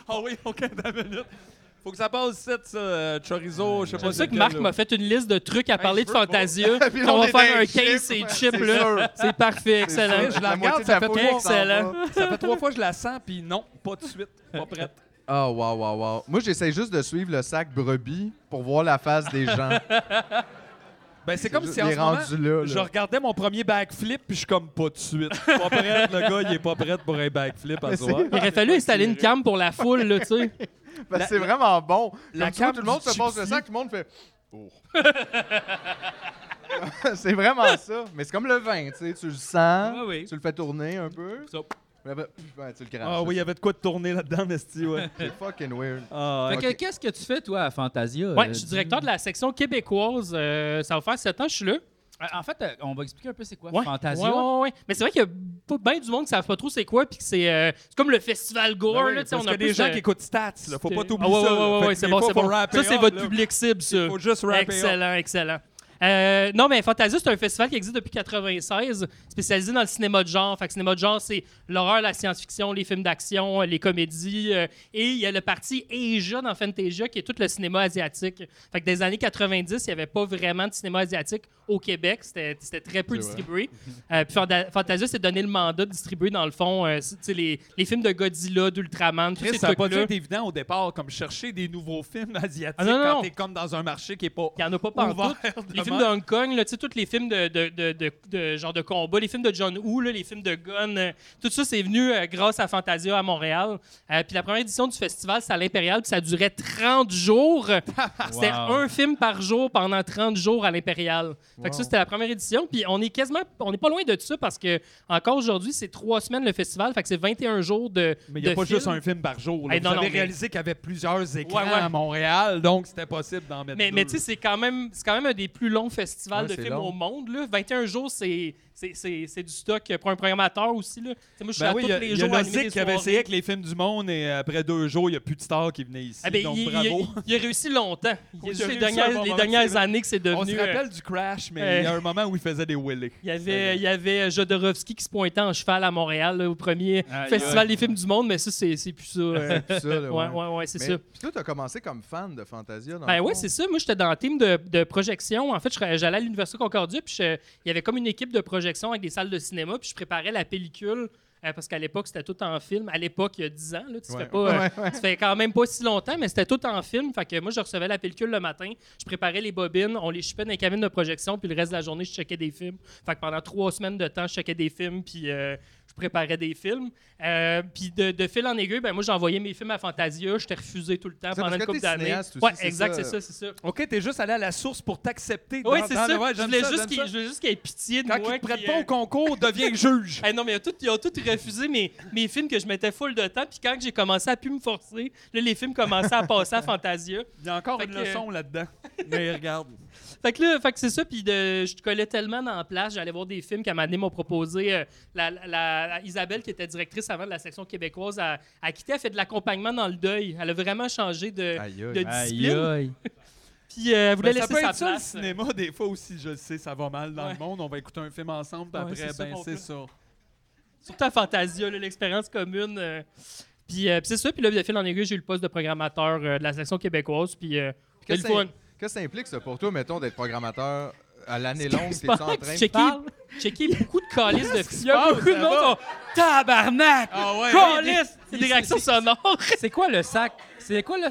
[SPEAKER 3] Ah oui, (laughs) OK, t'as une minute. Faut que ça passe 7, ça, euh, chorizo, je sais pas.
[SPEAKER 4] C'est pour ça que
[SPEAKER 3] lequel,
[SPEAKER 4] Marc
[SPEAKER 3] là.
[SPEAKER 4] m'a fait une liste de trucs à parler de
[SPEAKER 3] je veux- (laughs)
[SPEAKER 4] Fantasia.
[SPEAKER 2] Puis
[SPEAKER 4] On
[SPEAKER 2] on
[SPEAKER 4] va
[SPEAKER 2] est
[SPEAKER 4] faire
[SPEAKER 2] dans
[SPEAKER 4] un
[SPEAKER 2] les
[SPEAKER 4] case,
[SPEAKER 2] chips,
[SPEAKER 4] c'est
[SPEAKER 2] ouais,
[SPEAKER 4] chip,
[SPEAKER 2] c'est
[SPEAKER 4] là.
[SPEAKER 2] sûr.
[SPEAKER 4] C'est parfait,
[SPEAKER 2] C'est
[SPEAKER 4] excellent.
[SPEAKER 2] sûr,
[SPEAKER 3] Je la
[SPEAKER 2] moitié
[SPEAKER 3] regarde,
[SPEAKER 2] de
[SPEAKER 3] ça fait
[SPEAKER 2] peau
[SPEAKER 4] trois-
[SPEAKER 2] s'en va.
[SPEAKER 4] Excellent.
[SPEAKER 3] Ça fait trois fois que je la sens, puis non, pas de suite, pas
[SPEAKER 4] (laughs)
[SPEAKER 3] prête.
[SPEAKER 2] Ah, wow, wow, wow. Moi, j'essaie juste de suivre le sac brebis pour voir la face des gens.
[SPEAKER 3] Ben, (laughs) c'est comme
[SPEAKER 2] juste-
[SPEAKER 3] si en
[SPEAKER 2] il est
[SPEAKER 3] ce moment,
[SPEAKER 2] rendu là, là.
[SPEAKER 3] je regardais mon premier backflip, puis je suis comme pas de suite. Pas prête, le gars, il est pas prêt pour un backflip à
[SPEAKER 2] c'est-
[SPEAKER 3] soir.
[SPEAKER 4] Il aurait fallu installer une cam pour la foule, là, tu (laughs) sais.
[SPEAKER 2] Parce
[SPEAKER 3] La-
[SPEAKER 2] que Ben, c'est vraiment bon.
[SPEAKER 3] la
[SPEAKER 2] Comme ça,
[SPEAKER 3] carte
[SPEAKER 2] tout le monde
[SPEAKER 3] du
[SPEAKER 2] se passe le
[SPEAKER 3] gypsy.
[SPEAKER 2] sac, tout le monde fait. Oh. (laughs) c'est vraiment ça. Mais c'est comme le vin, tu sais. Tu le sens,
[SPEAKER 1] Ouais,
[SPEAKER 4] Ah
[SPEAKER 3] Ah
[SPEAKER 1] oui.
[SPEAKER 2] tu le fais tourner un peu.
[SPEAKER 1] Ça.
[SPEAKER 2] puis après, pff, ouais, tu le craches.
[SPEAKER 3] Ah oui, il y avait de quoi de tourner là-dedans, Nesti,
[SPEAKER 4] (laughs)
[SPEAKER 3] ouais.
[SPEAKER 2] C'est fucking weird.
[SPEAKER 3] Ah,
[SPEAKER 1] Fait que
[SPEAKER 2] Ok.
[SPEAKER 1] qu'est-ce que tu fais, toi, à Fantasia?
[SPEAKER 4] Ouais,
[SPEAKER 1] euh,
[SPEAKER 4] je suis directeur de la section québécoise. euh, ça va faire 7 ans que je suis là.
[SPEAKER 1] Euh, En fait, euh, on va expliquer un peu c'est quoi
[SPEAKER 4] Ouais.
[SPEAKER 1] Fantasia.
[SPEAKER 4] Ouais, ouais, ouais. Mais c'est vrai qu'il y a pas bien du monde qui ne savent pas trop c'est quoi, puis que c'est euh, c'est comme le festival gore.
[SPEAKER 3] Ben oui,
[SPEAKER 4] là, tu sais,
[SPEAKER 3] parce
[SPEAKER 4] on a
[SPEAKER 3] qu'il y a des
[SPEAKER 4] plus
[SPEAKER 3] gens
[SPEAKER 4] de-
[SPEAKER 3] qui écoutent Stats, là. Faut pas t'oublier
[SPEAKER 4] Ah ouais,
[SPEAKER 3] ça.
[SPEAKER 4] ouais,
[SPEAKER 3] là.
[SPEAKER 4] ouais,
[SPEAKER 3] Fait
[SPEAKER 4] ouais,
[SPEAKER 3] que
[SPEAKER 4] c'est
[SPEAKER 3] des
[SPEAKER 4] bon,
[SPEAKER 3] fois,
[SPEAKER 4] c'est
[SPEAKER 3] faut
[SPEAKER 4] bon.
[SPEAKER 3] rapper
[SPEAKER 4] Ça, c'est
[SPEAKER 3] up,
[SPEAKER 4] votre
[SPEAKER 3] là.
[SPEAKER 4] public cible, ça.
[SPEAKER 3] Faut juste rapper up.
[SPEAKER 4] Excellent, excellent. Euh, non, mais Fantasia, c'est un festival qui existe depuis 96, spécialisé dans le cinéma de genre. Fait que cinéma de genre, c'est l'horreur, la science-fiction, les films d'action, euh, les comédies. euh, et il y a le parti Asia dans Fantasia, qui est tout le cinéma asiatique. Fait que des années 90, il n'y avait pas vraiment de cinéma asiatique au Québec. C'était c'était très peu
[SPEAKER 2] C'est vrai.
[SPEAKER 4] distribué. Euh, puis Fanta- Fantasia s'est donné le mandat de distribuer, dans le fond, euh, tu sais, les, les films de Godzilla, d'Ultraman, tous
[SPEAKER 3] Chris,
[SPEAKER 4] ces
[SPEAKER 3] ça n'a pas dû
[SPEAKER 4] trucs-là.
[SPEAKER 3] être évident au départ, comme chercher des nouveaux films (laughs) asiatiques
[SPEAKER 4] Ah, non, non, non.
[SPEAKER 3] quand t'es comme dans un marché qui est pas.
[SPEAKER 4] Il n'y en a pas partout.
[SPEAKER 3] ouvert de
[SPEAKER 4] Les films de
[SPEAKER 3] même.
[SPEAKER 4] Hong Kong, là, tu sais, tous les films de, de- de- de- de genre de combat, les films de John Woo, là, les films de Gun, euh, tout ça, c'est venu euh, grâce à Fantasia à Montréal. Euh, puis la première édition du festival, c'était à l'Impérial, puis ça durait
[SPEAKER 3] (laughs)
[SPEAKER 4] 30 jours. C'était
[SPEAKER 1] Wow.
[SPEAKER 4] un film par jour pendant 30 jours à l'Impérial. Fait que ça, c'était la première édition. Puis on est quasiment, on n'est pas loin de ça parce que encore aujourd'hui, c'est trois semaines le festival, fait que c'est 21 jours de.
[SPEAKER 3] Mais il n'y a
[SPEAKER 4] de
[SPEAKER 3] pas
[SPEAKER 4] films.
[SPEAKER 3] juste un film par jour. là.
[SPEAKER 4] Hey,
[SPEAKER 3] Vous
[SPEAKER 4] non,
[SPEAKER 3] avez
[SPEAKER 4] non, mais-
[SPEAKER 3] réalisé qu'il y avait plusieurs écrans
[SPEAKER 4] Ouais, ouais.
[SPEAKER 3] à Montréal, donc c'était possible d'en mettre
[SPEAKER 4] Mais,
[SPEAKER 3] deux.
[SPEAKER 4] mais tu sais, c'est quand même, c'est quand même un des plus longs festivals
[SPEAKER 2] Ouais,
[SPEAKER 4] de
[SPEAKER 2] c'est
[SPEAKER 4] films
[SPEAKER 2] long.
[SPEAKER 4] au monde. Là. 21 jours, c'est, c'est, c'est, c'est du stock pour un programmateur aussi. Là. Tu sais, Moi, je suis
[SPEAKER 3] Ben
[SPEAKER 4] à
[SPEAKER 3] oui,
[SPEAKER 4] tous
[SPEAKER 3] il y a,
[SPEAKER 4] les
[SPEAKER 3] il y a
[SPEAKER 4] jours à animer
[SPEAKER 3] Lozic
[SPEAKER 4] des
[SPEAKER 3] qui avait
[SPEAKER 4] soirées.
[SPEAKER 3] essayé avec les films du monde et après deux jours, il n'y a plus de stars qui venaient ici.
[SPEAKER 4] Ah ben,
[SPEAKER 3] donc
[SPEAKER 4] il, il-
[SPEAKER 3] bravo.
[SPEAKER 4] il a réussi longtemps. Il
[SPEAKER 3] Oui,
[SPEAKER 4] a
[SPEAKER 3] il
[SPEAKER 4] juste
[SPEAKER 3] a
[SPEAKER 4] les
[SPEAKER 3] réussi un
[SPEAKER 4] dernières,
[SPEAKER 3] bon
[SPEAKER 4] les
[SPEAKER 3] moment, c'est
[SPEAKER 4] dernières
[SPEAKER 3] vrai.
[SPEAKER 4] années que c'est
[SPEAKER 3] On
[SPEAKER 4] devenu.
[SPEAKER 3] se
[SPEAKER 4] euh,
[SPEAKER 3] rappelle du crash, mais
[SPEAKER 4] euh,
[SPEAKER 3] il y a un moment où il faisait des willés.
[SPEAKER 4] il y avait, il y avait euh, Jodorowsky qui se pointait en cheval à Montréal là, au premier
[SPEAKER 1] Aïe,
[SPEAKER 4] festival des films du monde, mais ça, c'est, c'est
[SPEAKER 3] (laughs)
[SPEAKER 4] plus ça. euh.
[SPEAKER 2] Puis ça, là,
[SPEAKER 4] ouais,
[SPEAKER 2] ouais.
[SPEAKER 4] ouais, ouais, c'est
[SPEAKER 2] Mais-
[SPEAKER 4] ça.
[SPEAKER 2] Puis toi, t'as commencé comme fan de Fantasia. Dans
[SPEAKER 4] Ben
[SPEAKER 2] le
[SPEAKER 4] oui,
[SPEAKER 2] fond.
[SPEAKER 4] c'est ça. Moi, j'étais dans le team de, de projection. En fait, je serais- j'allais à l'Université Concordia, puis je- il y avait comme une équipe de projection avec des salles de cinéma, puis je préparais la pellicule. euh, parce qu'à l'époque, c'était tout en film. À l'époque, il y a 10 ans, là, tu,
[SPEAKER 2] Ouais.
[SPEAKER 4] fais pas, euh, tu fais quand même pas si longtemps, mais c'était tout en film. Fait que moi, je recevais la pellicule le matin, je préparais les bobines, on les chipait dans les cabines de projection, puis le reste de la journée, je checkais des films. Fait que pendant trois semaines de temps, je checkais des films, puis euh, je préparais des films. Euh, puis de, de fil en aiguille, ben moi, j'envoyais mes films à Fantasia, j'étais refusé tout le temps
[SPEAKER 2] Ça,
[SPEAKER 4] pendant
[SPEAKER 2] parce
[SPEAKER 4] une
[SPEAKER 2] que
[SPEAKER 4] couple
[SPEAKER 2] t'es
[SPEAKER 4] d'années.
[SPEAKER 2] cinéaste aussi,
[SPEAKER 4] Ouais,
[SPEAKER 2] c'est
[SPEAKER 4] exact,
[SPEAKER 2] ça.
[SPEAKER 4] c'est ça, c'est ça.
[SPEAKER 3] OK, t'es juste allé à la source pour t'accepter.
[SPEAKER 4] Oui,
[SPEAKER 3] dans-
[SPEAKER 4] c'est
[SPEAKER 3] dans-
[SPEAKER 4] ça.
[SPEAKER 3] ouais,
[SPEAKER 4] je
[SPEAKER 3] j'aime
[SPEAKER 4] voulais
[SPEAKER 3] ça,
[SPEAKER 4] juste
[SPEAKER 3] j'aime
[SPEAKER 4] qu'il
[SPEAKER 3] ça.
[SPEAKER 4] je voulais juste qu'il y ait pitié de
[SPEAKER 3] Quand
[SPEAKER 4] moi.
[SPEAKER 3] il te prête
[SPEAKER 4] qui,
[SPEAKER 3] pas
[SPEAKER 4] euh,
[SPEAKER 3] au concours, deviens juge.
[SPEAKER 4] eh non, mais ils ont tout- ils ont tous refusé mes, mes films que je mettais full de temps. Puis quand j'ai commencé à plus me forcer, là, les films commençaient à passer à Fantasia.
[SPEAKER 3] Il y a encore
[SPEAKER 4] Fait
[SPEAKER 3] une
[SPEAKER 4] que-
[SPEAKER 3] leçon là-dedans. Mais regarde.
[SPEAKER 4] Fait que là, fait que c'est ça. Puis de- je te collais tellement dans la place. J'allais voir des films qu'à un moment donné m'ont proposé. euh, la, la- la- Isabelle, qui était directrice avant de la section québécoise, a, a quitté. Elle fait de l'accompagnement dans le deuil. Elle a vraiment changé de,
[SPEAKER 2] Aïe, aïe.
[SPEAKER 4] de
[SPEAKER 1] Aïe,
[SPEAKER 4] discipline.
[SPEAKER 1] aïe.
[SPEAKER 4] Puis euh, elle voulait
[SPEAKER 3] Ben, ça
[SPEAKER 4] laisser
[SPEAKER 3] peut
[SPEAKER 4] sa
[SPEAKER 3] être ça, le
[SPEAKER 4] place.
[SPEAKER 3] cinéma, des fois aussi, je le sais, ça va mal dans
[SPEAKER 4] Ouais.
[SPEAKER 3] le monde. On va écouter un film ensemble, puis
[SPEAKER 4] Ouais,
[SPEAKER 3] après,
[SPEAKER 4] c'est ça
[SPEAKER 3] ben
[SPEAKER 4] qu'on
[SPEAKER 3] c'est
[SPEAKER 4] fait.
[SPEAKER 3] ça.
[SPEAKER 4] Surtout à Fantasia, là, l'expérience commune. euh. Puis, euh, puis c'est ça. Puis là, de fil en aiguille, j'ai eu le poste de programmateur euh, de la section québécoise. Puis, euh,
[SPEAKER 2] Qu'est-ce
[SPEAKER 4] c'était
[SPEAKER 2] que
[SPEAKER 4] le
[SPEAKER 2] ça-
[SPEAKER 4] fun.
[SPEAKER 2] qu'est-ce que ça implique, ça, pour toi, mettons, d'être programmateur à l'année longue? T'es en train de...
[SPEAKER 4] (laughs) Checker, checker beaucoup de calices de
[SPEAKER 3] qui se
[SPEAKER 4] Il y a
[SPEAKER 3] passe
[SPEAKER 4] beaucoup de
[SPEAKER 3] là-bas?
[SPEAKER 4] monde qui sont Tabarnak!
[SPEAKER 3] Ah ouais,
[SPEAKER 4] Calice! C'est des
[SPEAKER 1] c'est-
[SPEAKER 4] réactions
[SPEAKER 1] c'est-
[SPEAKER 4] sonores.
[SPEAKER 1] C'est quoi le sac? C'est quoi le...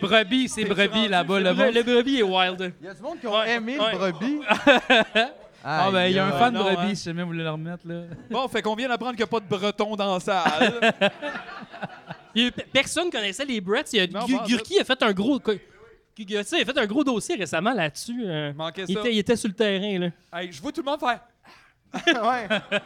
[SPEAKER 1] Brebis, c'est brebis là-bas, le
[SPEAKER 4] bre-
[SPEAKER 1] monde.
[SPEAKER 4] le brebis est wild.
[SPEAKER 2] Il y a du monde qui ont
[SPEAKER 4] Ouais,
[SPEAKER 2] aimé
[SPEAKER 4] ouais.
[SPEAKER 2] le
[SPEAKER 4] (laughs)
[SPEAKER 2] brebis.
[SPEAKER 1] Ah, ben, il y a un
[SPEAKER 2] Aïe,
[SPEAKER 1] fan de
[SPEAKER 3] non,
[SPEAKER 1] brebis,
[SPEAKER 3] hein.
[SPEAKER 1] si jamais vous voulez le remettre, là.
[SPEAKER 3] Bon, fait qu'on vient d'apprendre qu'il n'y a pas de breton dans la
[SPEAKER 4] (laughs)
[SPEAKER 3] salle.
[SPEAKER 4] Il y a eu pe- Personne connaissait les Bretts. Il y a
[SPEAKER 3] Non,
[SPEAKER 4] Gu-
[SPEAKER 3] bah,
[SPEAKER 4] Gurki a fait un gros... co- Gu- Gurki a fait un gros dossier récemment là-dessus. euh.
[SPEAKER 3] Manquait
[SPEAKER 4] Il
[SPEAKER 3] ça.
[SPEAKER 4] était, il était sur le terrain, là.
[SPEAKER 3] Hey, je vois tout le monde faire.
[SPEAKER 2] (laughs) ouais. Ouais,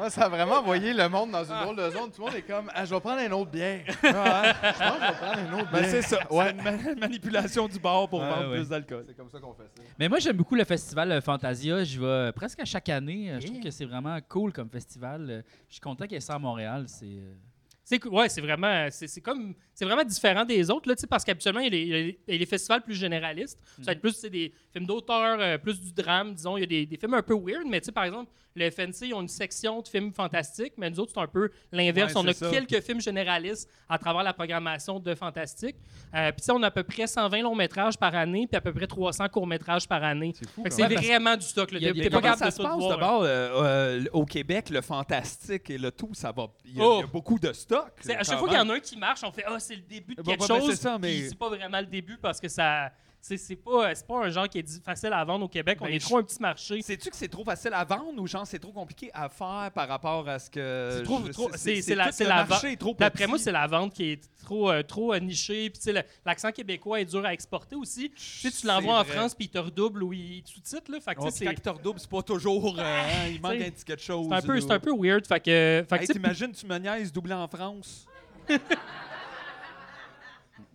[SPEAKER 2] Ah, ça a vraiment envoyé le monde dans une drôle de zone. Tout le monde est comme, ah, je vais prendre un autre bière.
[SPEAKER 3] Ouais, ouais.
[SPEAKER 2] Je pense que je vais prendre un autre
[SPEAKER 3] Ben,
[SPEAKER 4] (laughs)
[SPEAKER 2] bière.
[SPEAKER 3] c'est ça.
[SPEAKER 2] Ouais.
[SPEAKER 3] C'est une ma- manipulation du bar pour
[SPEAKER 1] Ah,
[SPEAKER 3] vendre
[SPEAKER 1] ouais.
[SPEAKER 3] plus d'alcool.
[SPEAKER 2] C'est comme ça qu'on fait ça.
[SPEAKER 1] Mais moi, j'aime beaucoup le festival euh, Fantasia. J'y vais euh, presque à chaque année. Euh, Je trouve que c'est vraiment cool comme festival. Euh, Je suis content qu'il y ait ça à Montréal. C'est... euh,
[SPEAKER 4] C'est cou- ouais, c'est vraiment c'est c'est comme c'est vraiment différent des autres là, tu sais, parce qu'habituellement il y a les- il y a les- il y a les festivals plus généralistes, ça
[SPEAKER 2] Mhm.
[SPEAKER 4] va être plus tu sais, des films d'auteur, euh, plus du drame, disons, il y a des, des films un peu weird, mais tu sais par exemple, le FNC ils ont une section de films fantastiques, mais nous autres c'est un peu l'inverse,
[SPEAKER 3] Ouais,
[SPEAKER 4] on a
[SPEAKER 3] c'est ça.
[SPEAKER 4] quelques films généralistes à travers la programmation de fantastique. Euh, puis tu sais, on a à peu près 120 longs-métrages par année, puis à peu près 300 courts-métrages par année.
[SPEAKER 2] C'est fou.
[SPEAKER 4] Fait que
[SPEAKER 2] quand
[SPEAKER 4] c'est
[SPEAKER 2] même.
[SPEAKER 1] Ouais, parce-
[SPEAKER 4] vraiment du stock. là.
[SPEAKER 1] Il y a des-
[SPEAKER 4] T'es pas
[SPEAKER 1] Comment
[SPEAKER 4] capable
[SPEAKER 3] ça
[SPEAKER 4] de
[SPEAKER 3] se
[SPEAKER 4] tout
[SPEAKER 3] passe
[SPEAKER 4] voir, hein.
[SPEAKER 3] d'abord euh, euh, au Québec, le fantastique et le tout, ça va. Il y, a-
[SPEAKER 4] Oh!
[SPEAKER 3] il y a beaucoup de stock.
[SPEAKER 4] C'est- à chaque
[SPEAKER 3] quand
[SPEAKER 4] fois qu'il y
[SPEAKER 3] même.
[SPEAKER 4] en a un qui marche, on fait Ah, c'est le début de
[SPEAKER 3] Bah,
[SPEAKER 4] quelque
[SPEAKER 3] bah, bah,
[SPEAKER 4] chose.
[SPEAKER 3] c'est ça, mais-
[SPEAKER 4] Puis C'est pas vraiment le début parce que ça. C'est c'est pas, c'est pas un genre qui est di- facile à vendre au Québec. on
[SPEAKER 3] Ben,
[SPEAKER 4] est
[SPEAKER 3] je-
[SPEAKER 4] trop un petit marché.
[SPEAKER 3] Sais-tu que c'est trop facile à vendre ou genre c'est trop compliqué à faire par rapport à ce que.
[SPEAKER 4] C'est trop-
[SPEAKER 3] je-
[SPEAKER 4] trop- c'est- c'est
[SPEAKER 3] tout
[SPEAKER 4] la-
[SPEAKER 3] le
[SPEAKER 4] c'est la
[SPEAKER 3] marché est trop
[SPEAKER 4] D'après moi,
[SPEAKER 3] petit.
[SPEAKER 4] c'est la vente qui est trop, euh, trop euh, nichée. Puis, tu sais, le- l'accent québécois est dur à exporter aussi. Tu sais, tu l'envoies en
[SPEAKER 3] vrai.
[SPEAKER 4] France, puis il te redouble ou il sous-titre. là. Fait que, tu
[SPEAKER 3] Ouais,
[SPEAKER 4] sais,
[SPEAKER 3] puis quand il
[SPEAKER 4] c'est
[SPEAKER 3] te redouble, c'est pas toujours. euh, hein, il manque
[SPEAKER 4] (laughs) tu sais,
[SPEAKER 3] un petit quelque chose.
[SPEAKER 4] c'est un, peu-
[SPEAKER 3] là.
[SPEAKER 4] c'est un peu weird. Fait que, fait que,
[SPEAKER 3] Hey,
[SPEAKER 4] tu sais,
[SPEAKER 3] T'imagines, tu me niaises doublé en France.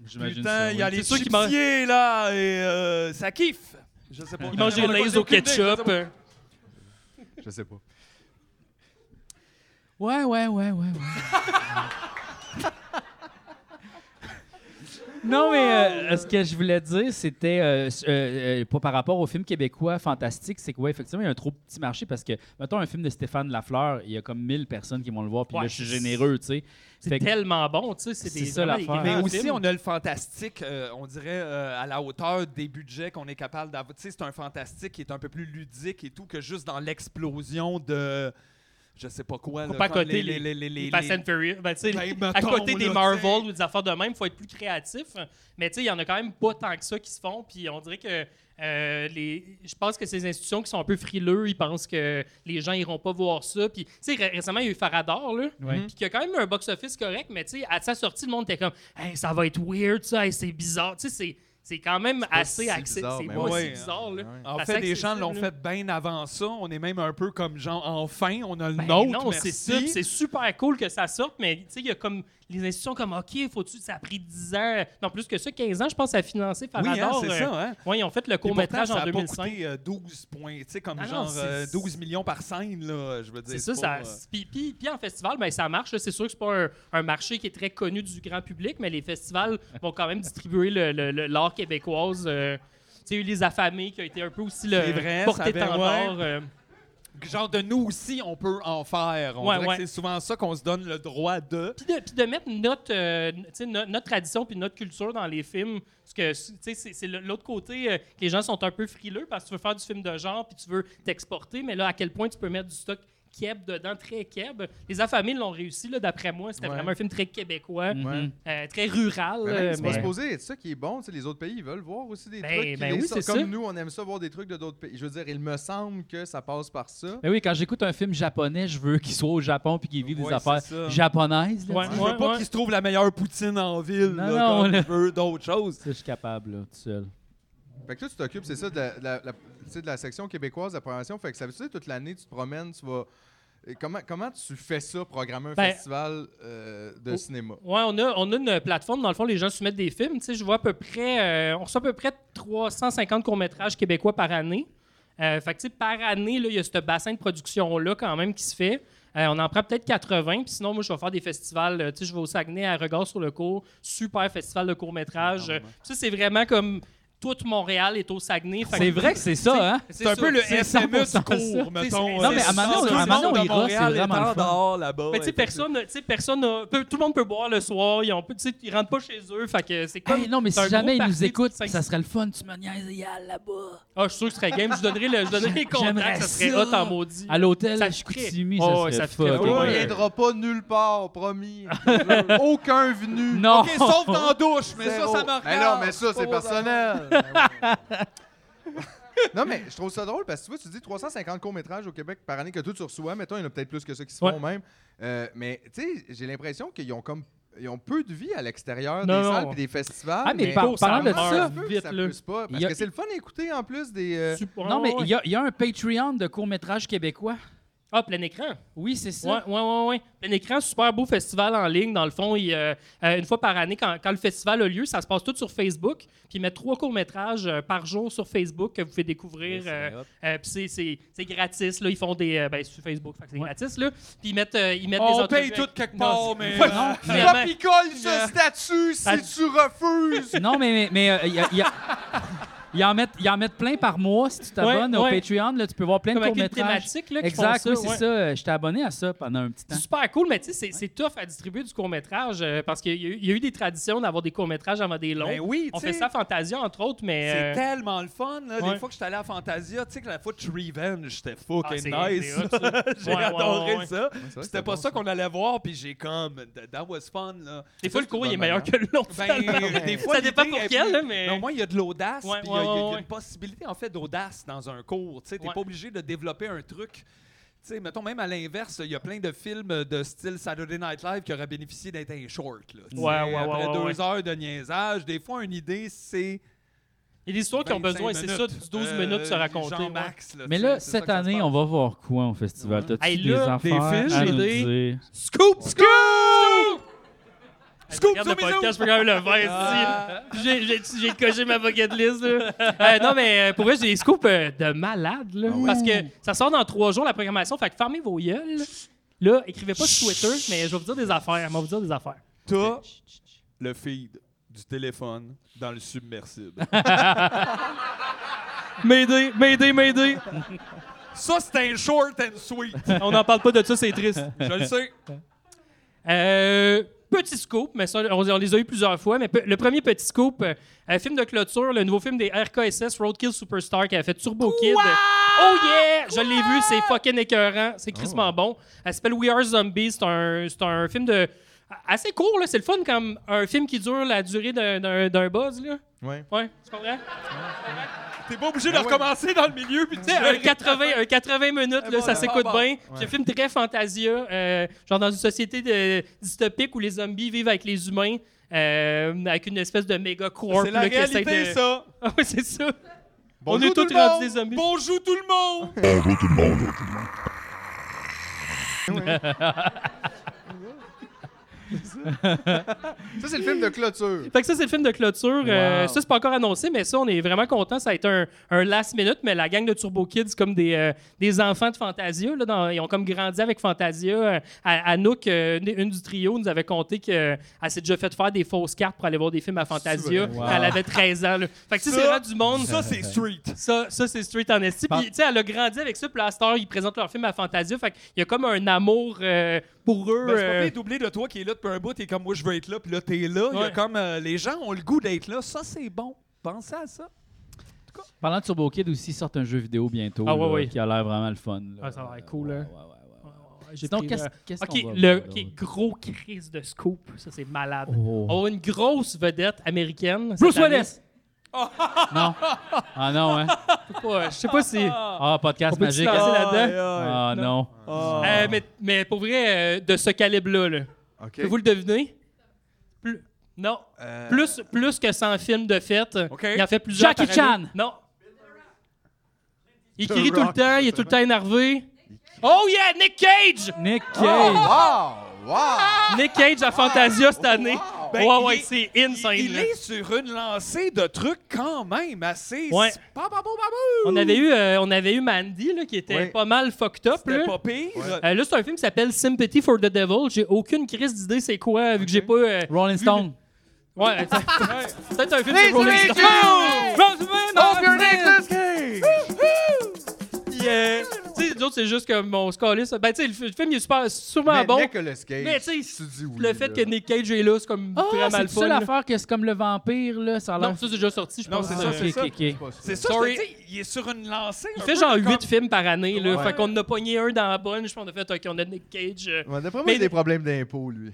[SPEAKER 1] J'imagine ça,
[SPEAKER 3] Putain, il y a
[SPEAKER 1] oui.
[SPEAKER 3] les
[SPEAKER 4] C'est sûr qu'il
[SPEAKER 3] chipsiers, là, et euh, ça kiffe. Je sais pas.
[SPEAKER 4] il mange des lays au ketchup. euh.
[SPEAKER 2] Je sais pas.
[SPEAKER 1] Ouais, ouais, ouais, ouais, ouais. (laughs) Non, mais euh, ce que je voulais dire, c'était, euh, s- euh, euh, pas par rapport au film québécois fantastique, c'est que, ouais, effectivement, il y a un trop petit marché parce que, mettons, un film de Stéphane Lafleur, il y a comme 1000 personnes qui vont le voir, puis
[SPEAKER 4] Ouais,
[SPEAKER 1] là, je suis généreux, tu sais.
[SPEAKER 4] C'est
[SPEAKER 1] Fait que-
[SPEAKER 4] tellement bon. tu sais, C'est
[SPEAKER 1] C'est
[SPEAKER 4] des-
[SPEAKER 1] ça,
[SPEAKER 4] vraiment des
[SPEAKER 1] l'affaire.
[SPEAKER 4] grands
[SPEAKER 3] Mais aussi,
[SPEAKER 4] films.
[SPEAKER 3] on a le fantastique, euh, on dirait, euh, à la hauteur des budgets qu'on est capable d'avoir. Tu sais, c'est un fantastique qui est un peu plus ludique et tout que juste dans l'explosion de. Je sais pas quoi.
[SPEAKER 4] Faut
[SPEAKER 3] là,
[SPEAKER 4] pas
[SPEAKER 3] comme
[SPEAKER 4] coter les-
[SPEAKER 3] les- les-
[SPEAKER 4] Fast and Furious. Ben, tu sais,
[SPEAKER 3] Ben, mettons,
[SPEAKER 4] à côté des
[SPEAKER 3] là,
[SPEAKER 4] Marvel
[SPEAKER 3] tu
[SPEAKER 4] ou des affaires de même, faut être plus créatif. Mais tu sais, il y en a quand même pas tant que ça qui se font. Puis on dirait que euh, les, je pense que ces institutions qui sont un peu frileux, ils pensent que les gens iront pas voir ça. Puis tu sais, ré- récemment il y a eu Farador là,
[SPEAKER 1] Ouais.
[SPEAKER 4] puis qui a quand même eu un box office correct. Mais tu sais, à sa sortie, le monde était comme, hey, ça va être weird, ça, hey, c'est bizarre. Tu sais, c'est c'est quand même assez
[SPEAKER 2] si
[SPEAKER 4] accessible.
[SPEAKER 2] bizarre,
[SPEAKER 4] C'est
[SPEAKER 2] mais
[SPEAKER 4] pas
[SPEAKER 3] ouais,
[SPEAKER 4] si
[SPEAKER 3] hein.
[SPEAKER 4] bizarre là. Ah,
[SPEAKER 2] Ouais.
[SPEAKER 3] En
[SPEAKER 4] Assez
[SPEAKER 3] fait, les gens
[SPEAKER 4] accessible,
[SPEAKER 3] l'ont
[SPEAKER 4] là.
[SPEAKER 3] fait bien avant ça. On est même un peu comme genre, enfin, on a le
[SPEAKER 4] Ben
[SPEAKER 3] nôtre.
[SPEAKER 4] non,
[SPEAKER 3] merci.
[SPEAKER 4] c'est ça. puis C'est super cool que ça sorte, mais tu sais, il y a comme les institutions comme OK, faut-tu, ça a pris 10 ans, non plus que ça, 15 ans, je pense, à financer
[SPEAKER 3] Oui, hein,
[SPEAKER 4] Farador.
[SPEAKER 3] c'est ça, hein?
[SPEAKER 4] Oui, ils ont fait le
[SPEAKER 3] Puis
[SPEAKER 4] court-métrage
[SPEAKER 3] pourtant,
[SPEAKER 4] en
[SPEAKER 3] ça a pas
[SPEAKER 4] 2005.
[SPEAKER 3] coûté, euh, 12 points, tu sais, comme
[SPEAKER 4] Ah non,
[SPEAKER 3] genre
[SPEAKER 4] c'est-
[SPEAKER 3] euh, 12 millions par scène, là, je veux dire.
[SPEAKER 4] C'est ça,
[SPEAKER 3] pas,
[SPEAKER 4] ça.
[SPEAKER 3] euh,
[SPEAKER 4] Puis, puis- puis en festival, ben, ça marche. là. C'est sûr que c'est pas un, un marché qui est très connu du grand public, mais
[SPEAKER 3] (laughs)
[SPEAKER 4] les festivals vont quand même distribuer le- le- le- l'art québécoise. euh, tu sais, eu Les Affamés qui a été un peu aussi le
[SPEAKER 3] C'est vrai, ça
[SPEAKER 4] porté
[SPEAKER 3] avait-
[SPEAKER 4] étendard euh,
[SPEAKER 3] genre de nous aussi, on peut en faire. On
[SPEAKER 4] Ouais,
[SPEAKER 3] dirait
[SPEAKER 4] ouais.
[SPEAKER 3] que c'est souvent ça qu'on se donne le droit de.
[SPEAKER 4] Puis de, puis de mettre notre, euh, tu sais, no- notre tradition puis notre culture dans les films. Parce que tu sais, c'est c'est le- l'autre côté euh, que les gens sont un peu frileux parce que tu veux faire du film de genre puis tu veux t'exporter. Mais là, à quel point tu peux mettre du stock keb dedans, très keb. Les affamés l'ont réussi, là, d'après moi. C'était
[SPEAKER 3] Ouais.
[SPEAKER 4] vraiment un film très québécois,
[SPEAKER 1] Mhm.
[SPEAKER 4] euh, très rural.
[SPEAKER 2] Mais
[SPEAKER 4] euh,
[SPEAKER 2] même, c'est pas
[SPEAKER 4] mais-
[SPEAKER 2] supposé être ça qui est bon. tu sais, Les autres pays, ils veulent voir aussi des
[SPEAKER 4] Ben,
[SPEAKER 2] trucs. qui
[SPEAKER 4] ben
[SPEAKER 2] les
[SPEAKER 4] oui,
[SPEAKER 2] sortent.
[SPEAKER 4] c'est
[SPEAKER 2] Comme
[SPEAKER 4] ça.
[SPEAKER 2] nous, on aime ça voir des trucs de d'autres pays. Je veux dire, il me semble que ça passe par ça.
[SPEAKER 1] Ben oui, quand j'écoute un film japonais, je veux qu'il soit au Japon puis qu'il vive des
[SPEAKER 3] Ouais, c'est
[SPEAKER 1] affaires
[SPEAKER 3] ça.
[SPEAKER 1] japonaises. là,
[SPEAKER 4] Ouais,
[SPEAKER 1] tu
[SPEAKER 3] Je
[SPEAKER 1] sais.
[SPEAKER 3] veux pas
[SPEAKER 4] ouais.
[SPEAKER 3] qu'il se trouve la meilleure poutine en ville,
[SPEAKER 1] Non,
[SPEAKER 3] là,
[SPEAKER 1] non,
[SPEAKER 3] comme
[SPEAKER 1] là.
[SPEAKER 3] il veut d'autres choses.
[SPEAKER 1] Ça, je suis capable, là, tout seul.
[SPEAKER 2] Fait que toi, tu t'occupes, c'est ça, de la, de la- la- tu sais, de la section québécoise de la programmation. Fait que ça veut dire toute l'année, tu te promènes, tu vas. Et Comment, comment tu fais ça, programmer un
[SPEAKER 4] Ben,
[SPEAKER 2] festival euh, de
[SPEAKER 4] au-
[SPEAKER 2] cinéma?
[SPEAKER 4] Ouais, on a, on a une plateforme. Dans le fond, les gens soumettent des films. Tu sais, je vois à peu près, euh, on reçoit à peu près 350 courts-métrages québécois par année. Euh, fait que, tu sais, par année, là, il y a ce bassin de production-là quand même qui se fait. Euh, on en prend peut-être 80, puis sinon, moi, je vais faire des festivals. euh, Tu sais, je vais au Saguenay à Regard sur le cours, super festival de court-métrage. Euh, Ça, c'est vraiment comme toute Montréal est au Saguenay. Fait
[SPEAKER 1] C'est
[SPEAKER 4] que-
[SPEAKER 1] vrai que c'est ça, hein?
[SPEAKER 3] C'est un peu le
[SPEAKER 1] c'est
[SPEAKER 3] SME
[SPEAKER 1] 100%
[SPEAKER 3] du
[SPEAKER 1] ça.
[SPEAKER 3] cours, mettons.
[SPEAKER 1] Non, mais à un moment donné, on- à un moment donné, on
[SPEAKER 3] Tout le monde
[SPEAKER 1] ira,
[SPEAKER 3] à
[SPEAKER 1] c'est
[SPEAKER 3] Montréal
[SPEAKER 1] vraiment
[SPEAKER 3] est
[SPEAKER 1] le fun.
[SPEAKER 3] en dehors là-bas.
[SPEAKER 4] Mais tu sais, personne, tu sais, personne a- peut- tout le monde peut boire le soir. Ils, ont, peu- tu sais, ils rentrent pas chez eux. Fait que c'est comme.
[SPEAKER 1] Hey, non, mais
[SPEAKER 4] c'est un
[SPEAKER 1] si
[SPEAKER 4] gros
[SPEAKER 1] jamais ils
[SPEAKER 4] party
[SPEAKER 1] nous
[SPEAKER 4] de
[SPEAKER 1] écoutent,
[SPEAKER 4] cinq-
[SPEAKER 1] ça serait le fun, tu me niaises, Yal, là-bas.
[SPEAKER 4] Ah, je suis sûr que ce serait game. Je donnerais le, je donnerais les
[SPEAKER 1] J'aimerais
[SPEAKER 4] contacts. Ça serait
[SPEAKER 1] ça.
[SPEAKER 4] hot en maudit.
[SPEAKER 1] À l'hôtel,
[SPEAKER 4] Mm. Ça
[SPEAKER 1] je
[SPEAKER 4] fitterait.
[SPEAKER 1] Chicoutimi,
[SPEAKER 4] Oh,
[SPEAKER 1] ça
[SPEAKER 4] ouais,
[SPEAKER 1] serait
[SPEAKER 4] ça fitterait
[SPEAKER 1] fucking
[SPEAKER 4] bien.
[SPEAKER 2] On
[SPEAKER 1] bon.
[SPEAKER 2] ne viendra pas nulle part,
[SPEAKER 4] (laughs)
[SPEAKER 2] promis. Aucun venu.
[SPEAKER 1] Non!
[SPEAKER 3] OK, sauf dans la douche, mais ça,
[SPEAKER 2] Zéro.
[SPEAKER 3] ça me regarde.
[SPEAKER 2] Mais non, mais ça,
[SPEAKER 3] Pas
[SPEAKER 2] c'est
[SPEAKER 3] vos
[SPEAKER 2] personnel. Ben oui. (laughs) non, mais je trouve ça drôle parce que tu vois, tu dis 350 courts-métrages au Québec par année que tout tu reçois. Mettons, il y en a peut-être plus que ça qui se font
[SPEAKER 4] Ouais.
[SPEAKER 2] même. Euh, mais tu sais, j'ai l'impression qu'ils ont comme. Ils ont peu de vie à l'extérieur des
[SPEAKER 4] Non, non.
[SPEAKER 2] salles et des festivals.
[SPEAKER 1] Ah, mais,
[SPEAKER 4] Mais
[SPEAKER 1] par-
[SPEAKER 4] gros, ça
[SPEAKER 1] parlant de
[SPEAKER 4] meurt
[SPEAKER 1] ça,
[SPEAKER 2] se peut que
[SPEAKER 4] vite,
[SPEAKER 2] ça
[SPEAKER 4] là.
[SPEAKER 2] pousse pas,
[SPEAKER 1] Il
[SPEAKER 2] parce
[SPEAKER 1] y a-
[SPEAKER 2] que c'est le fun d'écouter en plus des. euh,
[SPEAKER 4] Super-
[SPEAKER 1] (laughs) non, mais
[SPEAKER 4] ouais,
[SPEAKER 1] il y, a- il y a un Patreon de court-métrage québécois.
[SPEAKER 4] Ah, plein écran.
[SPEAKER 1] Oui, c'est ça.
[SPEAKER 4] Ouais, ouais, ouais, ouais. Plein écran, super beau festival en ligne. Dans le fond, il, euh, euh, une fois par année, quand, quand le festival a lieu, ça se passe tout sur Facebook. Puis ils mettent trois courts-métrages euh, par jour sur Facebook que vous pouvez découvrir. euh, euh, puis c'est- c'est c'est gratis. Là. Ils font des. euh, ben, sur Facebook, fait que c'est gratis. Là. Puis ils mettent, euh, ils mettent des
[SPEAKER 3] On
[SPEAKER 4] entrevues
[SPEAKER 3] paye tout
[SPEAKER 4] avec-
[SPEAKER 3] quelque
[SPEAKER 4] Non,
[SPEAKER 3] part,
[SPEAKER 4] c'est-
[SPEAKER 3] mais...
[SPEAKER 4] Ouais,
[SPEAKER 3] euh,
[SPEAKER 4] vraiment.
[SPEAKER 2] Copicole ce statut
[SPEAKER 4] Ça-
[SPEAKER 2] si tu
[SPEAKER 4] (laughs)
[SPEAKER 2] refuses!
[SPEAKER 1] Non, mais mais- mais, euh, il y a- il y a- ils en mettent- ils en mettent plein par mois si tu t'abonnes
[SPEAKER 4] Ouais,
[SPEAKER 1] au
[SPEAKER 4] ouais.
[SPEAKER 1] Patreon. Là, tu peux voir plein
[SPEAKER 4] Comme
[SPEAKER 1] de
[SPEAKER 4] avec une
[SPEAKER 1] courts-métrages.
[SPEAKER 4] thématique. Là, qui font
[SPEAKER 1] Exact, oui,
[SPEAKER 4] ça,
[SPEAKER 1] c'est
[SPEAKER 4] ouais.
[SPEAKER 1] ça. Euh, J'étais abonné à ça pendant un petit temps.
[SPEAKER 3] Hein?
[SPEAKER 4] C'est super cool, mais tu sais, c'est- c'est tough à distribuer du court-métrage euh, parce qu'il y, a eu- il y a eu des traditions d'avoir des courts-métrages avant des longs.
[SPEAKER 3] Ben oui,
[SPEAKER 4] On
[SPEAKER 3] tu
[SPEAKER 4] fait
[SPEAKER 3] sais.
[SPEAKER 4] ça à Fantasia, entre autres, mais.
[SPEAKER 3] C'est
[SPEAKER 4] euh,
[SPEAKER 3] tellement le fun, là.
[SPEAKER 4] ouais.
[SPEAKER 3] Des fois que j'étais allé à Fantasia, tu sais que la fois de Revenge, c'était
[SPEAKER 4] ah, c'est-
[SPEAKER 3] fucking nice.
[SPEAKER 4] c'est hot, ça.
[SPEAKER 3] (laughs) J'ai
[SPEAKER 4] Ouais, ouais,
[SPEAKER 3] adoré
[SPEAKER 4] ouais, ouais.
[SPEAKER 3] ça.
[SPEAKER 2] c'est vrai,
[SPEAKER 3] C'était
[SPEAKER 2] c'était
[SPEAKER 3] pas
[SPEAKER 2] bon,
[SPEAKER 3] ça qu'on allait voir, puis j'ai comme... That was fun, là.
[SPEAKER 4] Des fois, le cours, il est
[SPEAKER 2] bonne
[SPEAKER 4] meilleur que le long. finalement.
[SPEAKER 3] Ben, des fois,
[SPEAKER 4] ça dépend
[SPEAKER 3] l'idée
[SPEAKER 4] pour
[SPEAKER 3] est
[SPEAKER 4] quel,
[SPEAKER 3] plus-
[SPEAKER 4] là, mais-
[SPEAKER 3] Non, moi, il y a de l'audace,
[SPEAKER 4] Ouais,
[SPEAKER 3] puis il y a- il y a- il y,
[SPEAKER 4] ouais,
[SPEAKER 3] a
[SPEAKER 4] ouais.
[SPEAKER 3] une possibilité, en fait, d'audace dans un cours. Tu sais, t'es
[SPEAKER 4] Ouais.
[SPEAKER 3] pas obligé de développer un truc. Tu sais, mettons, même à l'inverse, il y a plein de films de style Saturday Night Live qui auraient bénéficié d'être un short, là. Tu sais,
[SPEAKER 4] Ouais, ouais, ouais,
[SPEAKER 3] Après
[SPEAKER 4] ouais,
[SPEAKER 3] deux
[SPEAKER 4] ouais.
[SPEAKER 3] heures de niaisage, des fois, une idée, c'est...
[SPEAKER 4] (laughs) Il y a des histoires qui ont
[SPEAKER 3] 25
[SPEAKER 4] besoin, c'est ça,
[SPEAKER 3] minutes.
[SPEAKER 4] 12
[SPEAKER 3] Euh,
[SPEAKER 4] minutes de se raconter.
[SPEAKER 3] Jean
[SPEAKER 4] ouais.
[SPEAKER 3] Max, là,
[SPEAKER 1] Mais
[SPEAKER 3] tu
[SPEAKER 1] là,
[SPEAKER 3] sais, c'est ça
[SPEAKER 1] cette
[SPEAKER 3] que ça se
[SPEAKER 1] année,
[SPEAKER 3] passe.
[SPEAKER 1] on va voir quoi au festival? T'as-tu
[SPEAKER 4] Hey,
[SPEAKER 1] des
[SPEAKER 4] là,
[SPEAKER 1] affaires
[SPEAKER 3] des films,
[SPEAKER 1] à
[SPEAKER 3] j'ai
[SPEAKER 1] nous
[SPEAKER 3] des-
[SPEAKER 1] dire?
[SPEAKER 3] Scoop! Scoop!
[SPEAKER 4] Hey,
[SPEAKER 3] Scoop,
[SPEAKER 4] Regarde le
[SPEAKER 3] Zoomizou!
[SPEAKER 4] podcast, je peux quand même le
[SPEAKER 3] Ah.
[SPEAKER 4] verre ici. J'ai- j'ai- J'ai coché ma bucket list. là. Euh, non, mais euh, pour vrai, j'ai des scoops euh, de malade.
[SPEAKER 3] Ah
[SPEAKER 4] Là, Parce que ça sort dans trois jours, la programmation. Fait que fermez vos yeux. Là, écrivez pas sur Twitter, mais je vais vous dire des affaires. Moi, vous dire des affaires.
[SPEAKER 3] T'as le feed du téléphone dans le submersible.
[SPEAKER 4] M'aider, m'aider, m'aider.
[SPEAKER 3] ça, c'est un short and sweet.
[SPEAKER 4] On n'en parle pas de ça, c'est triste.
[SPEAKER 3] Je le sais.
[SPEAKER 4] Euh, petit scoop, mais ça, on, on les a eu plusieurs fois. Mais pe- le premier petit scoop, euh, un film de clôture, le nouveau film des RKSS, Roadkill Superstar, qui a fait Turbo Kid. Oh yeah! Je l'ai vu, c'est fucking écœurant. C'est crissement bon. Elle s'appelle We Are Zombies. C'est un, c'est un film de. assez court, là. C'est le fun comme un film qui dure la durée d'un- d'un d'un buzz, là.
[SPEAKER 2] Ouais.
[SPEAKER 4] Ouais, tu comprends?
[SPEAKER 3] T'es pas obligé de recommencer dans le milieu. Puis tu
[SPEAKER 4] Tu sais, un 80, un 80 minutes, là,
[SPEAKER 3] bon,
[SPEAKER 4] ça
[SPEAKER 3] ah
[SPEAKER 4] s'écoute
[SPEAKER 3] bon, bon.
[SPEAKER 4] bien. C'est un film très fantasia, euh, genre dans une société de- dystopique où les zombies vivent avec les humains, euh, avec une espèce de méga corp
[SPEAKER 3] C'est la
[SPEAKER 4] là, qui essaie
[SPEAKER 3] réalité,
[SPEAKER 4] de...
[SPEAKER 3] ça.
[SPEAKER 4] (laughs) Ah oui, c'est ça.
[SPEAKER 2] Bonjour
[SPEAKER 4] On est
[SPEAKER 2] tout
[SPEAKER 4] tous
[SPEAKER 2] le monde.
[SPEAKER 4] rendus des zombies.
[SPEAKER 3] Bonjour tout le monde. (laughs)
[SPEAKER 2] Ça, c'est le film de clôture.
[SPEAKER 4] Fait que ça, c'est le film de clôture. Euh,
[SPEAKER 1] Wow.
[SPEAKER 4] ça, c'est pas encore annoncé, mais ça, on est vraiment content. Ça a été un, un last minute, mais la gang de Turbo Kids, c'est comme des, euh, des enfants de Fantasia. Là, dans- ils ont comme grandi avec Fantasia. Euh, à- Anouk, euh, une, une du trio, nous avait conté qu'elle s'est déjà fait faire des fausses cartes pour aller voir des films à Fantasia
[SPEAKER 1] vrai?
[SPEAKER 4] quand
[SPEAKER 1] Wow.
[SPEAKER 4] elle avait 13 ans. là. Fait que ça,
[SPEAKER 3] Ça,
[SPEAKER 4] c'est vraiment du monde.
[SPEAKER 3] Ça, Bah. c'est street.
[SPEAKER 4] Ça, ça c'est Street en esti. Puis, tu sais, elle a grandi avec ça. Puis, là, à cette heure, ils présentent leur film à Fantasia. Fait qu'il y a comme un amour euh, pour eux.
[SPEAKER 3] Ben, c'est pas
[SPEAKER 4] euh,
[SPEAKER 3] pire doublé de toi qui est là depuis un bout, t'es comme moi je veux être là, puis là t'es là. Il y a
[SPEAKER 4] Ouais.
[SPEAKER 3] comme euh, les gens ont le goût d'être là, ça c'est bon. Pensez à ça.
[SPEAKER 1] Parlant de Turbo Kid aussi, ils sortent un jeu vidéo bientôt
[SPEAKER 4] Ah ouais,
[SPEAKER 1] là,
[SPEAKER 4] ouais.
[SPEAKER 1] qui a l'air vraiment le fun. là.
[SPEAKER 4] Ah, ça a l'air cool,
[SPEAKER 1] Ouais,
[SPEAKER 4] hein.
[SPEAKER 1] ouais, ouais, ouais.
[SPEAKER 4] j'ai
[SPEAKER 1] Sinon,
[SPEAKER 4] pris,
[SPEAKER 1] qu'est-ce
[SPEAKER 4] euh,
[SPEAKER 1] qu'est-ce qu'on
[SPEAKER 4] OK,
[SPEAKER 1] va
[SPEAKER 4] le
[SPEAKER 1] voir
[SPEAKER 4] OK,
[SPEAKER 1] d'autre?
[SPEAKER 4] gros crise de scoop. Ça, c'est malade.
[SPEAKER 1] Oh.
[SPEAKER 4] On a une grosse vedette américaine.
[SPEAKER 1] Bruce
[SPEAKER 4] cette année.
[SPEAKER 1] Willis!
[SPEAKER 4] (laughs)
[SPEAKER 1] non. Ah non, hein?
[SPEAKER 4] Je sais pas, Je sais pas si.
[SPEAKER 1] Ah, podcast
[SPEAKER 4] On peut-tu
[SPEAKER 1] magique.
[SPEAKER 4] lancer
[SPEAKER 1] hein?
[SPEAKER 4] là-dedans?
[SPEAKER 1] Ah non.
[SPEAKER 4] Euh, mais, mais pour vrai, euh, de ce calibre-là, là.
[SPEAKER 2] OK.
[SPEAKER 4] Pouvez-vous le deviner? Plus- Non. Plus, plus que 100 films de fête.
[SPEAKER 3] Euh. OK.
[SPEAKER 4] Il en fait plusieurs.
[SPEAKER 1] Jackie
[SPEAKER 4] par année.
[SPEAKER 1] Chan.
[SPEAKER 4] Non. Il
[SPEAKER 2] The
[SPEAKER 4] crie tout le
[SPEAKER 2] Rock,
[SPEAKER 4] temps, il est tout le temps énervé. Oh yeah, Nick Cage!
[SPEAKER 1] Nick Cage!
[SPEAKER 3] ah!
[SPEAKER 2] Wow! Wow!
[SPEAKER 4] Nick Cage à Fantasia cette année.
[SPEAKER 3] Ben,
[SPEAKER 4] ouais,
[SPEAKER 3] il
[SPEAKER 4] ouais,
[SPEAKER 3] est-
[SPEAKER 4] c'est
[SPEAKER 3] Il,
[SPEAKER 4] insane.
[SPEAKER 3] il
[SPEAKER 4] là.
[SPEAKER 3] est sur une lancée de trucs quand même assez.
[SPEAKER 4] Ouais.
[SPEAKER 3] Pas pas
[SPEAKER 4] On avait eu, euh, on avait eu Mandy là, qui était
[SPEAKER 2] Ouais.
[SPEAKER 4] pas mal fucked up. Là,
[SPEAKER 3] C'était pas pire. Ah,
[SPEAKER 4] Euh, là, c'est un film qui s'appelle Sympathy for the Devil. J'ai aucune crise d'idée c'est quoi, euh, vu que j'ai pas. euh,
[SPEAKER 1] Rolling Stone.
[SPEAKER 2] (laughs)
[SPEAKER 4] Ouais, euh, c'est peut-être un film sur Rolling Stone.
[SPEAKER 2] Jones!
[SPEAKER 4] Rolling
[SPEAKER 3] Ah,
[SPEAKER 4] euh, autres, c'est juste comme on se calisse. Ben, tu sais, le fi- le film il est super,
[SPEAKER 3] Ah,
[SPEAKER 4] sûrement
[SPEAKER 2] Mais
[SPEAKER 4] bon.
[SPEAKER 2] dès que le skate,
[SPEAKER 4] Mais tu sais,
[SPEAKER 2] tu dis oui.
[SPEAKER 4] le fait
[SPEAKER 2] là.
[SPEAKER 4] que Nick Cage est là, c'est comme
[SPEAKER 1] Ah,
[SPEAKER 4] vraiment
[SPEAKER 1] c'est
[SPEAKER 4] le
[SPEAKER 1] la
[SPEAKER 4] fun.
[SPEAKER 1] seule
[SPEAKER 4] là.
[SPEAKER 1] affaire que c'est comme le vampire, là. Ça a l'air.
[SPEAKER 4] Non, ça, c'est déjà sorti, je
[SPEAKER 3] Non,
[SPEAKER 4] pense.
[SPEAKER 3] c'est ça,
[SPEAKER 1] Ah,
[SPEAKER 4] euh,
[SPEAKER 1] ok,
[SPEAKER 3] c'est ça.
[SPEAKER 1] ok, ok.
[SPEAKER 2] C'est pas ça.
[SPEAKER 3] C'est ça,
[SPEAKER 4] Sorry.
[SPEAKER 3] je te dis, il est sur une lancée.
[SPEAKER 4] Il
[SPEAKER 3] un
[SPEAKER 4] fait
[SPEAKER 3] peu
[SPEAKER 4] genre
[SPEAKER 3] comme-
[SPEAKER 4] 8 films par année, là.
[SPEAKER 2] Ouais.
[SPEAKER 4] Fait qu'on en a pogné un dans la bonne. Je pense qu'on a fait, OK, on a Nick Cage. euh,
[SPEAKER 2] Ouais, D'après moi,
[SPEAKER 4] Mais-
[SPEAKER 2] il a des problèmes d'impôts, (laughs) lui.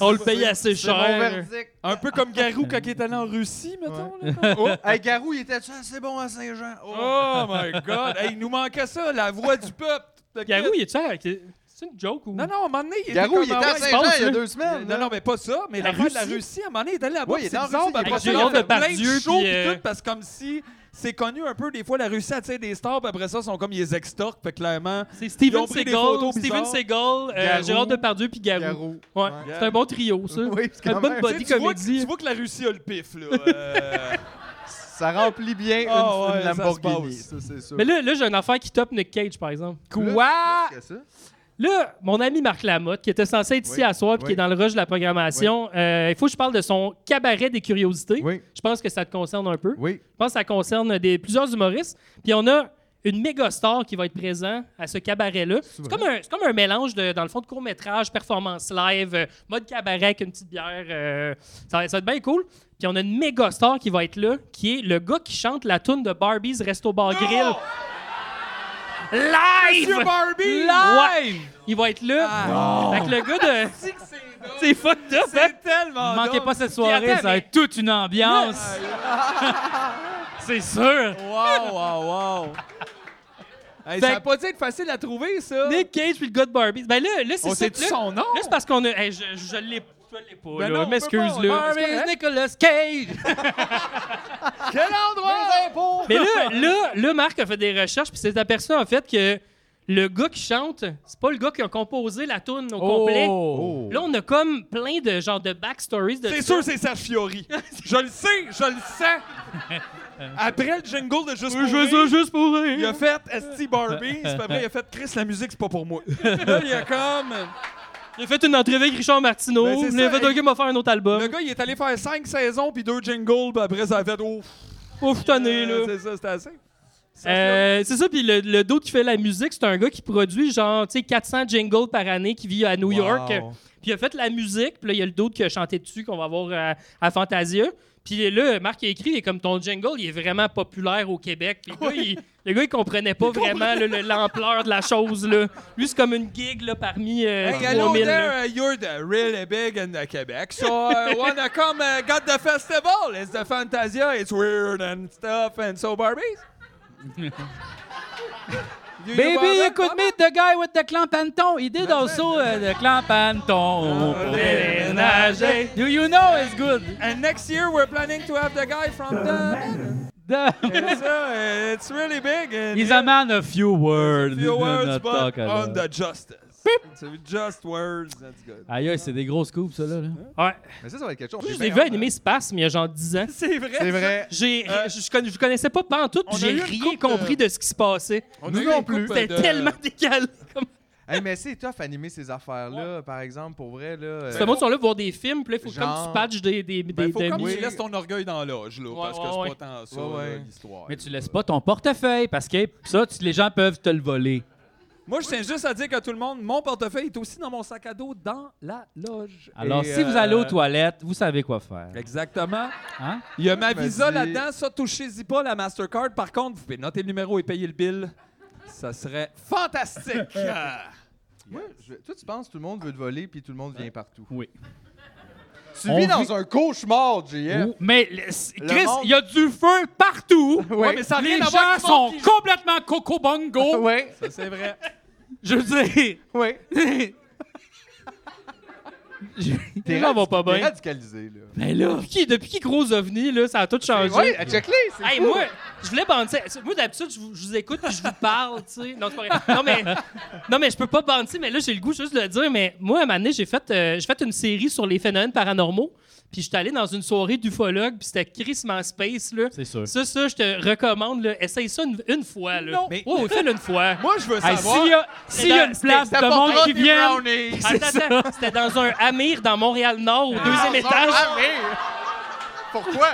[SPEAKER 4] on le paye assez
[SPEAKER 2] C'est mon
[SPEAKER 4] cher.
[SPEAKER 2] verdict.
[SPEAKER 3] Un peu comme Garou quand il est allé en Russie, mettons. là.
[SPEAKER 2] (laughs) Oh, hey, Garou, il était assez bon à Saint-Jean.
[SPEAKER 4] (laughs)
[SPEAKER 2] Oh.
[SPEAKER 3] Oh my God! Hey, il nous manquait ça, la voix du peuple.
[SPEAKER 4] Garou, il est-tu avec. C'est une joke ou.
[SPEAKER 3] Non, non, à un moment donné, il
[SPEAKER 2] Garou,
[SPEAKER 3] était
[SPEAKER 2] il hein?
[SPEAKER 3] comme,
[SPEAKER 2] était
[SPEAKER 3] ah
[SPEAKER 2] à
[SPEAKER 3] ouais,
[SPEAKER 2] Saint-Jean
[SPEAKER 4] pense,
[SPEAKER 2] il y a
[SPEAKER 4] là.
[SPEAKER 2] deux semaines.
[SPEAKER 3] Non,
[SPEAKER 2] là.
[SPEAKER 3] non, mais pas ça, mais la,
[SPEAKER 4] La
[SPEAKER 3] de la
[SPEAKER 4] Russie?
[SPEAKER 3] Russie, à un moment donné, il est allé là-bas,
[SPEAKER 2] Ouais,
[SPEAKER 3] puis
[SPEAKER 2] il est
[SPEAKER 3] c'est
[SPEAKER 2] en
[SPEAKER 3] bizarre,
[SPEAKER 2] Russie, il est
[SPEAKER 3] après
[SPEAKER 2] pas
[SPEAKER 3] ça,
[SPEAKER 2] sûr.
[SPEAKER 3] il a fait
[SPEAKER 4] Avec
[SPEAKER 3] plein
[SPEAKER 4] Jean-Claude
[SPEAKER 3] de shows,
[SPEAKER 4] Bardieu,
[SPEAKER 3] puis
[SPEAKER 4] puis, euh,
[SPEAKER 3] tout, parce que comme si c'est connu un peu, des fois, la Russie attire des stars, puis après ça, sont comme, ils les extorquent, fait clairement...
[SPEAKER 4] C'est
[SPEAKER 3] Ils
[SPEAKER 4] Steven
[SPEAKER 3] ont pris des
[SPEAKER 4] Seagal,
[SPEAKER 3] photos
[SPEAKER 4] Steven
[SPEAKER 3] bizarres.
[SPEAKER 4] Seagal, euh,
[SPEAKER 2] Garou.
[SPEAKER 4] Gérard Depardieu puis Garou.
[SPEAKER 2] Garou.
[SPEAKER 4] Ouais,
[SPEAKER 2] Ouais.
[SPEAKER 4] c'est un bon trio, ça.
[SPEAKER 2] (laughs) Oui, parce que
[SPEAKER 4] Une
[SPEAKER 2] quand
[SPEAKER 4] bonne
[SPEAKER 2] même,
[SPEAKER 4] body
[SPEAKER 3] Tu vois, que,
[SPEAKER 4] comédie.
[SPEAKER 3] tu vois que la Russie a le pif,
[SPEAKER 4] (laughs)
[SPEAKER 3] là. euh,
[SPEAKER 2] Ça remplit bien
[SPEAKER 3] Ah
[SPEAKER 2] une,
[SPEAKER 3] ouais,
[SPEAKER 2] une
[SPEAKER 3] ça se
[SPEAKER 2] Lamborghini,
[SPEAKER 3] passe.
[SPEAKER 2] ça, c'est sûr.
[SPEAKER 4] Mais là, là j'ai un affaire qui top Nick Cage, par exemple.
[SPEAKER 2] Plus-
[SPEAKER 1] Quoi?
[SPEAKER 2] plus que ça.
[SPEAKER 4] Là, mon ami Marc Lamotte, qui était censé être ici
[SPEAKER 2] Oui,
[SPEAKER 4] à soir puis qui
[SPEAKER 2] oui.
[SPEAKER 4] est dans le rush de la programmation, euh, il faut que je parle de son cabaret des curiosités.
[SPEAKER 2] Oui,
[SPEAKER 4] Je pense que ça te concerne un peu.
[SPEAKER 2] oui.
[SPEAKER 4] Je pense que ça concerne des, plusieurs humoristes. Puis on a une méga star qui va être présent à ce cabaret-là. C'est
[SPEAKER 2] vrai?
[SPEAKER 4] comme, un- c'est comme un mélange, de, dans le fond, de court-métrage, performance live, euh, mode cabaret avec une petite bière. euh, ça, va- ça va être bien cool. Puis on a une méga star qui va être là, qui est le gars qui chante la tune de Barbie's Resto Bar Grill. Live!
[SPEAKER 3] Monsieur Barbie!
[SPEAKER 4] Live! Il va être là. Fait que le gars de... (laughs) C'est fucked (laughs) up, hein?
[SPEAKER 3] C'est tellement
[SPEAKER 1] Manquez
[SPEAKER 3] drôle.
[SPEAKER 1] pas cette soirée,
[SPEAKER 4] attends,
[SPEAKER 1] ça va
[SPEAKER 4] mais- euh,
[SPEAKER 1] être toute une ambiance.
[SPEAKER 4] C'est sûr!
[SPEAKER 3] Wow, wow,
[SPEAKER 4] (laughs)
[SPEAKER 3] wow. Hey,
[SPEAKER 4] Fait
[SPEAKER 3] ça
[SPEAKER 4] que-
[SPEAKER 3] a pas dû être facile à trouver, ça.
[SPEAKER 4] Nick Cage puis le gars de Barbie. Ben là, là c'est
[SPEAKER 3] On
[SPEAKER 4] ça.
[SPEAKER 3] sait-tu
[SPEAKER 4] là-
[SPEAKER 3] son nom?
[SPEAKER 4] Là, c'est parce qu'on a. hey, je je l'ai je l'ai pas.
[SPEAKER 3] Ben non,
[SPEAKER 4] là.
[SPEAKER 3] on
[SPEAKER 4] M'excuse,
[SPEAKER 3] peut pas,
[SPEAKER 4] là.
[SPEAKER 3] on peut
[SPEAKER 1] Barbie's
[SPEAKER 3] correct.
[SPEAKER 1] Nicolas Cage!
[SPEAKER 3] Quel endroit?
[SPEAKER 4] Mais là, là, là, Marc a fait des recherches puis s'est aperçu, en fait, que le gars qui chante, c'est pas le gars qui a composé la tune au complet.
[SPEAKER 1] Oh!
[SPEAKER 4] Là, on a comme plein de genre de backstories de
[SPEAKER 3] C'est
[SPEAKER 4] ça.
[SPEAKER 3] sûr, c'est Serge
[SPEAKER 4] (laughs)
[SPEAKER 3] Fiori. je le sais, je le sens. Après le jingle de Juste pour rire,
[SPEAKER 4] juste pour rire.
[SPEAKER 3] il a fait ST
[SPEAKER 4] (laughs)
[SPEAKER 3] Barbie, puis après il a fait Chris, la musique, c'est pas pour moi. là, il a comme.
[SPEAKER 4] Il a fait une entrevue avec Richard Martineau.
[SPEAKER 3] Ben, c'est
[SPEAKER 4] il a
[SPEAKER 3] ça,
[SPEAKER 4] fait un
[SPEAKER 3] hey.
[SPEAKER 4] gars m'a fait un autre album.
[SPEAKER 3] Le gars, il est allé faire cinq saisons, puis deux jingles, puis après ça a fait. Oh,
[SPEAKER 4] Oh, je suis tanné, là.
[SPEAKER 3] euh, c'est ça, c'était assez. Serge
[SPEAKER 4] Euh, c'est ça, puis le, le dos qui fait la musique, c'est un gars qui produit genre, tu sais, 400 jingles par année, qui vit à New
[SPEAKER 3] Fiori.
[SPEAKER 4] York.
[SPEAKER 3] Wow.
[SPEAKER 4] Puis il a fait la musique, puis là, il y a le d'autre qui a chanté dessus qu'on va voir à, à Fantasia. Puis là, Marc a écrit, il est comme ton jingle, il est vraiment populaire au Québec. Puis le, gars, il, le gars, il comprenait pas vraiment là, le- l'ampleur de la chose. Là. Lui, c'est comme une gig là, parmi euh,
[SPEAKER 3] Hey,
[SPEAKER 4] 3000,
[SPEAKER 3] hello
[SPEAKER 4] là.
[SPEAKER 3] there, uh, you're the really big in the Quebec, so I wanna come uh, got the festival. It's the Fantasia, it's weird and stuff, and so Barbies. You- you want
[SPEAKER 1] Baby,
[SPEAKER 3] that?
[SPEAKER 1] écoute me, the guy with the clan panton. He
[SPEAKER 4] Ben,
[SPEAKER 1] did also uh, the clan panton.
[SPEAKER 4] Ah, déménager.
[SPEAKER 1] Do you know it's good?
[SPEAKER 3] And next year we're planning to have the guy from the. (laughs)
[SPEAKER 1] The-
[SPEAKER 3] so uh, it's really big. And
[SPEAKER 1] He's a man of few words.
[SPEAKER 3] Few
[SPEAKER 1] He does
[SPEAKER 3] words,
[SPEAKER 1] not
[SPEAKER 3] but
[SPEAKER 1] talk a lot.
[SPEAKER 3] on the justice. So just words. That's
[SPEAKER 1] (laughs)
[SPEAKER 3] good.
[SPEAKER 1] Aïe, aïe, c'est des grosses coupes, ça, là. là.
[SPEAKER 4] Ouais.
[SPEAKER 2] Mais ça, ça va être quelque chose.
[SPEAKER 4] Je
[SPEAKER 3] ben
[SPEAKER 2] J'ai
[SPEAKER 4] l'ai
[SPEAKER 2] bien
[SPEAKER 4] vu
[SPEAKER 2] hâte,
[SPEAKER 4] animer Space, mais il y a genre 10 ans.
[SPEAKER 3] C'est vrai.
[SPEAKER 2] C'est vrai.
[SPEAKER 4] J'ai,
[SPEAKER 3] Euh,
[SPEAKER 4] je, je conna- je connaissais pas pantoute,
[SPEAKER 3] on a
[SPEAKER 4] puis j'ai
[SPEAKER 3] eu une
[SPEAKER 4] rien
[SPEAKER 3] couple de-
[SPEAKER 4] compris de... ce qui se passait.
[SPEAKER 3] On
[SPEAKER 2] Nous
[SPEAKER 3] a eu
[SPEAKER 2] non
[SPEAKER 3] une
[SPEAKER 2] plus.
[SPEAKER 3] couple
[SPEAKER 4] C'était
[SPEAKER 3] de-
[SPEAKER 4] tellement (laughs) décalé.
[SPEAKER 3] Euh,
[SPEAKER 4] Comme...
[SPEAKER 2] Hey, mais c'est tough animer ces affaires-là, par exemple, pour vrai. Là, euh,
[SPEAKER 4] Ce monde sont là pour voir des films, puis là, il faut
[SPEAKER 2] Genre-
[SPEAKER 4] comme tu patches des, des, des,
[SPEAKER 3] Ben, faut
[SPEAKER 4] des-
[SPEAKER 3] comme
[SPEAKER 2] Oui.
[SPEAKER 3] tu laisses ton orgueil dans l'âge, là, parce que
[SPEAKER 4] ouais,
[SPEAKER 3] c'est
[SPEAKER 4] ouais.
[SPEAKER 3] pas tant ça,
[SPEAKER 2] Ouais, ouais.
[SPEAKER 3] là, l'histoire.
[SPEAKER 1] Mais tu laisses pas ton portefeuille parce que ça, tu- les gens peuvent te le voler.
[SPEAKER 3] Moi, je tiens juste à dire que tout le monde, mon portefeuille est aussi dans mon sac à dos dans la loge.
[SPEAKER 1] Alors,
[SPEAKER 3] Et,
[SPEAKER 1] si vous allez aux
[SPEAKER 3] euh,
[SPEAKER 1] toilettes, vous savez quoi faire.
[SPEAKER 3] (laughs) Exactement.
[SPEAKER 1] Hein?
[SPEAKER 3] Il y a ma
[SPEAKER 2] me
[SPEAKER 3] visa
[SPEAKER 2] dis-
[SPEAKER 3] là-dedans, ça, touchez-y pas la Mastercard. Par contre, vous pouvez noter le numéro et payer le bill. Ça serait (laughs) fantastique. Ah.
[SPEAKER 2] moi, je- Toi, tu penses que tout le monde veut te voler, puis tout le monde vient partout.
[SPEAKER 1] Oui.
[SPEAKER 2] Tu
[SPEAKER 1] On
[SPEAKER 2] vis dans
[SPEAKER 1] vit-
[SPEAKER 2] un cauchemar, JF.
[SPEAKER 1] Ou- Mais le- s-
[SPEAKER 2] Le
[SPEAKER 1] Chris,
[SPEAKER 2] monde-
[SPEAKER 1] il y a du feu partout.
[SPEAKER 2] Ouais,
[SPEAKER 3] mais ça a
[SPEAKER 1] les
[SPEAKER 3] rien à voir
[SPEAKER 1] gens
[SPEAKER 3] avec le monde
[SPEAKER 1] sont
[SPEAKER 3] qui-
[SPEAKER 1] complètement coco
[SPEAKER 3] (laughs)
[SPEAKER 1] bongo.
[SPEAKER 2] Oui,
[SPEAKER 3] Ça, c'est vrai.
[SPEAKER 1] Je veux dire,
[SPEAKER 2] oui.
[SPEAKER 4] Les gens vont pas bien.
[SPEAKER 2] radicalisé, là.
[SPEAKER 1] mais là,
[SPEAKER 4] Depuis qui, depuis qui gros ovni, là, ça a tout changé.
[SPEAKER 2] Oui, check-les, c'est
[SPEAKER 4] Hey,
[SPEAKER 2] fou.
[SPEAKER 4] moi, je voulais bander. Moi, d'habitude, je vous, je vous écoute puis je vous parle, tu sais. Non, c'est pas vrai. Non, mais, non, mais je peux pas bander, mais là, j'ai le goût juste de le dire. Mais moi, à un moment donné, j'ai fait, euh, j'ai fait une série sur les phénomènes paranormaux. Puis, je suis allé dans une soirée d'ufologue, puis c'était Chris Space, là.
[SPEAKER 1] c'est sûr.
[SPEAKER 4] Ça, ça, je te recommande, là. Essaye ça une, une fois, là.
[SPEAKER 3] Non.
[SPEAKER 4] Mais... Oh, fais-le une fois.
[SPEAKER 3] Moi, je veux
[SPEAKER 1] Hey,
[SPEAKER 3] savoir. ben,
[SPEAKER 1] S'il y a, s'il y a une place de monde qui vient,
[SPEAKER 4] Attends, attends. C'était Ah, dans un Amir dans Montréal-Nord, au deuxième étage.
[SPEAKER 2] Pourquoi?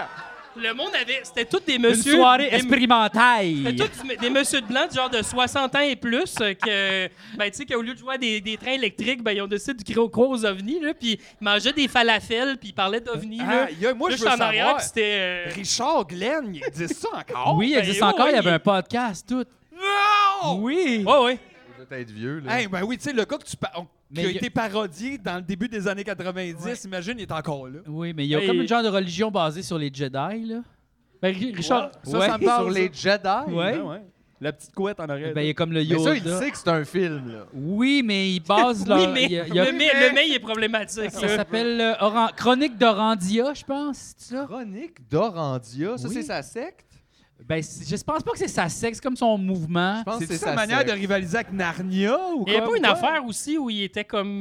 [SPEAKER 4] Le monde avait. C'était tous des
[SPEAKER 1] Une
[SPEAKER 4] messieurs.
[SPEAKER 1] soirée
[SPEAKER 4] des-
[SPEAKER 1] expérimentale.
[SPEAKER 4] C'était tous du- des messieurs de blanc, du genre de 60 ans et plus, euh, que, (laughs) ben, tu sais, qu'au lieu de jouer à des, des trains électriques, ben, ils ont décidé de croire aux ovnis, là, puis ils mangeaient des falafels, puis ils parlaient d'ovnis, là.
[SPEAKER 3] Ah, y a- moi,
[SPEAKER 4] Là,
[SPEAKER 3] je
[SPEAKER 4] j'étais
[SPEAKER 3] veux
[SPEAKER 4] en arrière,
[SPEAKER 3] savoir.
[SPEAKER 4] puis c'était... euh,
[SPEAKER 3] Richard Glenn, il existe ça (laughs) encore?
[SPEAKER 1] oui, il
[SPEAKER 4] ben,
[SPEAKER 1] existe
[SPEAKER 4] oui,
[SPEAKER 1] encore.
[SPEAKER 3] oh,
[SPEAKER 1] il y
[SPEAKER 4] oui.
[SPEAKER 1] avait un podcast, tout.
[SPEAKER 3] Non!
[SPEAKER 1] Oui.
[SPEAKER 4] Ouais, ouais.
[SPEAKER 2] Il doit être vieux, là.
[SPEAKER 3] Hey, ben oui, tu sais, le gars que tu pa- on- qui
[SPEAKER 1] Mais
[SPEAKER 3] a
[SPEAKER 1] y a-
[SPEAKER 3] été parodié dans le début des années 90, imagine, il est encore là.
[SPEAKER 1] Oui, mais il y a
[SPEAKER 4] Mais-
[SPEAKER 1] comme une genre de religion basée sur les Jedi, là.
[SPEAKER 4] Ben, Ri- Richard...
[SPEAKER 3] Ça,
[SPEAKER 1] Ouais.
[SPEAKER 3] ça me parle.
[SPEAKER 2] Sur
[SPEAKER 3] ça.
[SPEAKER 2] les Jedi.
[SPEAKER 1] Ouais.
[SPEAKER 3] Ouais, Ben ouais. La petite couette en arrière.
[SPEAKER 1] Ben, il y a comme le
[SPEAKER 2] Mais
[SPEAKER 1] Yoda.
[SPEAKER 2] ça, il sait que c'est un film, là.
[SPEAKER 1] Oui, mais ils basent leur...
[SPEAKER 4] Oui, mais,
[SPEAKER 1] il y a- il y a-
[SPEAKER 4] le, mais, le mais, il est problématique,
[SPEAKER 1] Ça
[SPEAKER 4] là.
[SPEAKER 1] s'appelle euh, Oran- Chronique d'Orandia, je pense, c'est ça?
[SPEAKER 2] Chronique d'Orandia. Ça,
[SPEAKER 1] Oui.
[SPEAKER 2] c'est sa secte?
[SPEAKER 1] Ben, c'est- je pense pas que c'est sa sexe, comme son mouvement.
[SPEAKER 2] Je pense que
[SPEAKER 3] C'est
[SPEAKER 2] c'est
[SPEAKER 3] sa
[SPEAKER 2] sa
[SPEAKER 3] manière
[SPEAKER 2] secte.
[SPEAKER 3] de rivaliser avec Narnia ou
[SPEAKER 4] Il y avait
[SPEAKER 3] comme
[SPEAKER 4] pas une
[SPEAKER 3] quoi?
[SPEAKER 4] affaire aussi où il était comme...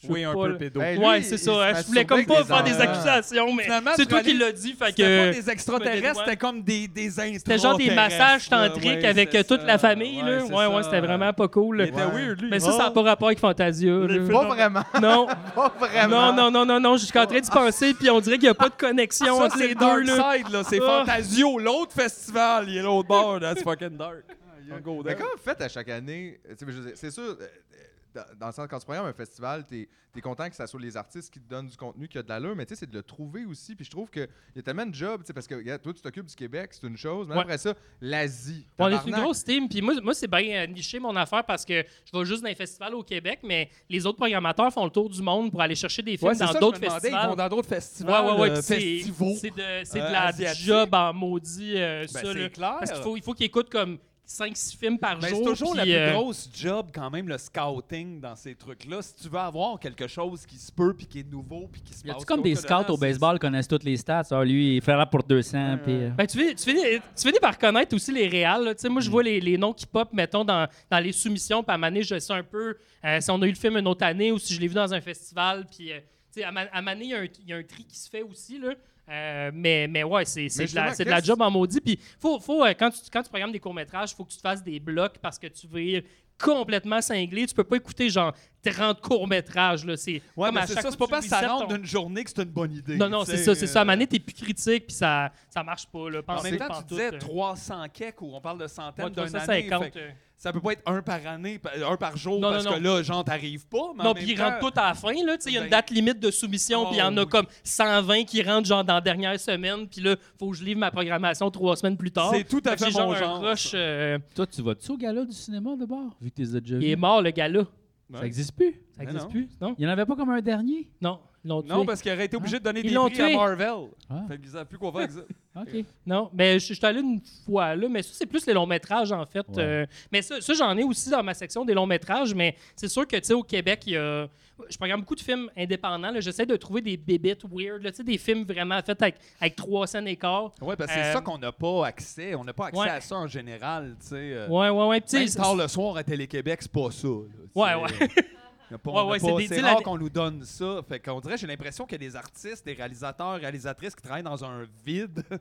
[SPEAKER 4] je sais
[SPEAKER 3] Oui, un
[SPEAKER 4] pas, là.
[SPEAKER 3] peu pédo.
[SPEAKER 2] Ben, lui,
[SPEAKER 4] ouais, c'est
[SPEAKER 2] il
[SPEAKER 4] ça.
[SPEAKER 2] se
[SPEAKER 4] hein, Je voulais
[SPEAKER 2] masturbait
[SPEAKER 4] comme
[SPEAKER 2] avec
[SPEAKER 4] pas
[SPEAKER 2] des
[SPEAKER 4] faire des
[SPEAKER 2] enfants.
[SPEAKER 4] accusations, mais
[SPEAKER 3] Finalement,
[SPEAKER 4] c'est
[SPEAKER 3] tu
[SPEAKER 4] toi
[SPEAKER 3] peux
[SPEAKER 4] qui
[SPEAKER 3] aller-
[SPEAKER 4] l'as dit, fait
[SPEAKER 3] C'était
[SPEAKER 4] que...
[SPEAKER 3] pas des extraterrestres,
[SPEAKER 4] ouais.
[SPEAKER 3] c'était comme des, des intrants.
[SPEAKER 4] C'était genre des massages tantriques avec euh, toute la famille, là.
[SPEAKER 3] c'est
[SPEAKER 4] Ouais,
[SPEAKER 3] ça.
[SPEAKER 4] ouais, c'était vraiment pas cool.
[SPEAKER 3] Il était weird, lui.
[SPEAKER 4] Mais ça, ça n'a
[SPEAKER 3] Oh.
[SPEAKER 4] pas rapport avec Fantasia. là.
[SPEAKER 2] Pas vraiment.
[SPEAKER 3] (laughs)
[SPEAKER 4] Non.
[SPEAKER 2] Pas vraiment.
[SPEAKER 4] Non, non, non, non, non, je suis en train de penser, puis on dirait qu'il n'y a pas de connexion
[SPEAKER 3] Ah. Ça,
[SPEAKER 4] entre
[SPEAKER 3] c'est
[SPEAKER 4] les deux,
[SPEAKER 3] Dark
[SPEAKER 4] là.
[SPEAKER 3] Side, là. C'est
[SPEAKER 4] Ah.
[SPEAKER 3] Fantasio, l'autre festival. Il est
[SPEAKER 4] (laughs)
[SPEAKER 3] l'autre bord, là. C'est fucking dark. On go
[SPEAKER 2] Mais
[SPEAKER 3] there.
[SPEAKER 2] Ben, comment vous faites à chaque année? Tu sais, je veux dire, C'est sûr, euh, dans, dans le sens, quand tu programmes un festival, tu es, content que ce soit les artistes qui te donnent du contenu qui a de l'allure, mais tu sais, c'est de le trouver aussi. Puis je trouve qu'il y a tellement de jobs, tu sais, parce que regarde, toi, tu t'occupes du Québec, c'est une chose, mais
[SPEAKER 4] Ouais.
[SPEAKER 2] après ça, l'Asie.
[SPEAKER 4] On est
[SPEAKER 2] tabarnak.
[SPEAKER 4] une grosse team, puis moi, moi c'est bien euh, niché mon affaire parce que je vais juste dans les festivals au Québec, mais les autres programmateurs font le tour du monde pour aller chercher des films
[SPEAKER 3] Ouais, c'est ça
[SPEAKER 4] dans
[SPEAKER 3] que
[SPEAKER 4] d'autres
[SPEAKER 3] je me demandais,
[SPEAKER 4] festivals.
[SPEAKER 3] Ils vont dans d'autres festivals.
[SPEAKER 4] Ouais, ouais, ouais.
[SPEAKER 3] euh,
[SPEAKER 4] puis c'est-
[SPEAKER 3] festivals.
[SPEAKER 4] C'est de, c'est de
[SPEAKER 3] euh,
[SPEAKER 4] la
[SPEAKER 3] asiatiques. Ben,
[SPEAKER 4] job en maudit, euh, ça,
[SPEAKER 3] c'est
[SPEAKER 4] là.
[SPEAKER 3] clair.
[SPEAKER 4] Parce qu'il faut, il faut qu'ils écoutent comme 5-6 films par
[SPEAKER 3] Ben, c'est
[SPEAKER 4] jour.
[SPEAKER 3] toujours la
[SPEAKER 4] puis,
[SPEAKER 3] plus
[SPEAKER 4] euh,
[SPEAKER 3] grosse job quand même, le scouting dans ces trucs-là. Si tu veux avoir quelque chose qui se peut, puis qui est nouveau, puis qui se
[SPEAKER 1] Y a-tu
[SPEAKER 3] passe
[SPEAKER 1] comme des
[SPEAKER 3] qu'au-delà,
[SPEAKER 1] scouts au
[SPEAKER 3] c'est-
[SPEAKER 1] baseball connaissent toutes les stats? Ah, lui, il fait là pour 200, puis... euh,
[SPEAKER 4] Ben, tu, finis, tu, finis, tu finis par connaître aussi les réals. là. Tu sais, Moi,
[SPEAKER 3] Mm.
[SPEAKER 4] je vois les, les noms qui pop, mettons, dans, dans les soumissions. Puis à Mané, je sais un peu euh, si on a eu le film une autre année ou si je l'ai vu dans un festival. Puis, euh, tu sais, à, Ma- à Mané, il y a un- il y, a un tri qui se fait aussi. Là. Euh, mais, mais ouais, c'est c'est
[SPEAKER 2] Mais
[SPEAKER 4] de, la-
[SPEAKER 2] justement,
[SPEAKER 4] c'est de la
[SPEAKER 2] qu'est-ce-
[SPEAKER 4] job en maudit. Puis faut, faut, euh, quand, tu, quand tu programmes des courts-métrages, il faut que tu te fasses des blocs parce que tu veux complètement cinglé. Tu peux pas écouter genre 30 courts-métrages. là. C'est
[SPEAKER 3] Ouais,
[SPEAKER 4] comme à
[SPEAKER 3] mais c'est
[SPEAKER 4] chaque
[SPEAKER 3] ça.
[SPEAKER 4] fois
[SPEAKER 3] C'est
[SPEAKER 4] que
[SPEAKER 3] pas
[SPEAKER 4] tu
[SPEAKER 3] parce que ça
[SPEAKER 4] reset
[SPEAKER 3] rentre
[SPEAKER 4] ton-
[SPEAKER 3] d'une journée que c'est une bonne idée.
[SPEAKER 4] Non, non,
[SPEAKER 3] tu
[SPEAKER 4] c'est
[SPEAKER 3] sais,
[SPEAKER 4] ça. C'est ça. À
[SPEAKER 3] euh,
[SPEAKER 4] Mané, t'es plus critique, puis ça, ça marche pas. Là.
[SPEAKER 3] En
[SPEAKER 4] Pensez
[SPEAKER 3] même
[SPEAKER 4] pas
[SPEAKER 3] temps, tu
[SPEAKER 4] pantoute,
[SPEAKER 3] disais
[SPEAKER 4] euh.
[SPEAKER 3] 300 keks ou on parle de centaines
[SPEAKER 4] Ouais,
[SPEAKER 3] d'un
[SPEAKER 4] 350,
[SPEAKER 3] année. fait que
[SPEAKER 4] euh.
[SPEAKER 3] ça peut pas être un par année, pa- un par jour,
[SPEAKER 4] Non,
[SPEAKER 3] parce
[SPEAKER 4] non,
[SPEAKER 3] que
[SPEAKER 4] non.
[SPEAKER 3] là, genre, t'arrives pas. mais en même
[SPEAKER 4] Non, puis ils
[SPEAKER 3] temps-
[SPEAKER 4] rentrent tout à la fin. là, tu sais, Il y a une
[SPEAKER 3] Ben,
[SPEAKER 4] date limite de soumission, puis il y en
[SPEAKER 3] oh,
[SPEAKER 4] a
[SPEAKER 3] oui.
[SPEAKER 4] comme 120 qui rentrent genre dans la dernière semaine, puis là, faut que je livre ma programmation trois semaines plus tard.
[SPEAKER 3] C'est tout à
[SPEAKER 4] que
[SPEAKER 3] fait
[SPEAKER 4] j'ai genre
[SPEAKER 3] mon
[SPEAKER 4] un
[SPEAKER 3] genre,
[SPEAKER 4] rush,
[SPEAKER 3] ça.
[SPEAKER 4] euh,
[SPEAKER 1] Toi, tu vas-tu au gala du cinéma, de bord, vu que t'es déjà
[SPEAKER 4] il
[SPEAKER 1] vu?
[SPEAKER 4] est mort, le gars-là.
[SPEAKER 1] Ça existe plus.
[SPEAKER 4] Ça
[SPEAKER 3] Mais
[SPEAKER 4] existe
[SPEAKER 3] non.
[SPEAKER 4] plus, non?
[SPEAKER 1] Il n'y en avait pas comme un dernier?
[SPEAKER 4] Non, ils l'ont tué.
[SPEAKER 3] Non, parce qu'il aurait été obligé de donner
[SPEAKER 4] Ils
[SPEAKER 3] des
[SPEAKER 4] l'ont
[SPEAKER 3] prix
[SPEAKER 4] tué.
[SPEAKER 3] à Marvel.
[SPEAKER 1] Ah.
[SPEAKER 3] Fait qu'ils savent plus quoi faire avec ça.
[SPEAKER 1] OK.
[SPEAKER 4] Non, mais je je suis allé une fois là, mais ça, c'est plus les longs métrages, en fait. Euh, mais ça, ça, j'en ai aussi dans ma section des longs métrages, mais c'est sûr que, tu sais, au Québec, il y a. Je programme beaucoup de films indépendants. là. J'essaie de trouver des bébites weird, là, tu sais, des films vraiment faits avec, avec trois scènes et quart.
[SPEAKER 3] Ouais, parce que
[SPEAKER 4] Euh,
[SPEAKER 3] c'est ça qu'on n'a pas accès. On n'a pas accès
[SPEAKER 4] ouais.
[SPEAKER 3] à ça en général, tu sais. euh,
[SPEAKER 4] Ouais, ouais, ouais. Puis, tu
[SPEAKER 3] Même
[SPEAKER 4] sais,
[SPEAKER 3] tard le soir à Télé-Québec, c'est pas ça. là, tu
[SPEAKER 4] Ouais,
[SPEAKER 3] sais. (laughs) Y a pas- on
[SPEAKER 4] Ouais,
[SPEAKER 3] a
[SPEAKER 4] ouais,
[SPEAKER 3] pas-
[SPEAKER 4] c'est des-
[SPEAKER 3] c'est
[SPEAKER 4] tu sais,
[SPEAKER 3] rare
[SPEAKER 4] la-
[SPEAKER 3] qu'on nous donne ça. Fait qu'on dirait, j'ai l'impression qu'il y a des artistes, des réalisateurs, réalisatrices qui travaillent dans un vide (laughs)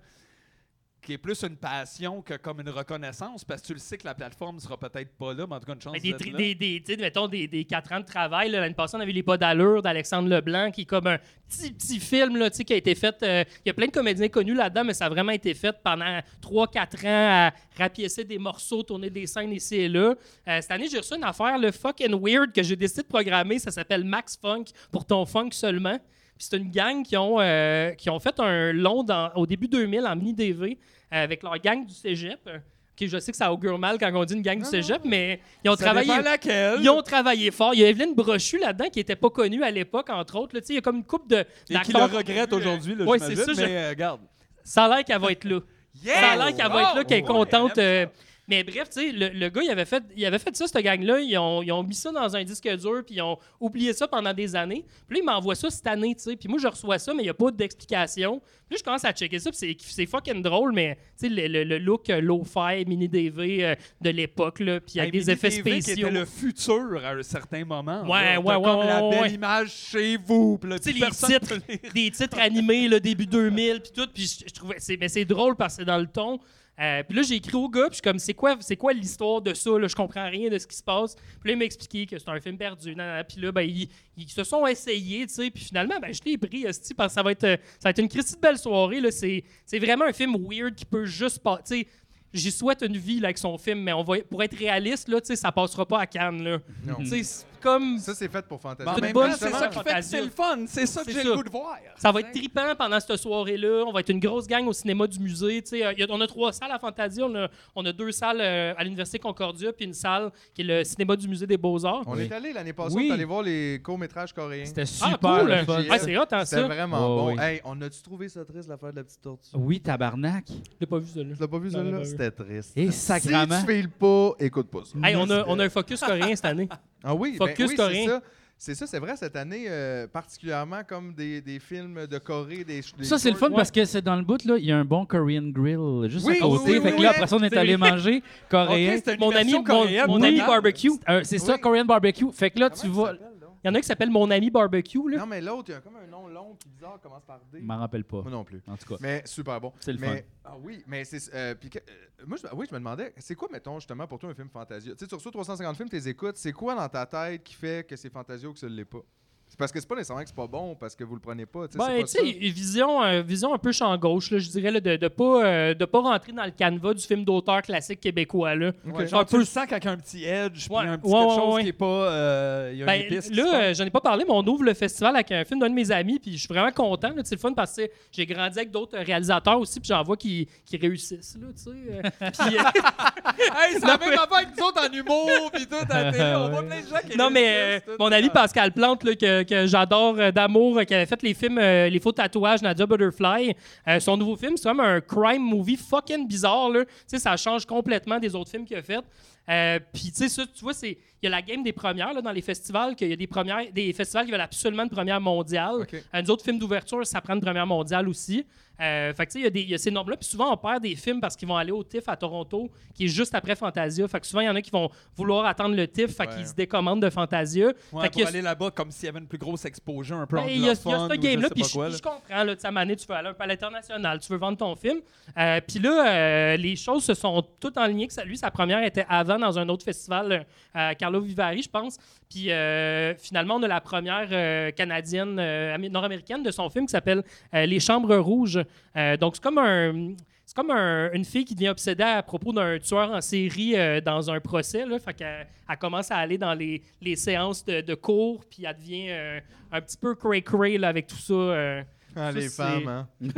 [SPEAKER 3] qui est plus une passion que comme une reconnaissance parce que tu le sais que la plateforme sera peut-être pas là, mais en tout cas, une chance
[SPEAKER 4] Mais des,
[SPEAKER 3] d'être
[SPEAKER 4] tri-
[SPEAKER 3] là.
[SPEAKER 4] des, des- tu sais, mettons, des, des 4 ans de travail. là. L'année passée, on avait Les Pas d'allure d'Alexandre Leblanc, qui est comme un petit, petit film là, tu sais, qui a été fait. euh, il y a plein de comédiens connus là-dedans, mais ça a vraiment été fait pendant 3-4 ans à rapiécer des morceaux, tourner des scènes ici et là. Euh, cette année, j'ai reçu une affaire, le fucking weird, que j'ai décidé de programmer. Ça s'appelle Max Funk, pour ton funk seulement. Puis c'est une gang qui ont, euh, qui ont fait un long dans- au début 2000 en mini-DV euh, avec leur gang du cégep. Euh, OK, je sais que ça augure mal quand on dit une gang du cégep, mais ils ont
[SPEAKER 3] Ça
[SPEAKER 4] travaillé.
[SPEAKER 3] dépend laquelle.
[SPEAKER 4] Ils ont travaillé fort. Il y a Evelyne Brochu là-dedans qui n'était pas connue à l'époque, entre autres. là. Tu sais, Il y a comme une coupe de.
[SPEAKER 3] Et qui le
[SPEAKER 4] d'acteurs- euh,
[SPEAKER 3] regrette aujourd'hui, là,
[SPEAKER 4] Ouais,
[SPEAKER 3] j'imagine,
[SPEAKER 4] c'est ça, je-
[SPEAKER 3] mais euh, regarde.
[SPEAKER 4] Ça a l'air qu'elle va être là. Ça a l'air qu'elle va être là, qu'elle est
[SPEAKER 3] Ouais,
[SPEAKER 4] contente.
[SPEAKER 3] elle aime
[SPEAKER 4] euh, mais bref, tu sais, le, le gars, il avait fait, il avait fait ça, ce gang-là. Ils ont, ils ont mis ça dans un disque dur, puis ils ont oublié ça pendant des années. Puis là, il m'envoie ça cette année, tu sais. Puis moi, je reçois ça, mais il n'y a pas d'explication. Puis là, je commence à checker ça, puis c'est- c'est fucking drôle, mais tu sais, le, le- le look euh, low-fi, mini-DV euh, de l'époque, là, puis avec
[SPEAKER 3] Hey,
[SPEAKER 4] des effets
[SPEAKER 3] MiniTV qui
[SPEAKER 4] spéciaux.
[SPEAKER 3] était le futur à un certain moment.
[SPEAKER 4] Ouais,
[SPEAKER 3] là.
[SPEAKER 4] ouais,
[SPEAKER 3] T'as
[SPEAKER 4] ouais,
[SPEAKER 3] comme la
[SPEAKER 4] ouais,
[SPEAKER 3] belle
[SPEAKER 4] ouais.
[SPEAKER 3] image chez vous. puis là,
[SPEAKER 4] Tu sais, les
[SPEAKER 3] personne
[SPEAKER 4] titres,
[SPEAKER 3] peut les-
[SPEAKER 4] (laughs) des titres animés, le début 2000, puis tout. Puis je, je trouvais, c'est, mais c'est drôle parce que c'est dans le ton. Euh, puis là, j'ai écrit au gars, puis je suis comme, c'est quoi, c'est quoi l'histoire de ça? Là? Je comprends rien de ce qui se passe. Puis là, il m'a expliqué que c'est un film perdu. nan, nan, nan. Puis là, ben, ils, ils se sont essayés, tu sais. Puis finalement, ben, je l'ai pris, hostie, parce que ça va être, euh, ça va être une Christie de belle soirée. Là. C'est, c'est vraiment un film weird qui peut juste pas. Tu sais, j'y souhaite une vie là, avec son film, mais on va, pour être réaliste, là, tu sais, ça passera pas à Cannes. Là. Tu sais, c'est comme.
[SPEAKER 2] Ça, c'est fait pour Fantasy.
[SPEAKER 3] Ben, en
[SPEAKER 4] une
[SPEAKER 3] même
[SPEAKER 4] bonne
[SPEAKER 3] temps, c'est
[SPEAKER 4] semaine
[SPEAKER 3] ça qui fait que
[SPEAKER 4] fantasieuse.
[SPEAKER 3] c'est le fun. C'est ça que
[SPEAKER 4] C'est
[SPEAKER 3] j'ai le
[SPEAKER 4] ça.
[SPEAKER 3] goût de voir.
[SPEAKER 4] Ça va être tripant pendant cette soirée-là. On va être une grosse gang au cinéma du musée. tu sais. Euh, y a- on a trois salles à Fantasia. On a, on a deux salles euh, à l'Université Concordia, puis une salle qui est le cinéma du musée des Beaux-Arts.
[SPEAKER 2] On est allé l'année passée,
[SPEAKER 1] Oui.
[SPEAKER 2] on est allé voir les courts-métrages coréens.
[SPEAKER 1] C'était super
[SPEAKER 4] Ah, cool!
[SPEAKER 1] le fun.
[SPEAKER 2] hein.
[SPEAKER 4] Ah, c'est hot, hein,
[SPEAKER 2] C'était
[SPEAKER 4] ça?
[SPEAKER 2] vraiment
[SPEAKER 1] Ouais,
[SPEAKER 2] bon.
[SPEAKER 1] ouais.
[SPEAKER 2] Hey, on a-tu trouvé ça triste, l'affaire de la petite tortue?
[SPEAKER 1] Oui, tabarnak.
[SPEAKER 4] Je l'ai pas vu, celui-là.
[SPEAKER 2] Tu l'as pas vu,
[SPEAKER 4] Non,
[SPEAKER 2] celle-là?
[SPEAKER 4] non, non.
[SPEAKER 2] C'était triste.
[SPEAKER 1] Et
[SPEAKER 2] Si
[SPEAKER 1] sacrament.
[SPEAKER 2] tu files pas, écoute pas ça.
[SPEAKER 4] Hey, on, a, on a un focus coréen
[SPEAKER 2] (laughs)
[SPEAKER 4] cette année.
[SPEAKER 2] Ah oui, ben
[SPEAKER 4] Focus
[SPEAKER 2] oui, c'est
[SPEAKER 4] coréen.
[SPEAKER 2] ça. C'est ça, c'est vrai, cette année, euh, particulièrement comme des, des films de Corée, des... des
[SPEAKER 1] Ça, c'est le fun
[SPEAKER 4] Ouais.
[SPEAKER 1] parce que c'est dans le bout, là, il y a un bon Korean Grill juste
[SPEAKER 2] Oui,
[SPEAKER 1] à côté.
[SPEAKER 2] oui, oui,
[SPEAKER 1] fait que
[SPEAKER 2] oui.
[SPEAKER 1] là, après ça, on est
[SPEAKER 4] C'est-
[SPEAKER 1] allé manger coréen.
[SPEAKER 4] Mon ami, mon, mon ami barbecue.
[SPEAKER 1] Euh, c'est ça,
[SPEAKER 2] Oui.
[SPEAKER 1] Korean Barbecue. Fait que là,
[SPEAKER 2] Comment
[SPEAKER 1] tu
[SPEAKER 2] il
[SPEAKER 1] vas.
[SPEAKER 2] s'appelle, donc?
[SPEAKER 4] Il y en a un qui s'appelle Mon ami barbecue. Là.
[SPEAKER 2] Non, mais l'autre, il y a comme un nom long puis bizarre, commence par D.
[SPEAKER 1] Je m'en rappelle pas.
[SPEAKER 2] Moi non plus.
[SPEAKER 1] En tout cas.
[SPEAKER 2] Mais super bon.
[SPEAKER 1] C'est le
[SPEAKER 2] mais,
[SPEAKER 1] fun.
[SPEAKER 2] Ah oui, mais c'est. euh, puis que- euh, moi, je, oui, je me demandais, c'est quoi, mettons, justement, pour toi, un film fantasio? Tu sais, tu reçois 350 films, tu les écoutes, c'est quoi dans ta tête qui fait que c'est fantasio ou que ça ne l'est pas? C'est parce que c'est pas nécessairement que c'est pas bon, parce que vous le prenez pas. Tu sais,
[SPEAKER 4] Ben, tu
[SPEAKER 2] c'est pas
[SPEAKER 4] sais,
[SPEAKER 2] ça.
[SPEAKER 4] vision, euh, vision un peu champ gauche, là, je dirais, là, de ne pas, euh, de pas rentrer dans le canevas du film d'auteur classique québécois. Là.
[SPEAKER 2] Ok.
[SPEAKER 3] Genre, tu le sens quand il y a un petit edge, puis
[SPEAKER 4] Ouais,
[SPEAKER 3] un petit
[SPEAKER 4] ouais,
[SPEAKER 3] quelque
[SPEAKER 4] ouais,
[SPEAKER 3] chose
[SPEAKER 4] ouais.
[SPEAKER 3] qui est pas. euh, Il y a
[SPEAKER 4] Ben,
[SPEAKER 3] une épice. qui se
[SPEAKER 4] là, euh, j'en ai pas parlé, mais on ouvre le festival avec un film d'un de mes amis, puis je suis vraiment content. là, C'est le fun parce que j'ai grandi avec d'autres réalisateurs aussi, puis j'en vois qui, qui réussissent. Là, tu sais, euh, puis, euh,
[SPEAKER 3] Hey, c'est la même affaire que nous
[SPEAKER 2] hein?
[SPEAKER 3] autres en humour, puis tout, à la télé. On voit plein de gens (laughs) qui
[SPEAKER 4] non, mais
[SPEAKER 3] réussissent,
[SPEAKER 4] euh,
[SPEAKER 3] tout.
[SPEAKER 4] mon ami Pascal Plante, là, que, que j'adore euh, d'amour, euh, qui avait fait les films euh, Les faux tatouages, Nadia Butterfly, euh, son nouveau film, c'est comme un crime movie fucking bizarre. Là. Tu sais, ça change complètement des autres films qu'il a fait. Euh, Puis, tu sais, ça, tu vois, c'est- il y a la game des premières là, dans les festivals, qu'il y a des, premières, des festivals qui veulent absolument une première mondiale.
[SPEAKER 2] Ok.
[SPEAKER 4] Euh, nous autres films d'ouverture, ça prend une première mondiale aussi. Euh, fait que, tu sais, il y a des- il y, a ces normes-là. Puis souvent, on perd des films parce qu'ils vont aller au TIFF à Toronto, qui est juste après Fantasia. Fait que souvent, il y en a qui vont vouloir attendre le TIFF, fait
[SPEAKER 2] Ouais.
[SPEAKER 4] qu'ils se décommandent de Fantasia.
[SPEAKER 3] Ouais,
[SPEAKER 4] fait
[SPEAKER 3] pour
[SPEAKER 4] qu'il y a-
[SPEAKER 3] aller là-bas comme s'il y avait une plus grosse exposure un peu
[SPEAKER 4] ben, Il y a, il y a ce
[SPEAKER 3] anglophone ou
[SPEAKER 4] game-là,
[SPEAKER 3] je sais
[SPEAKER 4] puis
[SPEAKER 3] pas
[SPEAKER 4] je,
[SPEAKER 3] quoi, là.
[SPEAKER 4] je comprends, là, tu sais, à un moment donné, tu veux aller un peu à l'international, tu veux vendre ton film. Euh, puis là, euh, les choses se sont toutes enlignées. Que ça, lui, sa première était avant dans un autre festival, euh, à Carlo Vivari, je pense. Puis euh, finalement, on a la première euh, canadienne, euh, amé- nord-américaine de son film qui s'appelle euh, Les Chambres Rouges. Euh, donc, c'est comme un. C'est comme un- une fille qui devient obsédée à propos d'un tueur en série euh, dans un procès. Là, fait qu'elle elle commence à aller dans les, les séances de, de cours, puis elle devient euh, un petit peu cray-cray là, avec tout ça. euh.
[SPEAKER 2] Ah, les
[SPEAKER 4] c'est-
[SPEAKER 2] femmes, hein.
[SPEAKER 4] Bon,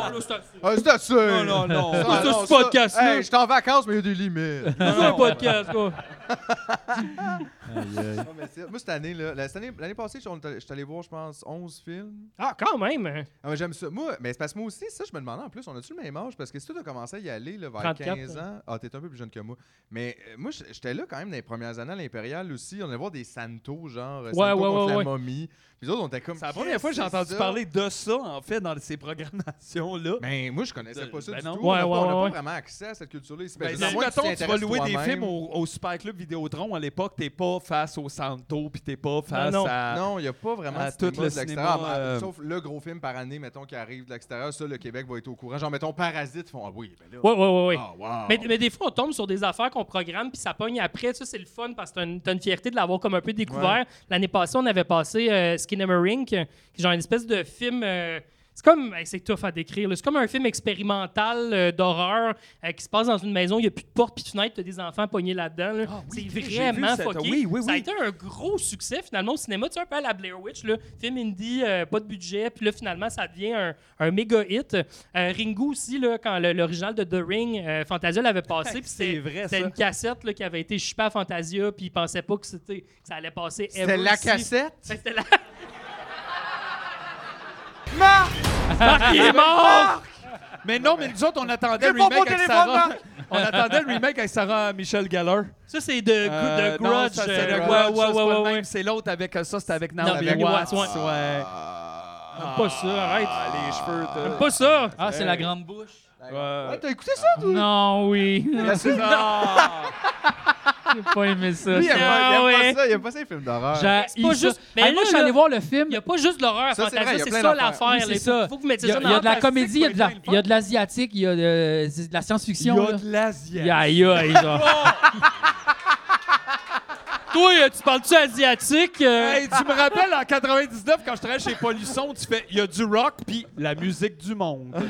[SPEAKER 4] là, c'est un-
[SPEAKER 2] Ah, c'est assez!
[SPEAKER 3] Non, non, non.
[SPEAKER 2] Ah,
[SPEAKER 4] ça,
[SPEAKER 2] non,
[SPEAKER 4] c'est podcast, là.
[SPEAKER 2] Hey, je suis en vacances, mais il y a des limites.
[SPEAKER 3] (laughs)
[SPEAKER 4] c'est un podcast. quoi.
[SPEAKER 2] Non, mais c'est- Moi, cette année, là, la- cette année- l'année passée, on est allé- je suis allé voir, je pense, 11 films.
[SPEAKER 4] Ah, quand même!
[SPEAKER 2] Ah, mais j'aime ça. Moi, mais c'est parce que moi aussi, ça, je me demandais en plus, on a-tu le même âge? Parce que si tu as commencé à y aller là, vers
[SPEAKER 4] 34,
[SPEAKER 2] 15 ans, ah, t'es un peu plus jeune que moi. Mais euh, moi, j- j'étais là quand même dans les premières années à l'Impérial aussi. On allait voir des Santos, genre euh,
[SPEAKER 4] Ouais,
[SPEAKER 2] Santo
[SPEAKER 4] ouais,
[SPEAKER 2] contre
[SPEAKER 4] ouais,
[SPEAKER 2] la
[SPEAKER 4] ouais.
[SPEAKER 2] momie. Puis les autres, on était comme.
[SPEAKER 3] C'est la première fois que j'ai entendu
[SPEAKER 2] ça?
[SPEAKER 3] parler de ça, en fait, dans ces programmations-là.
[SPEAKER 2] Mais moi, je connaissais
[SPEAKER 3] De-
[SPEAKER 2] pas ça
[SPEAKER 3] ben
[SPEAKER 2] du
[SPEAKER 3] non.
[SPEAKER 2] tout.
[SPEAKER 4] Ouais,
[SPEAKER 2] on n'a pas,
[SPEAKER 4] ouais,
[SPEAKER 2] on n'a pas
[SPEAKER 4] ouais.
[SPEAKER 2] vraiment accès à cette culture-là ici.
[SPEAKER 3] Ben,
[SPEAKER 2] Parce que à
[SPEAKER 3] si,
[SPEAKER 2] moins que tu
[SPEAKER 3] mettons, tu vas
[SPEAKER 2] t'intéresses
[SPEAKER 3] louer des
[SPEAKER 2] toi-même.
[SPEAKER 3] films au, au Super Club Vidéotron à l'époque, t'es pas face au Santo, puis t'es pas face
[SPEAKER 4] non.
[SPEAKER 3] à.
[SPEAKER 2] Non, il n'y a pas vraiment
[SPEAKER 3] à
[SPEAKER 2] de cinéma
[SPEAKER 3] tout le
[SPEAKER 2] de l'extérieur.
[SPEAKER 3] cinéma,
[SPEAKER 2] Ah,
[SPEAKER 3] euh,
[SPEAKER 2] Sauf le gros film par année, mettons, qui arrive de l'extérieur. Ça, le Québec va être au courant. Genre, mettons, Parasite, ils font Ah oui, ben là.
[SPEAKER 4] Oui, oui, oui.
[SPEAKER 2] Ah, wow.
[SPEAKER 4] Mais, mais des fois, on tombe sur des affaires qu'on programme, puis ça pogne après. Ça, c'est le fun parce que t'as une, t'as une fierté de l'avoir comme un peu découvert. L'année passée, on avait passé euh, Skinnamarink, euh, qui est genre une espèce de film. euh, c'est comme, hey, c'est tough à décrire, là. c'est comme un film expérimental euh, d'horreur euh, qui se passe dans une maison, il n'y a plus de porte puis de fenêtre, tu des enfants pognés là-dedans. là.
[SPEAKER 3] Ah oui,
[SPEAKER 4] c'est
[SPEAKER 3] j'ai vu
[SPEAKER 4] vraiment
[SPEAKER 3] cette-
[SPEAKER 4] fucké.
[SPEAKER 3] oui, oui,
[SPEAKER 4] Ça a
[SPEAKER 3] oui.
[SPEAKER 4] été un gros succès finalement au cinéma, tu sais, un peu à la Blair Witch, là. film indie, euh, pas de budget, puis là finalement ça devient un, un méga hit. Euh, Ringu aussi, là, quand le- l'original de The Ring, euh,
[SPEAKER 1] (laughs)
[SPEAKER 4] Fantasia l'avait passé, puis
[SPEAKER 3] C'est
[SPEAKER 4] c'était-
[SPEAKER 3] vrai,
[SPEAKER 4] c'était
[SPEAKER 3] ça.
[SPEAKER 4] une cassette là, qui avait été chipée à Fantasia, puis ils pensaient pas que, c'était- que ça allait passer.
[SPEAKER 2] C'était
[SPEAKER 4] ever
[SPEAKER 2] la
[SPEAKER 4] ici. (laughs)
[SPEAKER 2] cassette.
[SPEAKER 4] Fait que C'était la... Marc! il est mort!
[SPEAKER 3] Mais non, mais nous autres, on attendait le
[SPEAKER 2] Réponds pas au
[SPEAKER 3] remake avec
[SPEAKER 2] téléphone,
[SPEAKER 3] Sarah. On attendait le remake avec Sarah Michelle Geller.
[SPEAKER 4] Ça, c'est de,
[SPEAKER 3] Euh,
[SPEAKER 4] de
[SPEAKER 3] non,
[SPEAKER 4] Grudge.
[SPEAKER 3] ça, c'est
[SPEAKER 4] euh,
[SPEAKER 3] le
[SPEAKER 4] ouais,
[SPEAKER 3] Grudge, ça,
[SPEAKER 4] ouais,
[SPEAKER 3] c'est
[SPEAKER 4] ouais,
[SPEAKER 3] pas le
[SPEAKER 4] ouais,
[SPEAKER 3] même,
[SPEAKER 4] ouais.
[SPEAKER 3] c'est l'autre avec euh, ça, c'était avec Naomi,
[SPEAKER 4] Naomi
[SPEAKER 3] Watts.
[SPEAKER 4] Watts, ouais.
[SPEAKER 3] ouais.
[SPEAKER 2] Ah.
[SPEAKER 4] Pas ça, arrête.
[SPEAKER 3] Ah, les cheveux de...
[SPEAKER 4] Pas ça!
[SPEAKER 1] Ah, c'est la grande bouche.
[SPEAKER 3] Ouais.
[SPEAKER 2] Ouais, T'as écouté ça, toi?
[SPEAKER 1] Non, oui.
[SPEAKER 2] Bien sûr.
[SPEAKER 3] Ah!
[SPEAKER 1] (laughs) J'ai pas aimé ça.
[SPEAKER 2] Lui, il aime pas, il aime
[SPEAKER 4] Ah ouais.
[SPEAKER 2] pas ça. Il aime pas ça, les films d'horreur.
[SPEAKER 4] C'est pas juste-
[SPEAKER 1] Mais
[SPEAKER 4] Mais
[SPEAKER 1] moi,
[SPEAKER 4] là,
[SPEAKER 1] je suis allé
[SPEAKER 4] là-
[SPEAKER 1] voir le film.
[SPEAKER 4] Il n'y a pas juste de l'horreur à
[SPEAKER 2] Ça, c'est vrai,
[SPEAKER 4] Fantasia,
[SPEAKER 2] il y a
[SPEAKER 4] c'est
[SPEAKER 2] plein
[SPEAKER 4] ça
[SPEAKER 2] d'affaires.
[SPEAKER 1] Oui,
[SPEAKER 4] l'affaire.
[SPEAKER 1] c'est
[SPEAKER 4] là.
[SPEAKER 1] ça.
[SPEAKER 4] Faut, faut que vous
[SPEAKER 1] Il
[SPEAKER 4] mettiez
[SPEAKER 1] y a,
[SPEAKER 4] ça dans
[SPEAKER 1] il y a de la
[SPEAKER 4] l'affaire.
[SPEAKER 1] comédie, il y a de la-
[SPEAKER 3] pour être
[SPEAKER 1] il y a de l'asiatique, il y a de, c'est de la
[SPEAKER 3] Il y
[SPEAKER 1] science-fiction.
[SPEAKER 3] a
[SPEAKER 1] là.
[SPEAKER 3] de l'Asie.
[SPEAKER 1] Aïe, aïe, aïe, (laughs) genre.
[SPEAKER 4] Toi, euh, tu parles-tu asiatique? euh?
[SPEAKER 3] Hey, tu me rappelles en 99 quand je travaillais chez Polisson, tu fais il y a du rock puis la musique du monde.
[SPEAKER 1] (laughs)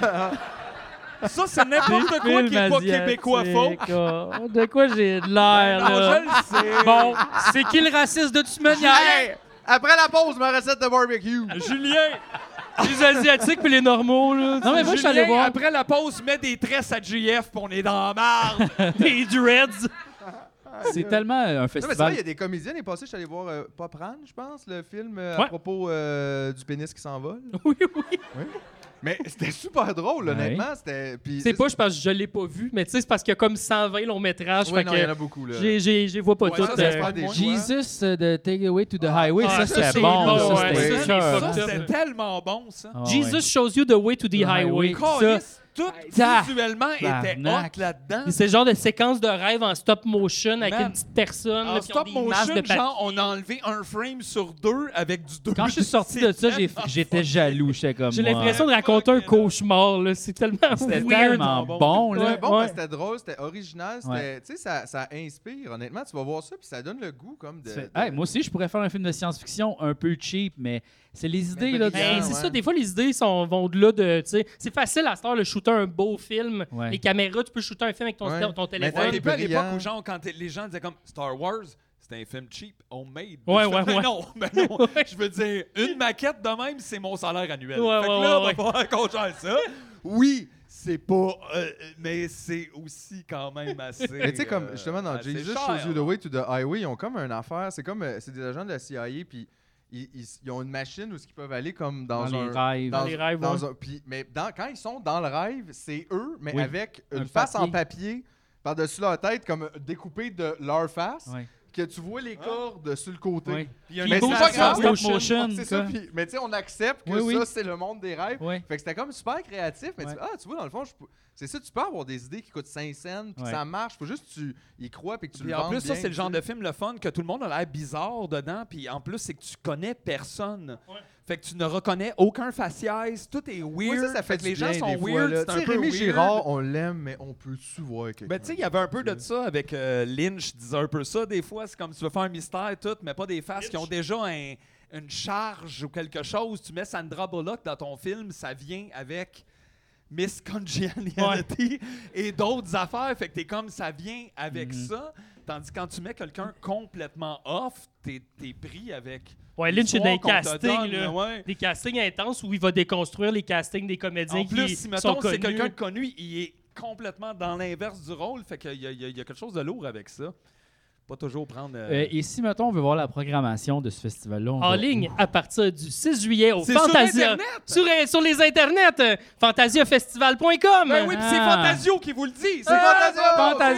[SPEAKER 3] Ça, c'est n'importe quoi qui n'est pas québécois faux.
[SPEAKER 4] faux. De quoi j'ai de l'air,
[SPEAKER 3] Non,
[SPEAKER 4] là?
[SPEAKER 3] je le sais.
[SPEAKER 4] Bon, c'est qui le raciste de toute manière?
[SPEAKER 2] Hey, après la pause, ma recette de barbecue.
[SPEAKER 4] Julien! Les Asiatiques puis les normaux, là.
[SPEAKER 1] Non, mais moi, je suis allé
[SPEAKER 3] Julien,
[SPEAKER 1] voir.
[SPEAKER 3] Après la pause, mets des tresses à JF puis on est dans la
[SPEAKER 1] (laughs)
[SPEAKER 3] marde.
[SPEAKER 4] Des dreads!
[SPEAKER 1] C'est tellement euh, un
[SPEAKER 2] Non, mais c'est vrai, il
[SPEAKER 1] festival.
[SPEAKER 2] y a des comédiens. L'année passée, je suis allé voir euh, Pop Run, je pense, le film euh, à
[SPEAKER 4] Ouais.
[SPEAKER 2] propos euh, du pénis qui s'envole.
[SPEAKER 4] (laughs) Oui, oui.
[SPEAKER 2] Mais c'était super drôle,
[SPEAKER 1] Ouais.
[SPEAKER 2] honnêtement. C'était. puis-
[SPEAKER 4] Ben C'est pas, je pense, que je l'ai pas vu, mais tu sais, c'est parce qu'il y a comme 120 longs métrages.
[SPEAKER 2] Ouais,
[SPEAKER 4] fait
[SPEAKER 2] non, il y en
[SPEAKER 4] que
[SPEAKER 2] a beaucoup, là.
[SPEAKER 4] j'ai- j'ai- je les vois pas
[SPEAKER 2] Ouais,
[SPEAKER 4] toutes.
[SPEAKER 2] ça, ça se
[SPEAKER 4] euh.
[SPEAKER 2] prend des choix.
[SPEAKER 1] Jesus euh, de Take It Away to the Highway,
[SPEAKER 4] Ah,
[SPEAKER 1] ça,
[SPEAKER 4] ça,
[SPEAKER 1] c'était
[SPEAKER 4] c'est
[SPEAKER 1] bon.
[SPEAKER 4] bon,
[SPEAKER 1] ça,
[SPEAKER 4] ouais.
[SPEAKER 1] c'était sûr.
[SPEAKER 4] Ça, c'est
[SPEAKER 3] Ça,
[SPEAKER 4] fucked up.
[SPEAKER 3] c'était tellement bon, ça.
[SPEAKER 1] Ah, ouais.
[SPEAKER 4] Jesus shows you the way to the
[SPEAKER 1] The
[SPEAKER 4] highway.
[SPEAKER 1] highway.
[SPEAKER 4] Ça,
[SPEAKER 3] Calisse, tout
[SPEAKER 1] ça,
[SPEAKER 3] visuellement était
[SPEAKER 1] tabarnak.
[SPEAKER 3] hot là-dedans.
[SPEAKER 4] c'est le genre de séquence de rêve en stop motion avec
[SPEAKER 3] hein? Man.
[SPEAKER 4] une petite personne.
[SPEAKER 3] En
[SPEAKER 4] là, puis ils ont
[SPEAKER 3] stop
[SPEAKER 4] des masses
[SPEAKER 3] motion,
[SPEAKER 4] de papier.
[SPEAKER 3] genre, on a enlevé un frame sur deux avec du deux.
[SPEAKER 1] Quand je suis sorti de ça, j'ai- j'étais jaloux, j'étais comme
[SPEAKER 4] J'ai
[SPEAKER 1] moi.
[SPEAKER 4] l'impression de raconter un cauchemar. là. C'est tellement
[SPEAKER 1] C'était
[SPEAKER 4] weird.
[SPEAKER 1] tellement
[SPEAKER 3] bon.
[SPEAKER 1] bon,
[SPEAKER 2] C'était
[SPEAKER 1] là.
[SPEAKER 2] bon,
[SPEAKER 4] ouais.
[SPEAKER 2] parce que c'était drôle, c'était original, c'était-
[SPEAKER 1] Ouais.
[SPEAKER 2] tu sais, ça, ça inspire, honnêtement. Tu vas voir ça, puis ça donne le goût, comme de.
[SPEAKER 1] Tu fais,
[SPEAKER 2] de-
[SPEAKER 1] Hey, moi aussi, je pourrais faire un film de science-fiction un peu cheap, mais c'est les idées, là.
[SPEAKER 2] brillant.
[SPEAKER 1] du-
[SPEAKER 4] Ben,
[SPEAKER 2] Ouais,
[SPEAKER 4] c'est
[SPEAKER 2] ouais.
[SPEAKER 4] ça, des fois, les idées sont, vont de là de. tu sais, C'est facile à ce heure de shooter un beau film.
[SPEAKER 1] Ouais.
[SPEAKER 4] Les caméras, tu peux shooter un film avec ton,
[SPEAKER 2] Ouais.
[SPEAKER 4] sta- ton
[SPEAKER 2] Mais
[SPEAKER 4] téléphone.
[SPEAKER 3] Ouais,
[SPEAKER 2] Ouais,
[SPEAKER 3] t'es plus à l'époque
[SPEAKER 2] brillant.
[SPEAKER 3] où, genre, quand t'es- les gens disaient comme Star Wars, c'était un film cheap, homemade.
[SPEAKER 4] Ouais,
[SPEAKER 3] Je fais,
[SPEAKER 4] ouais,
[SPEAKER 3] mais (laughs)
[SPEAKER 4] (laughs) ouais.
[SPEAKER 3] Non, mais non. Je veux dire, une maquette de même, c'est mon salaire annuel.
[SPEAKER 4] Ouais,
[SPEAKER 3] fait que
[SPEAKER 4] ouais,
[SPEAKER 3] là,
[SPEAKER 4] ouais,
[SPEAKER 3] on va falloir qu'on gère ça. Oui, c'est (laughs) pas. euh, mais c'est aussi quand même assez.
[SPEAKER 2] Mais tu sais, comme
[SPEAKER 3] euh,
[SPEAKER 2] justement dans
[SPEAKER 3] assez
[SPEAKER 2] Jesus
[SPEAKER 3] cher.
[SPEAKER 2] Shows You the Way to the Highway, ils ont comme une affaire. C'est comme. euh, C'est des agents de la CIA, puis ils, ils, ils ont une machine où ils peuvent aller comme dans,
[SPEAKER 1] Dans les
[SPEAKER 2] un.
[SPEAKER 1] rêves.
[SPEAKER 2] dans-
[SPEAKER 4] les rêves,
[SPEAKER 2] dans un- puis- mais dans- quand ils sont dans le rêve, c'est eux, mais
[SPEAKER 1] Oui.
[SPEAKER 2] avec une
[SPEAKER 1] Un
[SPEAKER 2] face
[SPEAKER 1] papier.
[SPEAKER 2] en papier par-dessus leur tête, comme découpée de leur face,
[SPEAKER 1] Ouais.
[SPEAKER 2] que tu vois les cordes sur le côté.
[SPEAKER 1] Ouais.
[SPEAKER 3] Puis il y a un
[SPEAKER 2] Mais
[SPEAKER 1] Ils bougent
[SPEAKER 2] c'est
[SPEAKER 1] pas
[SPEAKER 2] pas grave.
[SPEAKER 1] stop motion.
[SPEAKER 2] C'est ça,
[SPEAKER 1] quoi.
[SPEAKER 2] puis- mais tu sais, on accepte que
[SPEAKER 1] Oui, oui.
[SPEAKER 2] ça, c'est le monde des rêves.
[SPEAKER 1] Ouais.
[SPEAKER 2] Fait que c'était comme super créatif, mais
[SPEAKER 1] Ouais.
[SPEAKER 2] tu, ah, tu vois, dans le fond, je peux- c'est ça, tu peux avoir des idées qui coûtent 5 cents, puis
[SPEAKER 1] Ouais.
[SPEAKER 2] ça marche, faut juste que tu y crois, puis que tu
[SPEAKER 3] Puis
[SPEAKER 2] le
[SPEAKER 3] en
[SPEAKER 2] vendes
[SPEAKER 3] plus, ça,
[SPEAKER 2] bien,
[SPEAKER 3] c'est le genre
[SPEAKER 2] tu
[SPEAKER 3] de film le fun que tout le monde a l'air bizarre dedans. Puis en plus, c'est que tu connais personne. Fait que tu ne reconnais aucun faciès. Tout est weird.
[SPEAKER 2] Oui, ça, ça fait
[SPEAKER 3] que
[SPEAKER 2] du
[SPEAKER 3] les gens
[SPEAKER 2] bien,
[SPEAKER 3] sont
[SPEAKER 2] des fois,
[SPEAKER 3] weird.
[SPEAKER 2] là.
[SPEAKER 3] c'est
[SPEAKER 2] Tu
[SPEAKER 3] un
[SPEAKER 2] sais,
[SPEAKER 3] peu
[SPEAKER 2] Rémi
[SPEAKER 3] weird.
[SPEAKER 2] Girard, on l'aime, mais on peut-tu voir quelqu'un?
[SPEAKER 3] Ben, tu sais, il y avait un peu de ça avec euh, Lynch, disait un peu ça. Des fois, c'est comme tu veux faire un mystère, tout, mais pas des faces qui ont déjà un- une charge ou quelque chose. Tu mets Sandra Bullock dans ton film, ça vient avec Miss Congeniality (laughs) et d'autres affaires. Fait que t'es comme ça vient avec ça. Tandis que quand tu mets quelqu'un complètement off, t'es es pris avec.
[SPEAKER 4] Ouais, Lynch est dans les
[SPEAKER 3] l'histoire qu'on te
[SPEAKER 4] castings,
[SPEAKER 3] donne,
[SPEAKER 4] là.
[SPEAKER 3] ouais.
[SPEAKER 4] Des castings intenses où il va déconstruire les castings des comédiens
[SPEAKER 3] En plus,
[SPEAKER 4] qui
[SPEAKER 3] si
[SPEAKER 4] sont
[SPEAKER 3] mettons,
[SPEAKER 4] connus.
[SPEAKER 3] c'est quelqu'un de connu, il est complètement dans l'inverse du rôle. Fait qu'il y, a- il y a il y a quelque chose de lourd avec ça. Pas toujours prendre. euh,
[SPEAKER 1] Euh, et si, mettons, on veut voir la programmation de ce festival-là, on
[SPEAKER 4] En
[SPEAKER 1] va-
[SPEAKER 4] ligne à partir du 6 juillet au
[SPEAKER 3] C'est sur
[SPEAKER 4] Fantasia.
[SPEAKER 3] Internet!
[SPEAKER 4] Sur, euh, sur les internets. euh, fantasiafestival.com.
[SPEAKER 3] Ben oui, puis c'est
[SPEAKER 1] Ah.
[SPEAKER 3] Fantasio qui vous le dit. C'est
[SPEAKER 2] Ah,
[SPEAKER 3] Fantasio.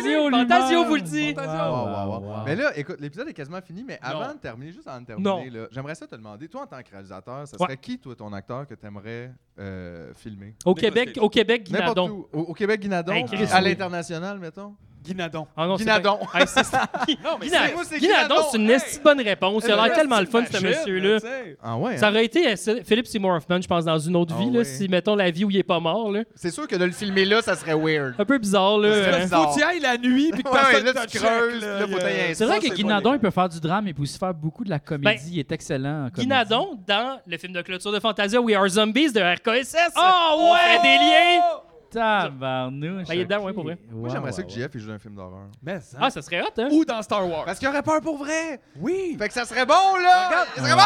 [SPEAKER 1] Fantasio, lui-même.
[SPEAKER 4] Oh, Fantasio vous le dit.
[SPEAKER 2] Wow,
[SPEAKER 3] Fantasio.
[SPEAKER 2] wow,
[SPEAKER 1] Wow,
[SPEAKER 2] wow.
[SPEAKER 1] wow.
[SPEAKER 2] Mais là, écoute, l'épisode est quasiment fini, mais avant
[SPEAKER 4] Non.
[SPEAKER 2] de terminer, juste avant de
[SPEAKER 4] Non.
[SPEAKER 2] terminer, là, j'aimerais ça te demander, toi, en tant que réalisateur, ça
[SPEAKER 4] Ouais.
[SPEAKER 2] serait qui, toi, ton acteur que t'aimerais euh, filmer?
[SPEAKER 4] Au Québec, au Québec,
[SPEAKER 2] N'importe
[SPEAKER 4] Guinadon.
[SPEAKER 2] où. Au, au Québec, Guinadon,
[SPEAKER 4] Hey, Chris,
[SPEAKER 2] à
[SPEAKER 4] oui.
[SPEAKER 2] l'international, mettons.
[SPEAKER 3] Guinadon.
[SPEAKER 4] Ah non, c'est
[SPEAKER 2] Guinadon.
[SPEAKER 4] pas- Hey, c'est-
[SPEAKER 3] Non, mais
[SPEAKER 4] Guinadon,
[SPEAKER 2] moi, c'est
[SPEAKER 4] Guinadon,
[SPEAKER 2] Guinadon,
[SPEAKER 4] c'est une
[SPEAKER 2] hey.
[SPEAKER 4] esti de bonne réponse. Il a l'air tellement le fun, ce monsieur-là.
[SPEAKER 2] (laughs) Ah ouais, hein?
[SPEAKER 4] Ça aurait été euh, ce- Philip Seymour Hoffman, je pense, dans une autre
[SPEAKER 2] Ah
[SPEAKER 4] vie, là,
[SPEAKER 2] ouais.
[SPEAKER 4] si, mettons, la vie où il est pas mort. Là.
[SPEAKER 2] C'est sûr que de le filmer là, ça serait weird.
[SPEAKER 4] Un peu bizarre. Là,
[SPEAKER 2] serait
[SPEAKER 4] euh.
[SPEAKER 2] bizarre.
[SPEAKER 3] Faut que tu ailles la nuit puis que
[SPEAKER 2] Ouais,
[SPEAKER 3] personne
[SPEAKER 2] ouais, là,
[SPEAKER 3] te
[SPEAKER 2] tu
[SPEAKER 3] check,
[SPEAKER 2] creuses, là, faut
[SPEAKER 3] il y a-
[SPEAKER 2] t'ailler un
[SPEAKER 1] C'est vrai
[SPEAKER 2] Ça,
[SPEAKER 1] que
[SPEAKER 2] c'est
[SPEAKER 1] Guinadon,
[SPEAKER 2] pas
[SPEAKER 1] il peut faire du drame, mais il peut aussi faire beaucoup de la comédie. il est excellent. en comédie.
[SPEAKER 4] Ben, Guinadon, dans le film de clôture de Fantasia We Are Zombies de RKSS.
[SPEAKER 2] Ah
[SPEAKER 3] Oh,
[SPEAKER 4] On fait des liens.
[SPEAKER 1] Tabarnouche.
[SPEAKER 4] Ben, il est dedans,
[SPEAKER 1] ok.
[SPEAKER 4] ouais, pour vrai.
[SPEAKER 1] Wow,
[SPEAKER 2] Moi, j'aimerais ça
[SPEAKER 1] wow,
[SPEAKER 2] que JF il joue un film d'horreur.
[SPEAKER 3] Mais
[SPEAKER 4] Ah, ça serait hot, hein?
[SPEAKER 3] Ou dans Star Wars.
[SPEAKER 2] Parce qu'il aurait peur pour vrai.
[SPEAKER 3] Oui.
[SPEAKER 2] Fait que ça serait bon, là.
[SPEAKER 3] Regarde.
[SPEAKER 2] Ça serait bon.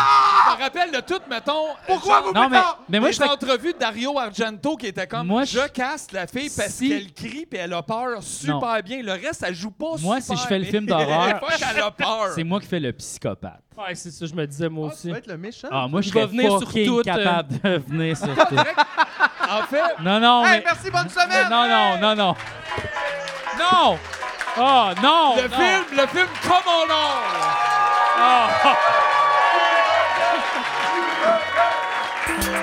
[SPEAKER 3] Je me rappelle de tout, mettons.
[SPEAKER 2] ah! Pourquoi
[SPEAKER 3] genre,
[SPEAKER 2] vous
[SPEAKER 1] Non, mais, mais moi,
[SPEAKER 3] les
[SPEAKER 1] je serais-
[SPEAKER 3] entrevues de Dario Argento qui était comme
[SPEAKER 1] Moi,
[SPEAKER 3] je,
[SPEAKER 1] je-
[SPEAKER 3] casse la fille parce
[SPEAKER 1] Si-
[SPEAKER 3] qu'elle crie puis elle a peur super
[SPEAKER 1] Non.
[SPEAKER 3] bien. Le reste, elle joue pas
[SPEAKER 1] Moi,
[SPEAKER 3] super,
[SPEAKER 1] si je fais le
[SPEAKER 3] mais-
[SPEAKER 1] film d'horreur,
[SPEAKER 3] (laughs) Des fois, elle a peur.
[SPEAKER 1] c'est moi qui fais le psychopathe.
[SPEAKER 4] Ouais, c'est ça, je me disais, moi
[SPEAKER 2] Ah, tu
[SPEAKER 4] aussi.
[SPEAKER 2] vas être le méchant.
[SPEAKER 1] Ah, moi, je
[SPEAKER 4] Je vais
[SPEAKER 1] serais
[SPEAKER 4] venir sur
[SPEAKER 1] fucking
[SPEAKER 4] tout, euh.
[SPEAKER 1] capable de venir
[SPEAKER 4] (laughs)
[SPEAKER 1] sur tout.
[SPEAKER 3] En fait,
[SPEAKER 1] Non, non,
[SPEAKER 2] Hey,
[SPEAKER 1] mais...
[SPEAKER 2] merci, bonne semaine.
[SPEAKER 1] Non, non, non, non. Non! Oh, non!
[SPEAKER 3] le
[SPEAKER 1] non.
[SPEAKER 3] film, le film comme on l'a.
[SPEAKER 1] Ah.